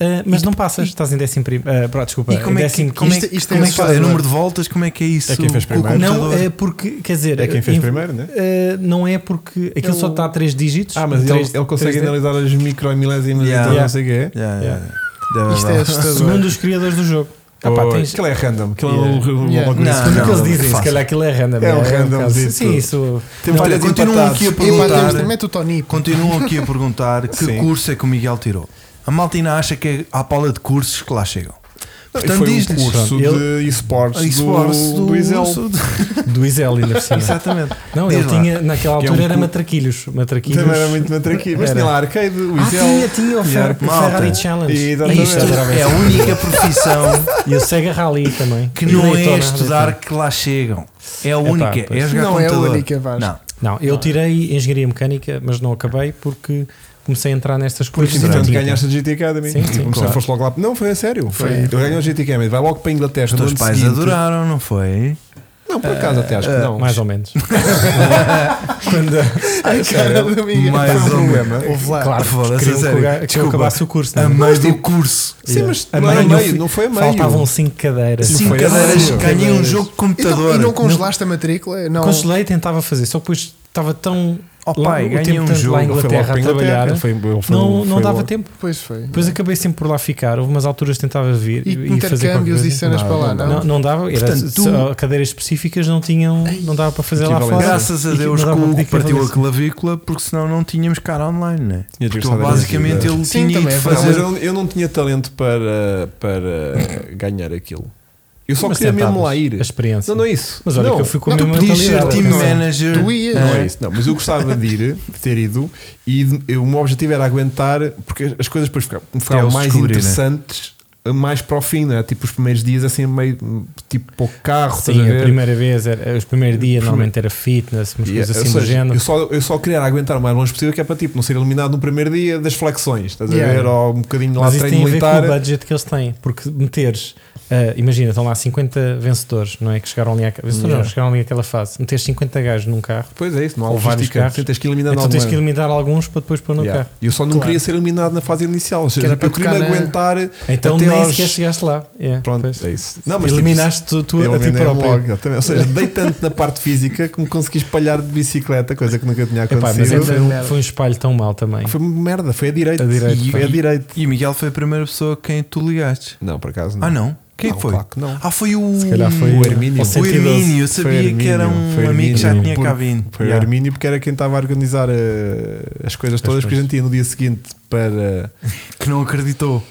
B: eh, mas não passas, estás em décimo primeiro, desculpa,
C: E como
B: em
C: é que,
B: décimo
C: como é,
D: Isto-
C: que-
D: isto é
C: como é que é o
D: assustador.
C: número de voltas? Como é que é isso?
A: É quem fez
C: com o
A: primeiro.
B: Não,
C: computador?
B: é porque, quer dizer,
A: É quem fez
B: em-
A: primeiro, né?
B: eh, não é porque aquilo
A: Eu-
B: só está a 3 dígitos.
A: Ah, mas
B: três-
A: ele, ele consegue
B: três dígitos.
A: analisar as micro e milésimas e
C: Yeah.
A: tal,
B: Yeah.
A: não sei o que é.
C: Yeah, yeah, yeah.
D: Isto é assustador.
B: Segundo os criadores do jogo. Ah pá,
A: Pois,
B: tens-
A: Aquilo é random, aquilo é
B: Yeah.
A: um- um
D: Yeah.
A: algoritmo.
C: Ah, Não,
B: Segundo o que eles
C: não,
B: dizem, se
C: fácil.
B: calhar aquilo é random.
A: É um
B: bocado- assim.
A: randomzito.
B: Sim, isso.
A: Temos
C: Olha,
A: várias
C: continuam
A: empatadas.
C: aqui a
D: Epá, temos-
C: perguntar.
D: Mete o Tony. pô.
C: Continuam aqui a perguntar que
A: Sim.
C: curso é que o Miguel tirou. A Maltina acha que é à pala de cursos que lá chegam. Portanto,
A: foi um
C: diz-lhes.
A: curso
B: Ele-
A: de esportes
C: Ah, esportes
A: do, do Isel.
B: Do Isel ainda por cima.
C: Exatamente.
B: Não,
C: Diz
B: ele
C: lá.
B: tinha, naquela
A: Que é
B: altura
A: um
B: era
A: cu-
B: matraquilhos. Matraquilhos.
A: Também era muito matraquinho. Mas
B: Era.
A: tinha lá arcade, o
B: Ah, tinha,
A: Isel.
B: tinha o
A: Yeah.
B: Fer- o
C: Malta.
B: Ferrari Challenge.
A: E
B: E, isto,
A: exatamente.
B: adorava
C: É a
B: isso.
C: única profissão
B: e o Sega Rally também.
C: que
B: E
C: não é
B: Daytona,
C: estudar
B: Daytona.
C: que lá chegam. É a única.
B: pois.
C: É a jogar
D: Não é a
C: computador.
D: única, Vasco.
C: Não.
B: Não, eu tirei engenharia mecânica, mas não acabei porque comecei a entrar nestas coisas.
A: Porque
B: e não
A: entretanto
B: tinha
A: ganhaste a GT Academy.
B: Sim, sim,
A: Como se
B: claro.
A: foste logo lá. Não, foi a sério. Foi. Eu ganhei a GT Academy. Vai logo para a Inglaterra.
C: Os
A: no
C: teus
A: ano
C: pais
A: seguinte.
C: adoraram, não foi?
A: Não, por acaso até acho que
B: tempo.
A: não.
B: Ah, Mais ou menos.
A: quando.
D: Ai, cara do Miguel.
C: mais
D: Foi um
C: ou menos.
D: problema. Houve lá.
B: Claro,
C: Ah, foda-se,
B: queriam
C: a
B: que,
C: sério.
B: o ga- que eu
C: Desculpa.
B: acaso o curso.
C: A
B: não é?
C: mais do curso.
A: Sim, mas
B: A
A: não, era
B: meio, eu
A: meio,
B: fui-
A: não foi a meio.
B: Faltavam 5 cadeiras.
A: Sim,
C: Cinco
A: foi a
C: cadeiras,
A: sério.
C: ganhei um jogo de
D: E não-
C: computador.
D: E não congelaste a matrícula? Não.
B: Congelei e tentava fazer, só que depois estava tão.
C: Oh,
B: lá-
C: pai,
B: o
C: ganhei
B: tempo
C: um
B: tanto
C: jogo.
B: lá em
C: Ele
A: Ele foi
B: Inglaterra
A: logo para
B: a
A: a
B: trabalhar.
A: Inglaterra. Foi- ele foi-
B: não
D: um-
A: foi
B: não dava
A: logo.
B: tempo.
D: Pois foi.
B: Depois acabei sempre por lá ficar. Houve umas alturas que tentava vir
D: E é
B: e, e fazer qualquer
D: intercâmbios
B: coisa.
D: e cenas
A: Não,
D: para lá, não?
B: Não, não dava, era
C: Portanto, tu-
B: só cadeiras específicas não tinham, não dava para fazer lá
A: equivalência.
B: fora.
C: Graças a
B: E que-
C: Deus
B: não
C: que
B: dava
C: o
B: para
C: Hugo
B: pedir
C: partiu a
B: equivalência.
C: clavícula porque senão não tínhamos cara online, né?
A: Tinha
C: Porque
A: desgraçado a
C: basicamente
A: vida.
C: ele
D: Sim,
C: tinha
D: também
C: de
A: Não,
D: é
A: mas
C: fazer.
A: eu, eu não tinha talento para, para ganhar aquilo. Eu só
B: Mas
A: queria mesmo
B: tentavas.
A: lá ir.
B: A experiência.
A: Não, não é isso.
B: Mas olha
A: não.
B: que eu fui com a
D: Não, tu
B: mesma
C: Podias ser
B: mentalidade, é?
C: team
B: atenção.
C: manager. Ah,
D: Tu ias.
A: Não
C: Não
A: é isso, não. Mas eu gostava de ir, de ter ido,
B: É
A: e de- eu- o meu objetivo era aguentar, porque as coisas depois ficaram, ficaram
C: eles
A: mais
B: né?
C: descobrirem.
A: interessantes eh, mais para o fim, né? tipo os primeiros dias assim, meio tipo pouco carro. estás
B: Sim,
A: a
B: a,
A: ver?
B: primeira vez, era, os primeiros dias normalmente era fitness, umas
A: E, é,
B: coisas
A: ou
B: assim do
A: seja,
B: género.
A: eu só, eu só queria aguentar o mais longe possível, que é para tipo não ser eliminado no primeiro dia das flexões, estás
D: Yeah.
A: a ver? Ou um bocadinho lá
B: Mas
A: de
B: isso
A: treino
B: tem a ver com
A: militar.
B: o budget que eles têm, porque meteres, ah, imagina, estão lá 50 vencedores, não é? Que chegaram ali, àque- vencedores
A: Yeah.
B: não, chegaram ali àquela fase, meteres 50 gajos num carro,
A: Pois é, isso, não há
B: Ou vários
A: logística.
B: carros.
A: Sim, Tens que eliminar
B: então
A: alguma-
B: tens que eliminar alguns para depois pôr no
A: Yeah.
B: carro.
A: Eu só não
D: Claro.
A: queria ser eliminado na fase inicial. Ou seja, tipo,
D: Que era para
A: eu queria me
D: tocar na-
A: aguentar.
B: Então
A: até
B: nem
A: aos-
B: sequer chegaste lá. Yeah,
A: Pronto,
B: pois.
A: é isso. tipo,
B: Eliminaste tu, tu a ti
A: eliminei-me
B: próprio.
A: logo, exatamente. Ou seja, dei tanto na parte física que me consegui espalhar de bicicleta, coisa que nunca tinha
B: Epá, mas
A: acontecido.
B: é, foi, um,
D: Merda.
B: foi um espalho tão mal também.
A: Foi uma merda, foi a direita.
B: A direita,
A: E-
B: foi.
A: foi a direita.
C: E Miguel foi a primeira pessoa a quem tu ligaste.
A: Não, por acaso não.
C: Ah, não? Quem
A: Não,
C: foi?
A: claro que não.
C: Ah, foi o.
B: Se calhar foi
A: o Hermínio.
B: ao
A: O
C: O
B: 112.
C: Hermínio, eu
A: Foi
C: sabia que
A: Hermínio,
C: era um
A: foi
C: amigo que já
A: Hermínio,
C: tinha cá
A: porque-
C: vindo.
A: Foi
B: Yeah.
A: o Hermínio porque era quem estava a organizar eh, as coisas todas, porque a gente ia no dia seguinte para,
C: Que não acreditou.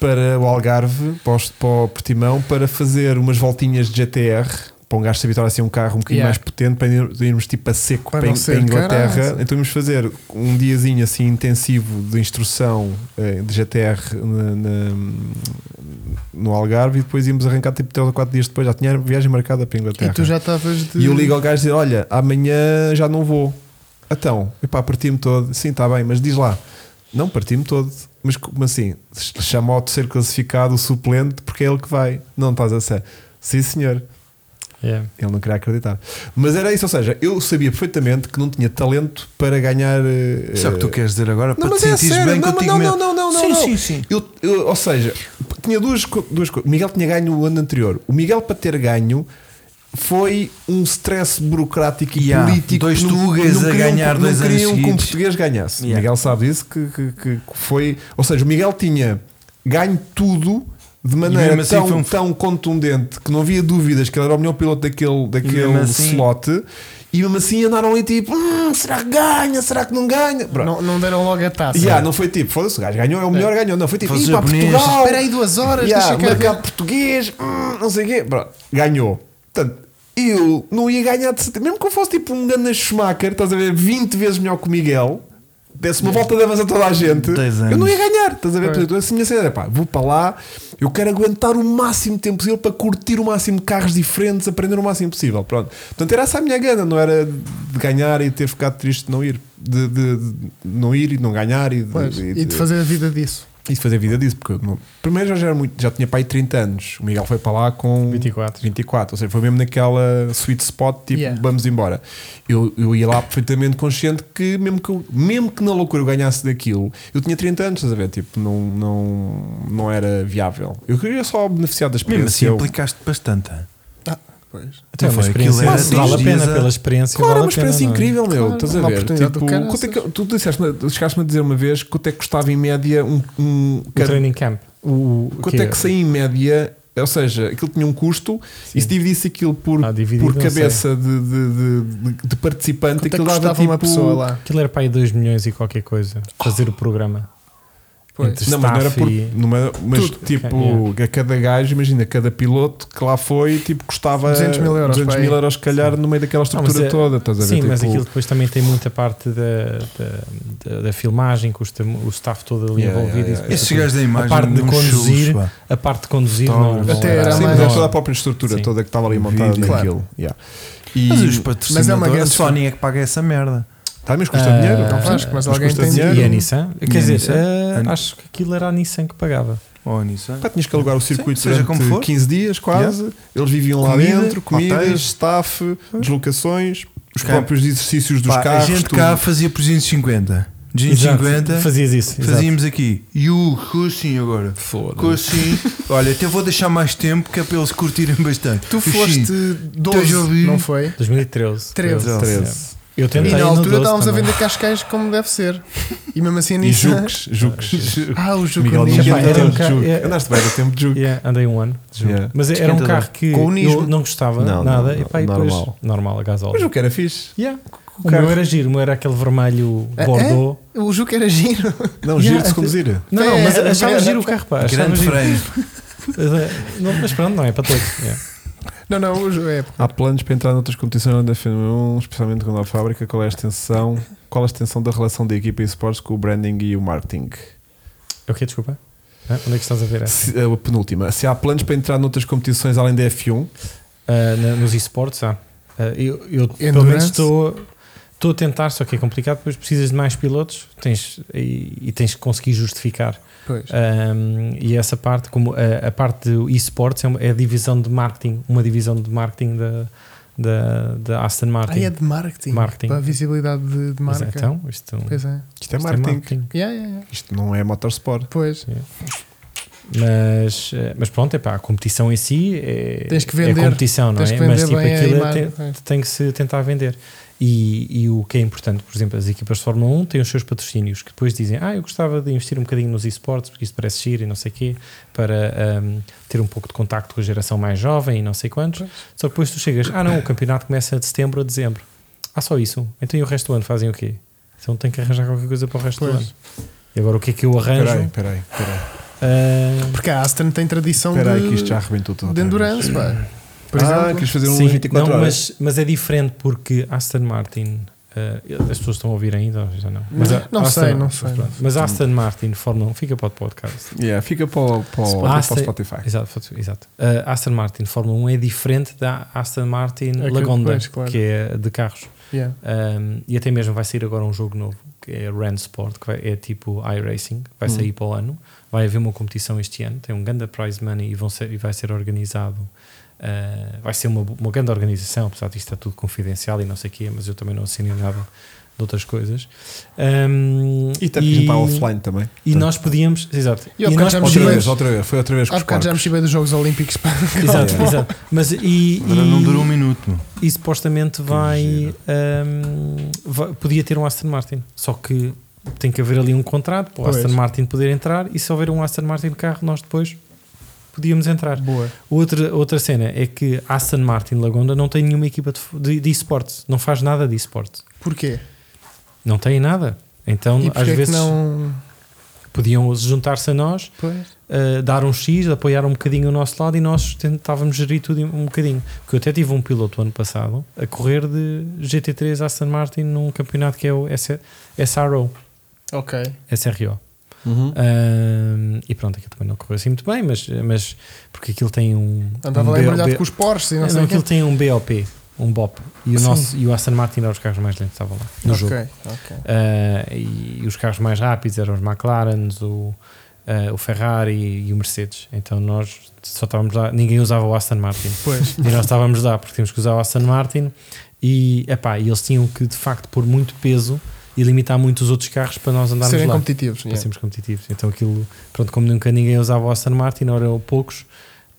A: para o Algarve, para, os- para o Portimão, para fazer umas voltinhas de GTR. Para um gajo se habituar a ser um carro um bocadinho
D: Yeah.
A: mais potente, para ir- irmos tipo a seco
D: Para
A: para,
D: não
A: In- para
D: ser
A: Inglaterra.
D: caralho.
A: Então íamos fazer um diazinho assim intensivo de instrução eh, de GTR na- na- no Algarve e depois íamos arrancar tipo 3 ou 4 dias depois. Já tinha viagem marcada para Inglaterra.
D: E tu já estavas de.
A: é. E eu ligo ao gajo e dizer: Olha, amanhã já não vou. Então, epá, parti-me todo. Sim, está bem, mas diz lá: Não, parti-me todo. Mas como assim? Chama ao terceiro classificado o suplente porque é ele que vai. Não estás a ser. Sim, senhor.
B: Yeah.
A: Ele não queria acreditar. Mas era isso, ou seja, eu sabia perfeitamente que não tinha talento para ganhar. eh,
C: Sabe o que tu queres dizer agora?
A: Não,
C: para te
A: mas é
C: sentires
A: sério.
C: bem
A: não, mas
C: contigo
A: não, não,
C: mesmo.
A: não, não, não,
C: Sim,
A: não.
C: sim, sim.
A: Eu, eu- ou seja, tinha duas, co- duas coisas. O Miguel tinha ganho o ano anterior. O Miguel, para ter ganho, foi um stress burocrático e
C: Yeah,
A: político.
C: dois
A: que não-
C: tugas
A: não
C: a
A: queriam-
C: ganhar
A: não
C: dois anos
A: queriam que um
C: seguidos.
A: português ganhasse. O
C: Yeah.
A: Miguel sabe disso. Que, que- que foi, ou seja, o Miguel tinha ganho tudo. De maneira
C: mesmo assim
A: tão,
C: foi um-
A: tão contundente que não havia dúvidas que ele era o melhor piloto daquele, daquele
C: mesmo assim-
A: slot, e mesmo assim andaram ali tipo: "Hum, será que ganha? Será que não ganha? Pronto.
D: Não, não deram logo a taça.
A: Yeah, não foi tipo, foda-se, o gajo ganhou, é o melhor, ganhou. Não, foi tipo,
C: Fosse
A: "Ih, pá,
C: japonês,
A: Portugal,
D: Espera aí duas horas,
A: yeah, é
D: deixa cá ver.
A: mercado português, hum, não sei o quê. Pronto, ganhou. Portanto, eu não ia ganhar de certeza. Mesmo que eu fosse tipo um Gana Schumacher, estás a ver, 20 vezes melhor que o Miguel, desse uma volta de avanço a toda a gente,
C: Dez
A: eu não
C: anos.
A: ia ganhar. Estás a ver, portanto, assim, a minha cena era, pá, vou para lá, eu quero aguentar o máximo tempo possível para curtir o máximo de carros diferentes, aprender o máximo possível. Pronto, portanto, era essa a minha gana, não era de ganhar e ter ficado triste de não ir. De, de- de não ir e não ganhar e de,
D: Pois, e de fazer a vida disso.
A: e de fazer vida disso, porque eu não- primeiro já, já, era muito, já tinha pai 30 anos, o Miguel foi para lá com
B: 24.
A: 24, ou seja, foi mesmo naquela sweet spot, tipo,
D: Yeah.
A: vamos embora. Eu, eu ia lá perfeitamente consciente que mesmo que, eu- mesmo que na loucura eu ganhasse daquilo, eu tinha 30 anos, estás a ver? Tipo, não, não, não era viável. Eu queria só beneficiar da
C: Mesmo assim,
A: experiência. eu-
C: implicaste bastante. hein?
B: Então, foi
C: Não,
B: uma
C: foi, aquilo
B: experiência,
A: era
B: vale a
C: dois
B: pena
C: dias a-
B: pela experiência.
A: Claro, é
B: vale
A: uma
B: a pena,
A: experiência
B: não é?
A: incrível, meu.
D: Claro,
A: Estás a
D: uma
A: ver?
D: oportunidade
A: Tipo,
D: do caraças.
A: quanto é que, tu disseste-me, tu chegaste-me a dizer uma vez quanto é que custava em média um, um,
B: O training camp. O, o
A: Quanto
B: quê?
A: é que saía em média? Ou seja, aquilo tinha um custo e se dividisse aquilo por,
B: Ah, dividido,
A: por
B: não
A: cabeça de, de- de- de- de participante,
D: Quanto é que
A: aquilo
D: custava
A: dava tipo.
D: uma pessoa lá?
B: Aquilo era para aí 2 milhões e qualquer coisa. Fazer o programa.
D: Pois.
B: Entre
A: Não, mas não era
B: staff
A: por.
B: e-
A: não era- mas
B: Tudo.
A: tipo,
B: Yeah.
A: a cada gajo, imagina, cada piloto que lá foi, tipo, custava
D: 200 mil euros,
A: 200
D: pá,
A: mil
D: aí.
A: euros, se calhar, no meio daquela
B: Não,
A: estrutura
B: mas é-
A: toda. Estás a ver?
B: Sim, mas
A: Tipo,
B: aquilo depois também tem muita parte da, da, da, da filmagem, custa mu- o staff todo ali
A: Yeah,
B: envolvido.
A: yeah,
B: isso
A: yeah.
B: custa
C: Estes gajos
B: tudo.
C: da é imagem um
B: a parte de
C: dão uns
B: conduzir,
C: chulos, pá.
B: a parte de conduzir não, não
D: Até era
A: Sim,
D: mais-
A: mas é toda a própria estrutura
B: um Sim.
A: toda que estava ali montada
C: Vídeo.
A: naquilo. Yeah. E,
C: Mas os
D: Mas é uma
C: patrocinadores, a
D: grande-
C: Sony é que paga essa merda.
A: Tá, mas custa
B: Ah,
A: dinheiro.
B: não faz,
A: Sim,
D: mas alguém
A: custa
D: tem
A: dinheiro.
B: E a Nissan? Quer
C: E a
B: dizer,
C: Nissan?
B: ah,
C: A-
B: acho que aquilo era a Nissan que pagava.
C: Ou nisso.
A: Pá, tinhas que alugar o circuito
C: Sim, seja
A: durante
C: como for.
A: 15 dias, quase. Eles viviam lá
C: Comida,
A: dentro, comidas,
C: hotéis.
A: staff, deslocações, os
C: Cara,
A: próprios exercícios dos
C: Pá,
A: carros.
C: a gente
A: tudo.
C: cá fazia por 250.
B: Exato.
C: 250.
B: Fazias isso. exato.
C: Fazíamos aqui. E o coxinho agora. Coxinho. Olha, até vou deixar mais tempo que é para eles curtirem bastante.
D: Tu
C: Coxinho.
D: foste
C: Estás a
D: 12,
C: ouvir?
D: não foi?
B: 2013.
D: 13.
A: 13.
B: Eu
D: E
B: tentei
D: na
B: no
D: altura
B: 12
D: estávamos a
B: também.
D: vender cascais como deve ser. E mesmo assim
A: E
D: nisso.
A: juques, juques.
D: Ah, o jogo
A: Miguel,
D: Ninja.
A: ninguém
B: Epá,
A: anda
B: era um
A: de
B: ca-
A: juque.
B: é-
A: Andaste bem do tempo de juque.
B: Yeah, andei um ano. de jogo.
A: Yeah.
B: Mas era um
C: Esquentador.
B: carro que
A: Com unismo.
B: eu não gostava
A: Não, não,
B: nada.
A: não,
B: e pá, e depois,
A: normal.
B: normal, a
A: Mas
B: gasóleo.
A: o que era fixe?
B: Yeah.
A: O
B: O meu
A: carro.
B: era giro, o meu era aquele vermelho
D: É?
B: bordeaux.
D: O jogo era giro.
A: Não,
B: Yeah,
A: giro de
B: até-
A: se conduzir.
B: Não, não,
D: É,
B: mas
D: era-
B: achava
D: era-
B: giro o carro, pá. Achava
C: Grande
B: giro.
C: freio.
B: Não, mas pronto, não é para todos. Yeah.
D: Não, não, o jogo é.
A: Há planos para entrar noutras competições da F1, especialmente com a nova fábrica. Qual é a extensão? Qual a extensão da relação da equipa e esportes com o branding e o marketing?
B: É O que desculpa? Hã? Onde é que estás a ver essa?
A: Se- a penúltima. Se há planos para entrar noutras competições além da F1,
B: Ah, na- nos esportes há. Ah, eu, eu pelo
D: Endurance?
B: menos estou estou a tentar, só que é complicado, depois precisas de mais pilotos tens, e, e tens que conseguir justificar.
D: Pois.
B: Um, e essa parte, como a, a parte do esportes, é, uma- é a divisão de marketing, uma divisão de marketing da, da, da Aston
D: Ah,
B: Martin.
D: é de marketing.
B: Marketing.
D: Para a visibilidade de, de
B: Mas
D: marca.
B: Então, isto,
D: Pois é.
A: isto é
B: isto
A: marketing.
D: Yeah, yeah, yeah.
A: Isto não é motorsport.
D: Pois.
B: Mas, eh, mas pronto, é pá, a competição em si é,
D: Tens que
B: é
D: vender.
B: competição, não
D: Tens
B: é?
D: que
B: Mas
D: vender
B: tipo,
D: bem a
B: aquilo é-
D: imagem,
B: tem,
D: é.
B: tem que se tentar vender. E, e o que é importante, por exemplo, as equipas de Fórmula 1 têm os seus patrocínios que depois dizem: Ah, eu gostava de investir um bocadinho nos esportes porque isso parece giro e não sei o quê, para ahm, ter um pouco de contacto com a geração mais jovem e não sei quantos. Só que depois tu chegas: Ah, não, o campeonato começa de setembro a dezembro. Ah, só isso. Então e o resto do ano fazem o quê? Então tem que arranjar qualquer coisa para o resto do
D: Pois.
B: ano. E agora o que é que eu arranjo?
A: Espera
D: um?
A: aí, espera aí, espera aí.
B: Ah,
D: Porque a Aston tem tradição
A: Espera aí
D: É um de,
A: que isto já arrebentou tudo.
D: de
A: outra vez.
D: endurance, pá. Por
A: ah,
D: exemplo.
A: queres fazer um
B: Sim,
A: 24
B: não,
A: horas?
B: mas, mas é diferente porque Aston Martin. eh, as pessoas estão a ouvir ainda? Já não mas a-
D: Não
B: Aston-
D: sei, não sei.
B: pronto. Mas Aston Martin, Fórmula 1, fica para o podcast.
A: Yeah, fica para o, para o-
B: Spotify.
A: para o
B: Ah, sei.
A: Spotify.
B: Exato, foto- exato. Eh, Aston Martin Fórmula 1 é diferente da Aston Martin
D: Aquilo,
B: Lagonda,
D: pois, claro.
B: que é de carros.
D: Yeah.
B: Um, e até mesmo vai sair agora um jogo novo, que é Rand Sport, que vai- é tipo iRacing, que vai sair para o ano. Vai haver uma competição este ano, tem um grande prize money e, vão ser- e vai ser organizado. uh, vai ser uma, bo- uma grande organização, apesar disto está tudo confidencial e não sei o quê, mas eu também não assinei nada de outras coisas. Um,
A: E até para offline também.
B: e nós podíamos, exato,
D: E ao bocado
B: nós
D: já
A: Outra
D: Mas-
A: vez, outra vez. Foi outra vez com
D: Há
A: os
D: bocado já
A: porcos.
D: me chibei dos Jogos Olímpicos. pá.
B: exato, exato. Mas e,
C: Agora não
B: e-
C: durou um minuto. meu.
B: e supostamente vai,
C: giro.
B: ahm, vai- Podia ter um Aston Martin, só que tem que haver ali um contrato para o
D: Pois.
B: Aston Martin poder entrar. E se houver um Aston Martin de carro, nós depois podíamos entrar.
D: Boa.
B: Outra, outra cena é que Aston Martin Lagonda não tem nenhuma equipa de, fu- de, de esportes, não faz nada de esportes,
D: Porquê?
B: não tem nada. Então,
D: E
B: às
D: porquê é que
B: vezes,
D: não.
B: podiam juntar-se a nós
D: Pois.
B: uh, dar um X, apoiar um bocadinho o nosso lado e nós tentávamos gerir tudo um bocadinho. Porque eu até tive um piloto ano passado a correr de GT3 Aston Martin num campeonato que é o S SRO.
D: Ok.
B: SRO.
A: Uhum.
B: Ahm, e pronto, aquilo também não correu assim muito bem, mas, mas porque aquilo tem um.
D: Andava
B: um
D: lá
B: B-
D: embrulhado
B: B-
D: com os Porsche e não
B: Não,
D: sei o
B: aquilo
D: quê.
B: tem um BOP, um BOP. E o,
D: Sim.
B: nosso, e o Aston Martin era os carros mais lentos, estavam lá no jogo.
D: Ok, ok.
B: Uh, e, e os carros mais rápidos eram os McLarens, o, uh, o Ferrari e o Mercedes. Então nós só estávamos lá, ninguém usava o Aston Martin.
D: Pois.
B: E nós estávamos lá porque tínhamos que usar o Aston Martin e, epá, e eles tinham que de facto pôr muito peso e limitar muito os outros carros para nós andarmos
D: Serem
B: lá.
D: competitivos.
B: Para
D: yeah.
B: sermos competitivos. Então aquilo, pronto, como nunca ninguém usava o Aston Martin, ou eram poucos,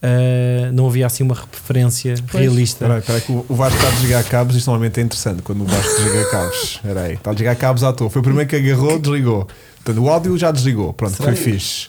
B: uh, não havia assim uma referência realista.
A: Espera aí, espera aí que o o Vasco está a desligar cabos. Isto normalmente é interessante quando o Vasco desliga cabos. Espera aí, está a desligar cabos à toa. Foi o primeiro que agarrou, desligou. Portanto, o áudio já desligou. Pronto, foi fixe.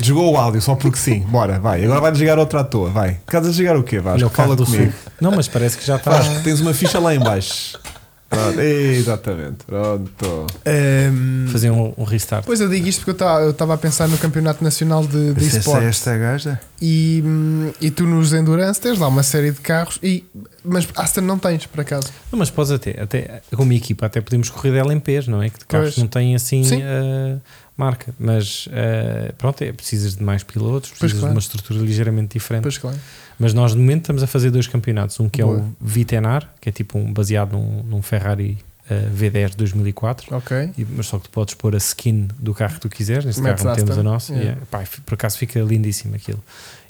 A: Desligou o áudio só porque sim. Bora, vai. Agora vai desligar outra à toa. Vai. Queres desligar o quê,
B: Olha,
A: Vasco?
B: o
A: Fala
B: carro do
A: comigo.
B: sul. Não, mas parece que já está.
A: Vasco, tens uma ficha lá em baixo. Pronto, exatamente. Pronto.
D: Ahm,
B: Fazer um, um restart.
D: Pois eu digo isto porque eu ta- eu estava a pensar no Campeonato Nacional de, de
C: Essa é
D: Esportes
C: esta gaja?
D: e, hum, e tu nos Endurance tens lá uma série de carros, e, mas Aston não tens, por acaso.
B: Não, mas podes até, até como equipa, até podemos correr dela em pés, não é? Que de carros
D: Pois.
B: não têm assim
D: Sim.
B: eh, marca. Mas eh, pronto, é, precisas de mais pilotos, precisas
D: claro.
B: de uma estrutura ligeiramente diferente.
D: Pois claro.
B: Mas nós, de momento, estamos a fazer dois campeonatos: um que é
D: Boa.
B: o Vitenar, que é tipo um baseado num, num Ferrari eh, V10 2004.
D: Ok.
B: E- mas só que tu podes pôr a skin do carro que tu quiseres, nesse
D: Metes
B: carro não temos
D: Aston.
B: a nossa.
D: Yeah.
B: Yeah. Pá, f- por acaso fica lindíssimo aquilo.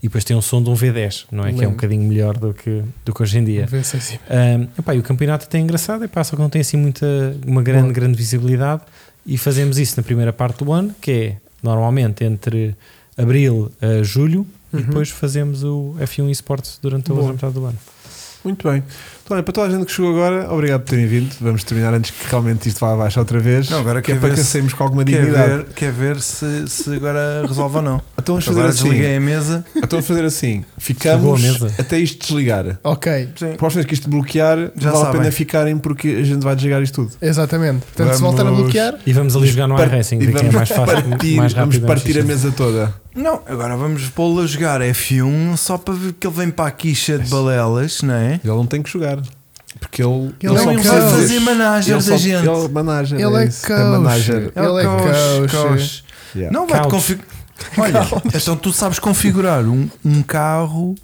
B: E depois tem um som de um V10, não é? Que é um
D: Lindo.
B: bocadinho melhor do que, do que hoje em dia.
D: Vê se é assim.
B: Um, epá, e o campeonato até é engraçado, epá, só que não tem assim muita, uma grande,
D: Boa.
B: grande visibilidade. E fazemos isso na primeira parte do ano, que é normalmente entre abril a julho, e
D: Uhum.
B: depois fazemos o F1 Esportes durante a outra
D: Boa.
B: metade do ano.
A: Muito bem. Então, olha, para toda a gente que chegou agora, obrigado por terem vindo. Vamos terminar antes que realmente isto vá abaixo outra vez.
C: Não, agora
A: que é
C: quer
A: para
C: ver
A: que
C: se-
A: saímos com alguma
C: Quer
A: dignidade.
C: ver, quer ver se, se agora resolve ou não.
A: Então vamos fazer
C: Agora
A: assim.
C: desliguei a mesa.
A: Então vamos fazer assim.
B: Chegou a
A: Ficamos
B: mesa.
A: até isto desligar.
D: Ok,
A: Próximas que isto bloquear,
C: Já
A: vale
C: sabem.
A: a pena ficarem porque a gente vai desligar isto tudo.
D: exatamente. Portanto, se voltar a
A: Vamos-
D: bloquear,
B: E vamos ali jogar no
A: Par-
B: iRacing,
A: e
B: ver quem é
A: vamos
B: mais fácil,
A: partir,
B: mais
A: vamos
B: rápido. mais
A: partir a
B: eficiente.
A: mesa toda.
C: Não, agora vamos pô-lo a jogar F1 só para ver que ele vem para aqui cheio de balelas, não é?
A: Ele não tem que jogar. Porque ele,
D: Ele é um
A: precisa
D: coach.
A: de-
C: Fazer manager
A: ele
C: da
A: só-
C: gente.
A: Ele é manager.
D: ele é
A: isso,
D: coach.
A: manager.
D: Ele é
C: coach,
D: coach.
C: coach.
A: Yeah.
C: Não vai
B: Couch.
C: configurar. Olha, então tu sabes configurar um, um carro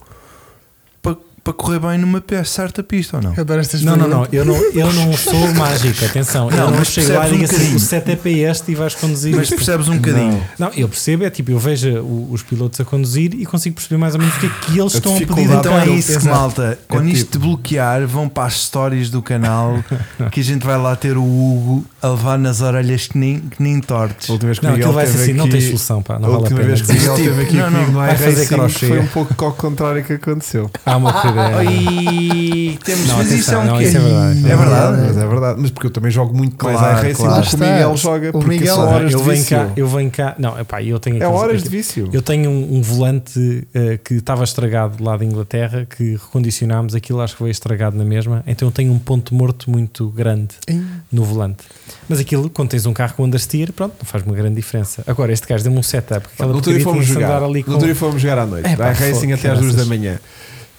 C: para para correr bem numa pe- certa pista ou não?
D: Eu adoro estas
B: Não, não, não,
D: perguntas.
B: eu não, eu não sou mágico, atenção.
C: Não,
B: eu não
C: mas
B: chego lá e
C: percebes um
B: digo assim:
C: bocadinho.
B: o setup é este e vais conduzir.
C: Mas
B: isto."
C: percebes um bocadinho.
B: Não, eu percebo, é tipo, eu vejo o- os pilotos a conduzir e consigo perceber mais ou menos o que é que eles
A: A
B: estão a pedir.
A: dificuldade
B: Então
C: Então é
A: Exato.
C: isso,
A: Exato.
C: malta. Quando
A: É
C: isto
A: tipo-
C: bloquear, vão para as stories do canal que a gente vai lá ter o Hugo a levar nas orelhas que nem, que nem
A: A
C: tortes.
A: última vez que
B: Não,
A: o Miguel
B: aquilo vai ser
A: teve
B: assim, não
A: aqui-
B: tem solução, pá, não
A: a
B: vale a
A: última
B: pena
A: vez que o Miguel
C: desistir.
A: esteve aqui
C: Não, não,
A: comigo é? no
B: vai fazer
A: iRacing
B: crochê.
A: foi um pouco ao contrário que aconteceu.
B: Há uma corrida.
C: Ai, temos
B: é-" Não,
C: mas isso é
B: atenção,
C: um
B: não,
C: quê?
B: isso é verdade.
C: É verdade.
A: Mas é verdade. Mas porque eu também jogo muito mais
C: Claro,
A: iRacing
C: claro.
A: do que o
D: Lá
A: Miguel
D: está.
A: joga.
D: O
A: Porque
D: Miguel-
A: são horas
B: eu
A: de
B: venho
A: vício.
B: cá, eu venho cá. Não, epá, eu tenho
A: É
B: aqueles-
A: horas
B: aquele-
A: de vício.
B: Eu tenho um, um volante eh, que estava estragado lá da Inglaterra, que recondicionámos, aquilo acho que veio estragado na mesma, então eu tenho um ponto morto muito grande
D: Ih,
B: no volante. Mas aquilo, quando tens um carro com understeer, pronto, não faz uma grande diferença. Agora, este gajo deu-me um setup, que aquela
A: No outro dia
B: porcaria
A: fomos
B: tinha que
A: jogar.
B: andar ali
A: No
B: com...
A: outro dia fomos jogar à noite.
B: É pá,
A: Vai racing
B: fogo,
A: até às duas da
B: caraças.
A: manhã.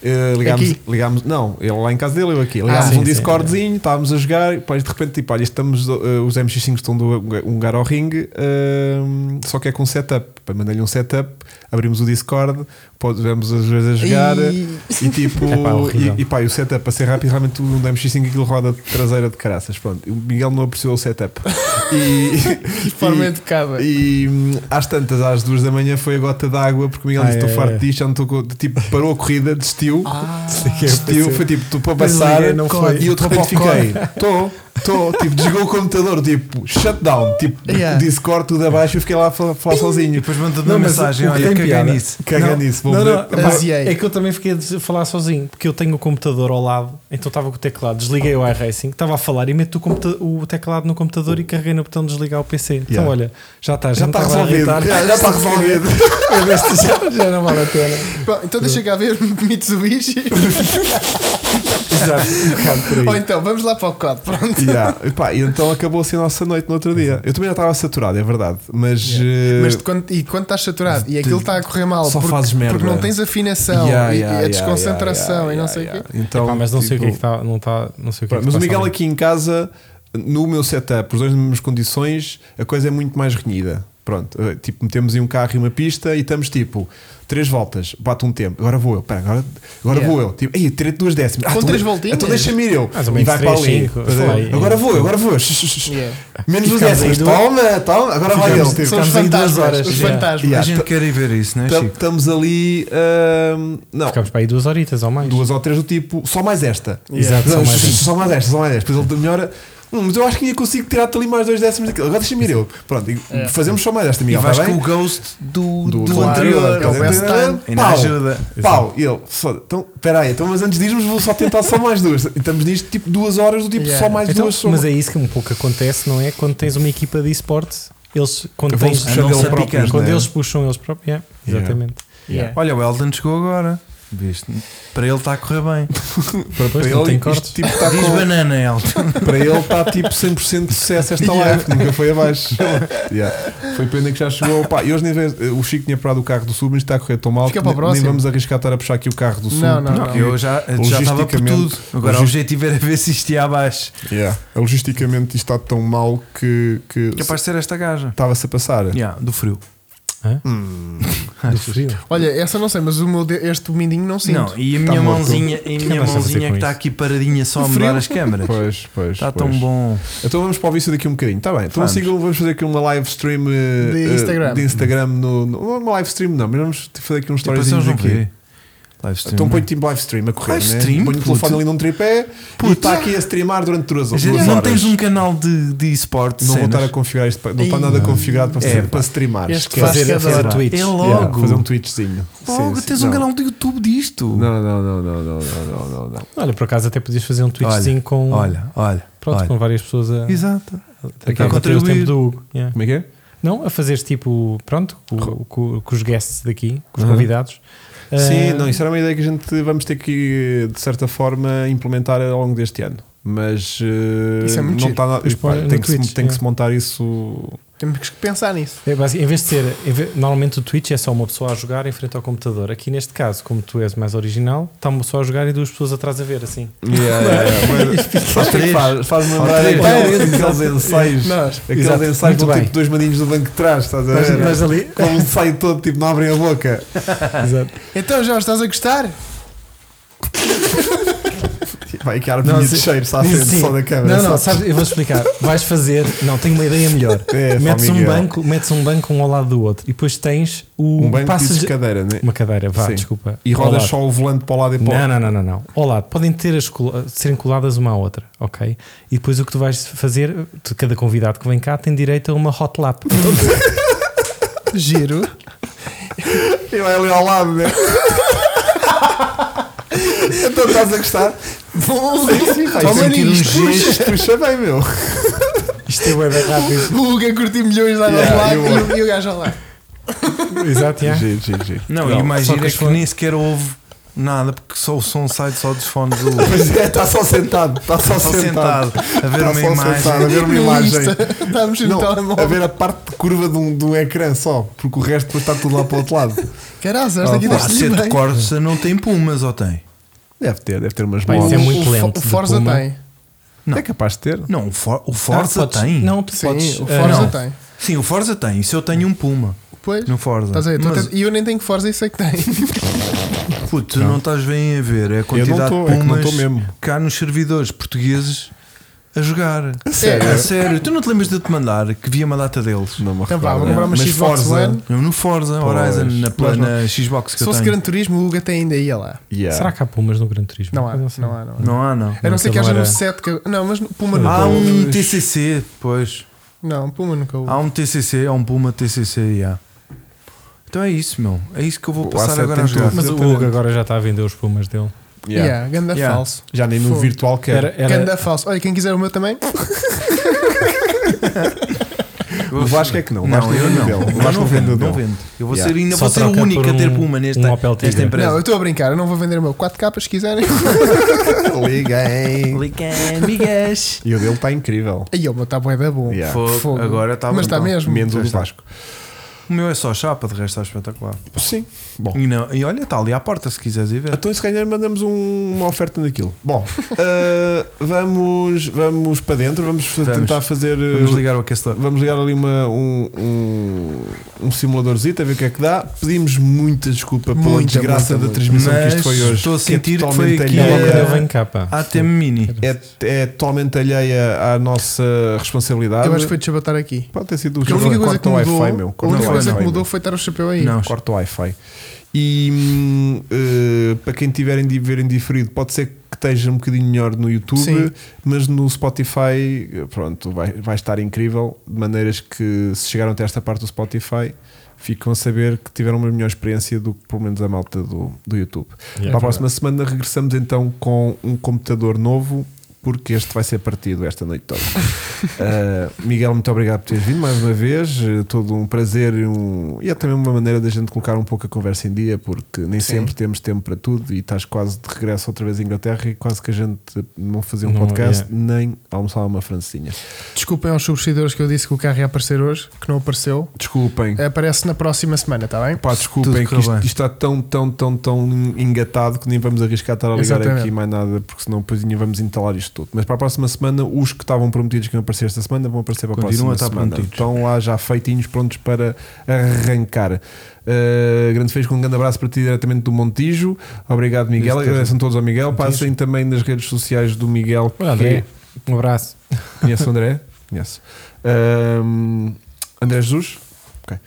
A: Eh, ligámos,
D: Aqui?
A: ligámos, não, ele lá em casa dele, eu aqui. Ligámos
B: Ah, sim,
A: um
B: sim.
A: Discordzinho, estávamos a jogar e depois de repente, tipo, olha, estamos, eh, os MX5 estão do um lugar ao ringue, eh, só que é com setup. Pá, Mandei-lhe um setup, abrimos o Discord, podemos às vezes a jogar
D: Ih.
A: e tipo,
B: É pá, horrível.
A: e, e pá, e o setup para ser rápido, realmente um da MX5 aquilo roda de traseira de caraças. Pronto, o Miguel não apreciou o setup. E,
D: de forma educada.
A: e hum, às tantas, às duas da manhã, foi a gota d'água, porque o Miguel disse:
B: Ah,
A: Estou
B: é,
A: farto
B: é.
A: disto, já não estou. co-" Tipo, parou a corrida, desistiu. desistiu, foi tipo, estou para
B: Desliguei,
A: passar.
B: é, não foi.
A: E eu de repente fiquei: Estou, estou. Tipo, desligou o computador, tipo, shutdown. Tipo,
D: Yeah.
A: Discord tudo abaixo. Eu fiquei lá a falar, falar
C: E
A: sozinho.
C: depois mandou
B: Não,
C: uma
B: mas
C: mensagem:
B: o que
C: olha,
B: tem
C: caguei
B: piada.
C: nisso.
A: Caga nisso, vou
B: não,
A: ver.
B: não,
A: Epá,
B: epá,
D: Aziei.
B: é que eu também fiquei a des- falar sozinho, porque eu tenho o computador ao lado, então estava com o teclado, desliguei o iRacing, estava a falar e meto o, computa- o teclado no computador e carreguei no botão de desligar o PC. Então,
A: Yeah.
B: olha, já está, já
A: já
B: me
A: está
B: estava a
A: resolvido. Já
B: irritar.
A: tá já está resolvido.
B: já, já não vale a pena.
D: Bom, então deixa cá ver Mitsubishi.
B: Exato, um bocado por aí.
D: Ou então, vamos lá para o código. Pronto.
A: Yeah. Epá, e então acabou assim a nossa noite no outro dia. Eu também já estava saturado, é verdade. Mas. eh,
D: Mas de quando- e quando estás saturado e aquilo está a correr mal
A: Só
D: porque,
A: fazes merda.
D: porque não tens afinação
A: Yeah,
D: e,
A: yeah,
D: e a
A: yeah,
D: desconcentração
A: yeah,
D: e não
A: yeah,
D: sei o quê.
A: yeah. Então,
B: Pá, mas não sei o que é
A: tipo,
B: que está, não está, não sei o que é que
A: Pronto, mas
B: se
A: o
B: passa
A: Miguel
B: ali.
A: aqui em casa, no meu setup, os dois nas mesmas condições, a coisa é muito mais renhida. Pronto, eh, tipo, metemos em um carro e uma pista e estamos tipo, três voltas, bate um tempo, agora vou eu, pera, agora, agora
D: Yeah.
A: vou eu, tipo, ei, tirei duas décimas,
D: Com
A: então
D: três
A: de-
D: voltinhas?
A: então deixa-me ir eu,
B: Mais
A: e
B: ou menos
A: vai
B: três,
A: para ali,
B: cinco,
A: Estás a ver?
B: foi.
A: agora vou eu, agora vou eu, Shh, shh, shh.
D: Yeah.
A: menos duas
B: Ficamos aí
A: décimas,
B: duas-
A: toma, toma, agora vai ele.
B: Ficamos, tipo,
D: São os
B: Ficámos aí duas
D: fantasmas.
B: horas,
D: os
B: yeah.
D: fantasmas.
A: Yeah.
C: A gente quer ir ver isso, não é,
A: Tam-
C: Chico?
A: Estamos ali, ahm, não,
B: Ficámos para aí duas horitas ou mais.
A: duas ou três do tipo, só mais esta.
B: Exato, só
A: Não,
B: mais um.
A: só mais esta, só mais esta. Depois ele melhora. Hum, mas eu acho que ainda consigo tirar-te ali mais dois décimos daquilo. Agora deixa-me ir eu. Pronto, e
D: É.
A: fazemos só mais esta,
C: E
A: Miguel.
C: vais
A: tá
C: com
A: bem?
C: o ghost do,
A: Do-
C: do,
A: do
C: anterior.
D: anterior, que é o
C: Quer dizer,
D: best time.
C: Ainda
A: Pau.
C: ajuda.
A: Pau, e ele, foda, então, peraí, então, mas antes disso, vou só tentar só mais duas. E estamos nisto tipo duas horas do tipo
D: Yeah.
A: só mais
B: Então,
A: duas. Só
B: mas é isso que um pouco acontece, não é? Quando tens uma equipa de esporte, eles quando,
A: Vão-se
B: tens-
A: puxando
B: andam-se
A: eles né?
B: a picar,
C: próprios,
B: quando
C: não é?
B: eles puxam eles próprios, yeah,
A: Yeah.
B: exatamente.
D: Yeah.
C: Olha, o Elden chegou agora. Viste? Para ele está a correr bem.
B: Para depois
A: para
B: não
A: ele,
B: tem
A: isto,
B: cortes.
A: tipo, tá
C: Diz
A: com-
C: banana, Elton.
A: para ele está tipo 100% de sucesso esta
D: Yeah.
A: live, que nunca foi abaixo. Yeah. Foi pena que já chegou. Pá, e hoje nem vez, o Chico tinha parado o carro do Sul, mas está a correr tão mal
D: Fica
A: que
D: para o
A: nem- nem
D: próximo.
A: vamos arriscar estar a puxar aqui o carro do Sul.
D: Não, não,
A: porque-
D: não.
C: Eu já eu já estava por tudo.
A: Logisticamente-
C: Agora o
A: logis-
C: objetivo era ver se isto ia abaixo.
A: Yeah. Logisticamente isto está tão mal que, que
C: Capaz de ser esta gaja.
A: estava-se a passar.
C: Yeah, do frio.
B: Hã? Do frio.
D: Olha, essa eu não sei, mas o meu de- este dominginho não sinto.
C: Não, e a minha
A: Tá morto.
C: mãozinha, e a
B: que
C: minha
B: andaste a fazer
C: mãozinha
B: com
C: que está
B: isso?
C: aqui paradinha só a
D: Frio?
C: mudar as câmeras.
A: Pois, pois.
C: Está
A: pois.
C: tão bom.
A: Então vamos para o vício daqui um bocadinho. Está bem. Então
C: Vamos.
A: sigam, vamos fazer aqui uma live stream eh,
D: De
A: eh,
D: Instagram.
A: de Instagram no, no- não é uma live stream, não, mas vamos fazer aqui uns
C: Depois eles
A: storyzinhos
C: não
A: aqui.
C: vê. Live stream.
A: Então põe tipo live stream a correr,
C: é? Live
A: né?
C: stream,
A: põe o
C: puto.
A: telefone ali num tripé e
C: Puto.
A: está aqui a streamar durante duas,
C: A
A: duas
C: gente
A: horas.
C: não tens um canal de, de esporte.
A: Não vou
C: cenas.
A: estar a configurar isto, para- não está
D: Ih,
A: nada configurado para,
C: É,
A: ser-
C: pá.
A: para streamar.
D: Este
A: Esquece.
B: Fazer,
D: Pescador.
B: fazer tweets.
C: É
A: Yeah,
C: logo.
A: fazer um tweetzinho.
C: Logo,
A: Sim, sim,
C: tens um
A: não.
C: canal do YouTube disto.
A: Não, não, não, não, não, não, não, não, não.
B: Olha, por acaso até podias fazer um tweetzinho
C: Olha,
B: com,
C: Olha, olha.
B: pronto,
C: olha.
B: com várias pessoas a,
C: Exato.
B: a,
C: Aqui
B: bater
C: a
B: o tempo
C: contribuir.
B: do Hugo. Yeah.
A: Como é que é?
B: Não, a fazeres tipo, pronto, com, com- com os guests daqui, com os
A: Uhum.
B: convidados.
A: Sim,
B: Ah,
A: não, isso era uma ideia que a gente vamos ter que, de certa forma, implementar ao longo deste ano. Mas eh,
D: Isso é muito
A: não
D: giro.
A: está nada-
B: Pois
A: epá,
B: põe no
A: tem, que se,
B: Twitch,
A: tem que
B: é.
A: se montar isso.
D: Temos que pensar nisso.
B: É basic- em vez de ser, em ve- normalmente o Twitch é só uma pessoa a jogar em frente ao computador. Aqui neste caso, como tu és mais original, está uma pessoa a jogar e duas pessoas atrás a ver, assim.
A: Sabes o que é que faz? Faz-me lembrar
C: três.
A: aqueles, aqueles ensaios.
D: Nós.
A: Aqueles
B: Exato.
A: ensaios
B: Muito
A: com
B: bem.
A: tipo dois maninhos do banco de trás, estás a
B: Mas-
A: ver?
B: mas ali-
A: Com um ensaio todo, tipo, não abrem a boca.
B: Exato.
D: Então, Jorge, estás a gostar?
A: Vai que a arminha de
B: sim.
A: cheiro, está a frente
B: Sim.
A: só da câmera.
B: Não, não,
A: só-
B: sabes, eu vou explicar. Vais fazer, não, tenho uma ideia melhor.
A: É,
B: metes
A: pá,
B: um
A: Miguel.
B: banco, metes um banco um ao lado do outro e depois tens o
A: Um banco
B: passas
A: de cadeira, né?
B: uma cadeira, vá,
A: Sim.
B: desculpa.
A: E
B: Ao
A: rodas
B: lado.
A: só um o volante para o lado e para o
B: Não,
A: outro.
B: não, não, não, não. Ao lado, podem ter as cola- serem coladas uma à outra, ok? E depois o que tu vais fazer, tu- cada convidado que vem cá tem direito a uma hot lap.
D: Giro.
A: E vai ali ao lado, né? então estás a gostar? Sim, faz
D: Toma
A: sentido um
D: nisto.
A: gesto. Puxa bem, meu.
B: Isto é bué da rápido.
D: O Hugo a curtir milhões lá
A: Yeah,
D: no
A: eu-
D: lado e o- e o gajo ao lado.
B: Exato, yeah.
A: Giro, giro, giro.
C: Não,
B: Não,
C: e mais
B: só
C: giro
B: que
C: é
B: as
C: que
B: fones-
C: nem sequer houve nada, porque só o som sai só dos fones do
A: Pois é, está só sentado. Está só,
C: Só sentado a ver
A: Está
C: uma
A: só
C: imagem.
A: sentado a ver uma
D: No
A: imagem.
D: Insta. Estávamos tá no
A: Não, a
D: telemóvel.
A: ver a parte de curva de um, de um ecrã só, porque o resto depois está tudo lá para o outro lado.
D: Caralho, esta aqui
A: Ah, pá,
D: deste-lhe
C: Aceto
D: bem.
C: Corsa não tem pumas, ou tem?
A: Deve ter, deve ter umas
B: Pá, isso
A: molas.
B: é muito
D: O Fo-
B: lento
D: O
B: de
D: Forza
B: Puma.
D: tem.
A: Não. É capaz de ter.
C: Não, o, For- o Forza
B: Ah, podes-
C: tem.
B: Não, tu
D: Sim,
B: podes.
D: o
B: ah,
D: Forza
B: não.
D: tem.
C: Sim, o Forza tem. Isso eu tenho um puma
D: Pois.
C: no Forza.
D: Estás a ver? tu
C: Mas,
D: tens- E eu nem tenho que Forza e sei que tem.
C: puto, tu não estás bem a ver a quantidade
A: tô, é
C: de
A: que não
C: pumas
A: tô mesmo.
C: cá nos servidores portugueses a jogar. A
D: sério?
C: a sério. Tu não te lembras de eu te mandar que via uma data deles?
A: Não me
D: Então vá,
A: recordo.
D: vou comprar uma
A: Mas
D: Xbox
A: Forza-
D: One.
C: Eu no Forza
A: Pois.
C: Horizon, na, pla-
A: Mas não-
C: na Xbox que
D: Se
C: eu
D: fosse
C: tenho.
D: Gran Turismo, o Hugo até ainda ia lá.
A: Yeah.
B: Será que há pumas no Gran Turismo?
D: Não há,
B: Eu
D: não
B: sei.
D: há, não há.
C: Não há, não.
D: A não ser que
B: Aquele era-
D: haja um no 7 que. Não, mas no- Puma nunca
C: Há
D: houve.
C: um TCC, pois.
D: Não, Puma nunca houve.
A: Ah,
C: Há um TCC, há um Puma TCC, já. Então é isso, meu. É isso que eu vou passar
A: Acer
C: agora
A: tem
C: a jogar.
A: tudo.
B: Mas o Hugo agora já está a vender os pumas dele.
A: Yeah.
D: Yeah, ganda
C: Yeah.
D: falso.
A: Já nem no
D: Fogo.
A: virtual quer.
B: Era,
D: Ganda
B: era,
D: falso. Olha, quem quiser o meu também,
A: O Vasco é que não. O
C: Não,
A: Vasco
C: eu
A: vende
C: não.
A: dele. O
C: Eu
A: Vasco
C: não
A: vende
C: vendo,
A: o
C: não
A: dele.
C: vendo. Eu vou
A: Yeah.
C: ser, ainda
B: Só
C: vou ser o
B: troca
C: único
B: por
C: a ter
B: um-
C: Puma nesta,
B: um Opel
C: nesta
B: Tigra.
C: empresa.
D: Não, eu estou a brincar, eu não vou vender o meu 4 capas se quiserem.
A: Liguem.
C: amigas.
A: E o dele está incrível.
D: Aí o meu está bué da bom.
A: Yeah.
C: Fogo.
D: Fogo.
C: Agora está
D: Mas
C: bom,
D: está
C: não.
D: mesmo.
A: Menos o
C: Já
A: do
C: está.
A: Vasco.
C: O meu é só chapa, de resto está espetacular.
A: Sim. Bom.
C: E, não, e olha, está ali à porta se quiseres ir ver.
A: Oh. Então, se calhar, mandamos um- uma oferta naquilo. Bom, eh, vamos, vamos para dentro. Vamos, fa-
C: Vamos.
A: tentar fazer. eh,
C: Vamos ligar o aquecedor.
A: vamos ligar ali uma, um, um, um simuladorzito a ver o que é que dá. Pedimos muita desculpa pela
D: Muita,
A: desgraça
D: muita,
A: da transmissão que isto
C: Mas
A: foi hoje.
C: estou a
A: que é
C: sentir que foi
A: totalmente
C: aqui
A: alheia-
B: era quando
C: é-
B: eu venho cá, pá.
D: Ah,
C: ATM Mini.
A: é, é totalmente alheia à nossa responsabilidade.
D: Eu acho que foi de chabatar aqui.
A: Pode ter sido o
D: Porque a
A: jogo.
D: única coisa
A: Corta
D: que
A: o
D: mudou,
A: Wi-Fi, meu.
D: a
A: Corta o
D: única coisa
A: Wi-Fi,
D: que
A: meu.
D: mudou foi estar o chapéu aí.
C: Não.
A: Corta o Wi-Fi. E hum, eh, para quem tiverem de ver em diferido, pode ser que esteja um bocadinho melhor no YouTube,
D: Sim.
A: mas no Spotify, eh, pronto, vai, vai estar incrível. De maneiras que, se chegaram até esta parte do Spotify, ficam a saber que tiveram uma melhor experiência do que, pelo menos, a malta do, do YouTube. Para a próxima semana, regressamos então com um computador novo. Porque este vai ser partido esta noite toda. Uh, Miguel, muito obrigado por teres vindo mais uma vez. Uh, Todo um prazer e, um- e é também uma maneira da gente colocar um pouco a conversa em dia, porque nem sempre temos tempo para tudo. E estás quase de regresso outra vez à Inglaterra e quase que a gente não fazia um
B: Não,
A: podcast nem almoçava uma francesinha.
D: Desculpem aos subscritores que eu disse que o carro ia aparecer hoje, que não apareceu.
A: Desculpem.
D: Aparece na próxima semana, está bem?
A: Pá, desculpem
C: Tudo
A: que
C: correu
A: isto,
C: bem.
A: isto está tão, tão, tão, tão engatado que nem vamos arriscar estar a ligar
D: Exatamente.
A: aqui mais nada, porque senão depois ainda vamos entalar isto tudo. Mas para a próxima semana, os que estavam prometidos que iam aparecer esta semana vão aparecer para a
C: Continuam
A: próxima
C: a estar
A: semana.
C: prometidos.
A: Estão lá já feitinhos, prontos para arrancar. Uh, grande fez com um grande abraço para ti diretamente do Montijo. Obrigado, Miguel.
C: Isso,
A: Agradeçam todos ao Miguel. Passem também nas redes sociais do Miguel.
B: Olha,
A: que- é
B: André, um abraço.
A: Conhece o André? Conhece. Ahm, André Jesus? Ok.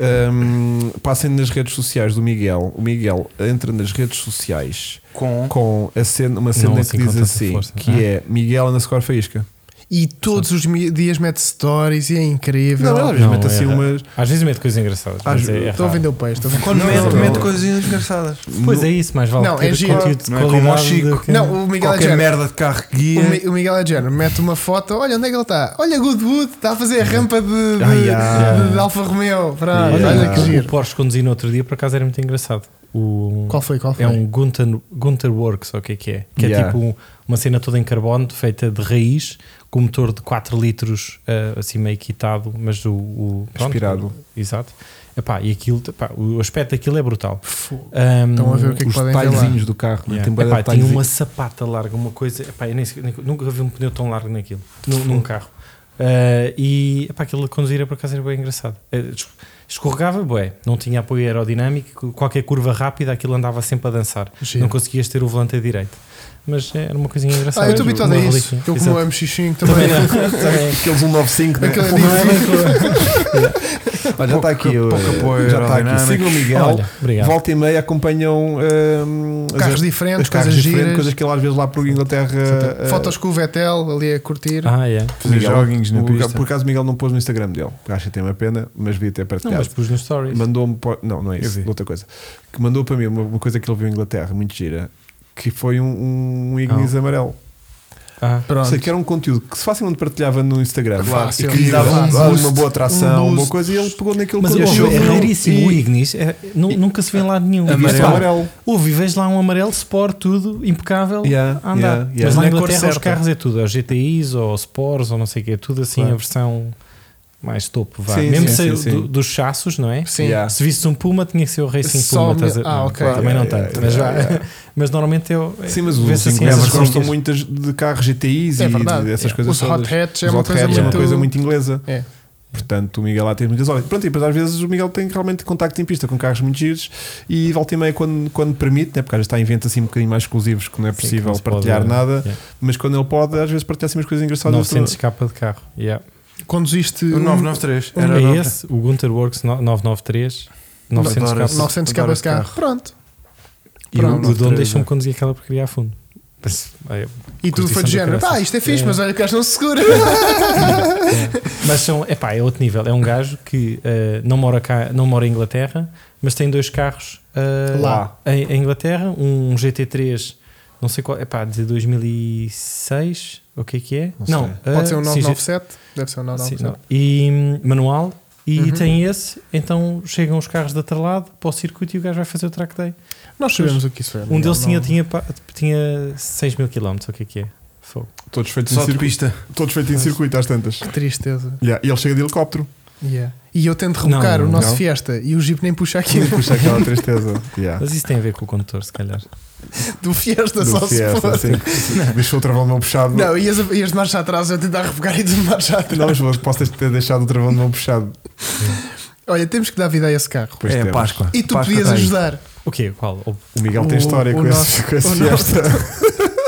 A: Ahm, passem nas redes sociais do Miguel. O Miguel entra nas redes sociais
C: Com.
A: com a cena- uma
B: Não,
A: cena
B: assim,
A: que diz
B: com tanta
A: assim:
B: força.
A: que
B: Ah.
A: é Miguel underscore faísca.
D: E todos os mi- dias mete stories e é incrível.
A: Não, mas às vezes
B: Não,
A: mete assim
B: é raro.
A: umas.
B: Às vezes mete coisas engraçadas.
D: Ah,
A: Às-
B: mas é- é
D: Estou a
B: raro.
D: vender o peixe. estou a vender-
C: Quando mete,
A: não.
C: mete coisinhas engraçadas.
B: Pois é isso, mais vale
D: Não,
B: ter
D: é giro.
B: conteúdo de
C: Não é como o
B: qualidade
C: Chico.
B: do que-
D: Não, o Miguel é
C: Qualquer
D: género.
C: merda de carro que
D: O,
C: guia.
D: Mi- o Miguel é de género. Mete uma foto. Olha onde é que ele está. Olha Goodwood. Está a fazer a rampa de, de,
A: Ah, yeah.
D: de- de Alfa Romeo. Pronto,
A: Yeah.
D: Ah, Olha que
B: o
D: giro.
B: Porsche conduzindo outro dia, por acaso era muito engraçado. o
D: Qual foi? Qual foi?
B: é um Gunter, Gunter Works, ou o que é que é? Que
A: Yeah.
B: é tipo uma cena toda em carbono, feita de raiz, com um motor de 4 litros, eh, assim meio quitado, mas o. o pronto,
A: Aspirado.
B: Exato. Epá, e aquilo, epá, o aspecto daquilo é brutal.
D: Fogo.
B: Ahm,
D: Estão a ver o que é que
A: Os
D: podem ver lá.
A: detalhezinhos do carro, né?
B: yeah.
A: tem bué de
B: É. Epá, tinha uma
A: detalhezinhos.
B: sapata larga, uma coisa. Epá, eu nem sei- nem- nunca vi um pneu tão largo naquilo, num, num carro. Ah, e epá, aquilo de conduzir é, por acaso era bem engraçado. Eh, es- Escorregava, bué, não tinha apoio aerodinâmico, qualquer curva rápida aquilo andava sempre a dançar.
D: Giro.
B: Não conseguias ter o volante a direito. Mas eh, era uma coisinha engraçada.
D: Ah, eu estou
B: Uma
D: habituado a isso.
B: relíquia.
D: Eu como
B: Exato.
D: o MX5 também.
A: é.
B: Também
A: Aqueles 195, né?
D: Aquele
A: Pô, não é bem-
D: edifício.
A: Olha, já está aqui.
C: Pouco-
A: eu-
C: pouco apoio
A: Já está aqui.
C: aerodinâmico.
A: Sigam o Miguel.
B: Olha, obrigado.
A: Volta e meia acompanham hum, as-
D: Carros
A: as,
D: diferentes,
A: carros
D: coisas
A: diferentes, coisas
D: giras. tá.
A: que ele às vezes lá por Inglaterra. eh,
D: Fotos com o Vettel ali a curtir.
B: Ah, é.
C: Fazer
A: Miguel,
C: joguinhos na
A: o-
C: pista.
A: Por acaso o Miguel não pôs no Instagram dele, que acho que tem uma pena, mas devia ter
B: Não,
A: partilhado.
B: mas pus nos stories.
A: Mandou-me. po- Não, não é
B: Eu
A: isso,
B: vi.
A: outra coisa. Que mandou para mim uma, uma coisa que ele viu em Inglaterra, muito gira, que foi um, um Ignis amarelo.
B: Ah,
A: Sei
D: Pronto.
A: que era um conteúdo que se facilmente partilhava no Instagram
D: Fácil.
A: e que lhe dava um
D: Fácil.
A: boost, uma boa atração,
D: Um
A: uma boa
D: boost.
A: coisa, e ele pegou naquele
B: mas
A: conteúdo.
B: ouve,
A: E
B: é
A: achou-
B: raríssimo.
A: e-
B: O Ignis é- nu- nunca se vê em lado nenhum.
A: e
C: Amarelo.
A: isso é amarelo.
B: Ouve, e vês lá um amarelo Sport, tudo impecável
A: Yeah,
B: a andar.
A: yeah, yeah.
B: Mas lá em
D: Na cor
B: Inglaterra os
D: certa.
B: carros é tudo, é os GTIs ou Sports ou não sei o que, é tudo assim
A: Claro.
B: a versão mais topo. Vá.
A: Sim,
B: Mesmo
A: sim,
B: se-
A: sim, sim.
B: do- dos chassos, não é?
D: Sim.
A: Yeah.
B: Se visse um Puma, tinha que ser o Racing
D: Só
B: Puma.
D: o meu-
B: estás a-
D: ah,
B: não,
D: ok.
B: Também não
A: Yeah,
B: tanto.
A: yeah,
B: mas,
A: yeah,
B: vá- mas normalmente eu.
A: Sim, mas
B: vê-se
A: os
B: assim
A: ingleses
B: essas
A: gostam
B: coisas.
A: muito de- de carros GTIs
D: É
A: e
D: verdade.
A: de- dessas
D: É.
A: coisas
D: Os hot
A: todas.
D: hatches é
A: Os
D: uma
A: hot
D: coisa
A: hatches é uma
D: muito-
A: coisa muito inglesa.
D: É.
A: Portanto, o Miguel lá tem muitas horas. Pronto, e depois às vezes o Miguel tem realmente contacto em pista com carros muito giros e volta e meia quando, quando permite, né? porque às vezes está em eventos assim um bocadinho mais exclusivos que não é
B: Sim,
A: possível
B: que não se pode-
A: partilhar
D: é.
A: nada,
B: Yeah.
A: mas quando ele pode, às vezes partilha assim umas coisas engraçadas.
B: 900 capa de carro. Yeah.
D: Conduziste.
C: O
D: um-
C: 993.
B: Era
C: Era 993.
B: esse, o Gunter Works no- 993. 900
C: Adoro
B: capa.
C: esse.
D: 900
C: Adoro
D: cabos
C: esse
D: de carro.
C: carro.
D: Pronto.
B: E o, o dono
C: 993,
B: deixa-me
C: é.
B: conduzir aquela porcaria a fundo. Mas, é,
D: E tu
B: Curtição
D: foi de
B: do
D: género.
B: caraças.
D: Pá, isto é fixe,
B: É.
D: mas olha que o gajo não se segura.
B: Mas são, epá, é outro nível. É um gajo que eh, não, mora cá, não mora em Inglaterra, mas tem dois carros eh,
A: Lá.
B: Em, em Inglaterra, um GT3, não sei qual, epá, de 2006, o que é que é?
A: Não
B: Não, eh,
D: Pode ser um
B: sim,
D: 997. Deve ser um
B: Sim,
D: 997.
B: não. E hum, manual. E
D: Uhum.
B: tem esse, então chegam os carros de atrelado para o circuito e o gajo vai fazer o track day.
D: Nós sabemos o que isso é.
B: Um
D: Miguel,
B: deles tinha,
D: não-
B: tinha, pa- tinha 6 mil km, o que é que é? Fogo.
A: Todos feitos, em
C: Só de
A: circuito,
C: pista.
D: tipo
A: todos feitos em circuito às tantas.
D: Que tristeza.
A: Yeah, E ele chega de helicóptero.
D: Yeah. E eu tento rebocar
B: Não,
D: o nosso
A: não.
D: Fiesta e o Jeep nem puxa aqui
A: Puxa aquela tristeza. Yeah.
B: Mas isso tem a ver com o condutor, se calhar.
D: do Fiesta
A: Do
D: só se
A: Fiesta,
D: for.
A: assim. Deixou o travão do meu puxado.
D: Não, ias, ias de marcha atrás, eu tentar rebocar e de marcha atrás.
A: Não, mas posso ter deixado o travão do meu puxado.
D: Olha, temos que dar vida a esse carro.
A: Pois
C: é
A: temos.
C: a Páscoa.
D: E tu
C: Páscoa
D: podias
C: tem.
D: ajudar.
B: O quê? Qual? O-
A: O Miguel
D: O-
A: tem história
D: o
A: com, esse,
D: nosso-
A: com esse
D: o nosso-
A: Fiesta.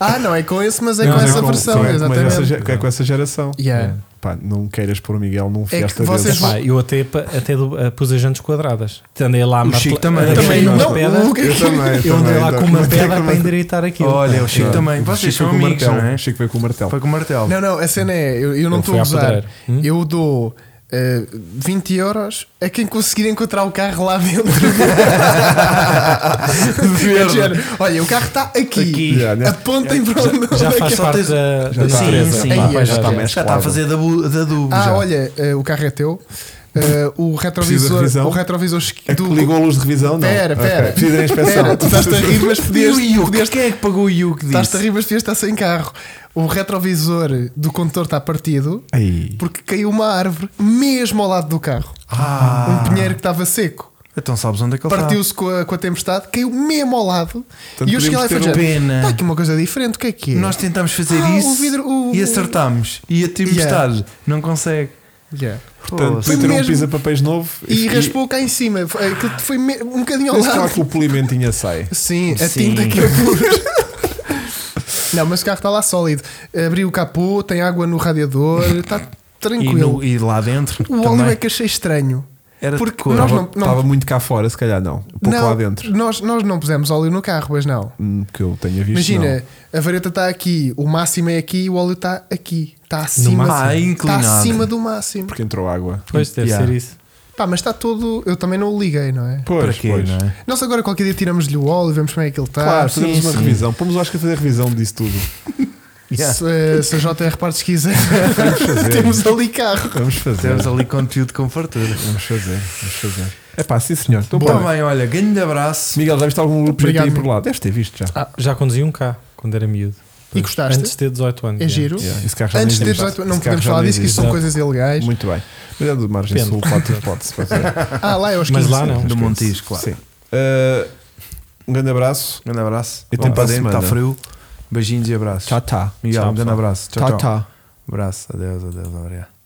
D: Ah, não é com esse, mas é
B: Não,
D: com
B: é
D: essa
B: com-
D: versão,
A: Sim, é, mas
D: exatamente.
A: essa ge- é com essa geração.
D: Yeah.
A: Pá, não queiras pôr o Miguel num
D: É que
A: Fiesta
D: vocês
A: desses.
D: vão-
B: Pá, eu até, pa- até do- eh, pus as jantes quadradas. Andei lá a
C: O
B: martela-
C: Chico também.
B: a-
D: Também
B: a-
D: não,
B: uma
D: o tá
B: pedra.
D: Hugo-
A: Eu também. é
B: Eu andei lá com
D: é
B: uma pedra para
A: ainda
B: endireitar aquilo.
C: Olha, o Chico
B: É.
C: também. Vocês são
A: com o
C: amigos,
A: martelo.
C: não é?
A: O Chico veio com o martelo.
C: Foi com o martelo.
D: Não, não, a cena é, eu, eu não
B: Eu
D: estou
B: fui
D: a
B: à
D: usar.
B: pedreira. Hum?
D: Eu dou eh, 20 euros a quem conseguir encontrar o carro lá dentro.
C: Verde.
D: De género, Olha, o carro está aqui.
C: Aqui.
A: Yeah, yeah.
D: Apontem para onde
B: Já faz
D: onde é que-
B: parte
C: tens-
B: da,
A: já tá.
B: da natureza.
C: Sim,
B: pá,
D: sim.
B: vai
D: Já
B: já.
D: tá
A: mesmo.
C: Já está a fazer da bu- da dupla.
D: Ah,
C: já.
D: olha, eh, o carro é teu. Eh, o
A: Precisa de
D: retrovisor.
A: revisão?
D: O retrovisor esqui-
A: É que ligou a luz de revisão? Não. é?
D: Pera,
A: Ok.
D: pera.
A: Precisa da inspeção.
D: Pera, tu estás a rir, mas
C: E
D: podias.
C: o Yuke?
D: podias-
C: Quem é que pagou o Yuke
D: Estás a
C: disso?
D: rir, mas podias estar sem carro. O retrovisor do condutor está partido
A: Aí.
D: porque caiu uma árvore mesmo ao lado do carro.
C: Ah,
D: Um pinheiro que estava seco.
C: então sabes onde é que ele está?
D: Partiu-se com a, com a tempestade, caiu mesmo ao lado.
A: Portanto,
D: e eu cheguei lá e falei:
A: podemos
C: ter um
D: "Gente,
C: pena."
D: Está aqui uma coisa diferente, o que é que é?
C: Nós tentámos fazer
D: Ah, o
C: isso
D: vidro- o-
C: e acertámos. E a tempestade não consegue.
D: Yeah.
A: Portanto,
C: Foda-se.
A: foi ter um
D: mesmo-
A: pisa papéis novo
D: E raspou cá em cima. Foi- Aquilo foi me- um bocadinho ao
A: Mas claro
D: lado.
A: que o polimentinha sai.
D: Sim, a
C: Sim.
D: tinta que eu pus. Não, mas o carro está lá sólido. Abriu o capô, tem água no radiador, está
C: e,
D: tranquilo.
C: no- e lá dentro
D: O óleo
C: também
D: é que achei estranho.
C: era de
D: porque
C: cor.
D: nós não-
A: Estava muito cá fora, se calhar não. Um Pouco
D: não,
A: lá dentro.
D: Nós, nós não pusemos óleo no carro, mas não.
A: Hum, Que eu tenha visto.
D: Imagina, a vareta está aqui, o máximo é aqui e o óleo está aqui. Está acima,
C: máximo.
A: Tá
C: Ah,
D: está
C: inclinado.
D: acima do máximo.
A: Porque entrou água.
B: Pois deve
C: Yeah.
B: ser isso.
D: Pá, mas está todo. Eu também não o liguei, não é?
A: Pois,
C: Para quê,
A: pois.
C: não é?
D: Nós agora qualquer dia tiramos-lhe o óleo, vemos como é que ele está.
A: Claro, fazemos
C: sim,
A: uma
C: sim.
A: revisão. Pomos o Oscar a fazer a revisão disso tudo.
C: Yeah.
D: Se, eh, se a JR Partes quiser,
A: Vamos fazer.
D: temos ali carro.
A: Vamos fazer.
C: Temos ali conteúdo com fartura.
A: Vamos fazer. Vamos fazer. É pá, sim senhor. Então,
C: Boa.
A: pronto.
C: Tá bem, olha, grande abraço.
A: Miguel, já viste algum grupo
D: Obrigado,
A: GTI por
D: Miguel.
A: lá? Deves ter visto já.
B: Já conduzi um cá quando era miúdo.
D: E gostaste?
B: Antes de ter 18 anos.
D: É
B: yeah.
D: giro.
A: Yeah, esse carro já
D: Antes
A: nem
D: de
A: existe.
D: 18 não
A: Esse carro
D: podemos
A: já
D: falar
A: nem
D: disso, que isso
A: existe.
D: são
B: Exato.
D: coisas ilegais.
A: Muito bem. Mas é do Margem
B: Depende.
A: Sul, pode hipótese. pode ser.
D: Ah, lá é aos
B: Mas
D: 15.
B: lá não.
C: Do
A: Esquece.
C: Montijo, claro.
A: Sim. Ah, um grande abraço.
C: Grande abraço.
A: E
C: E
A: até
C: tem para
A: para a
C: dentro,
A: semana.
C: está frio. Beijinhos e abraços.
A: Tchau, tchau.
C: Miguel,
B: Tchau,
C: um grande
B: pessoal.
C: abraço. Tchau,
A: Tchau,
C: tchau.
A: tchau.
C: Abraço. Adeus, adeus, obrigado.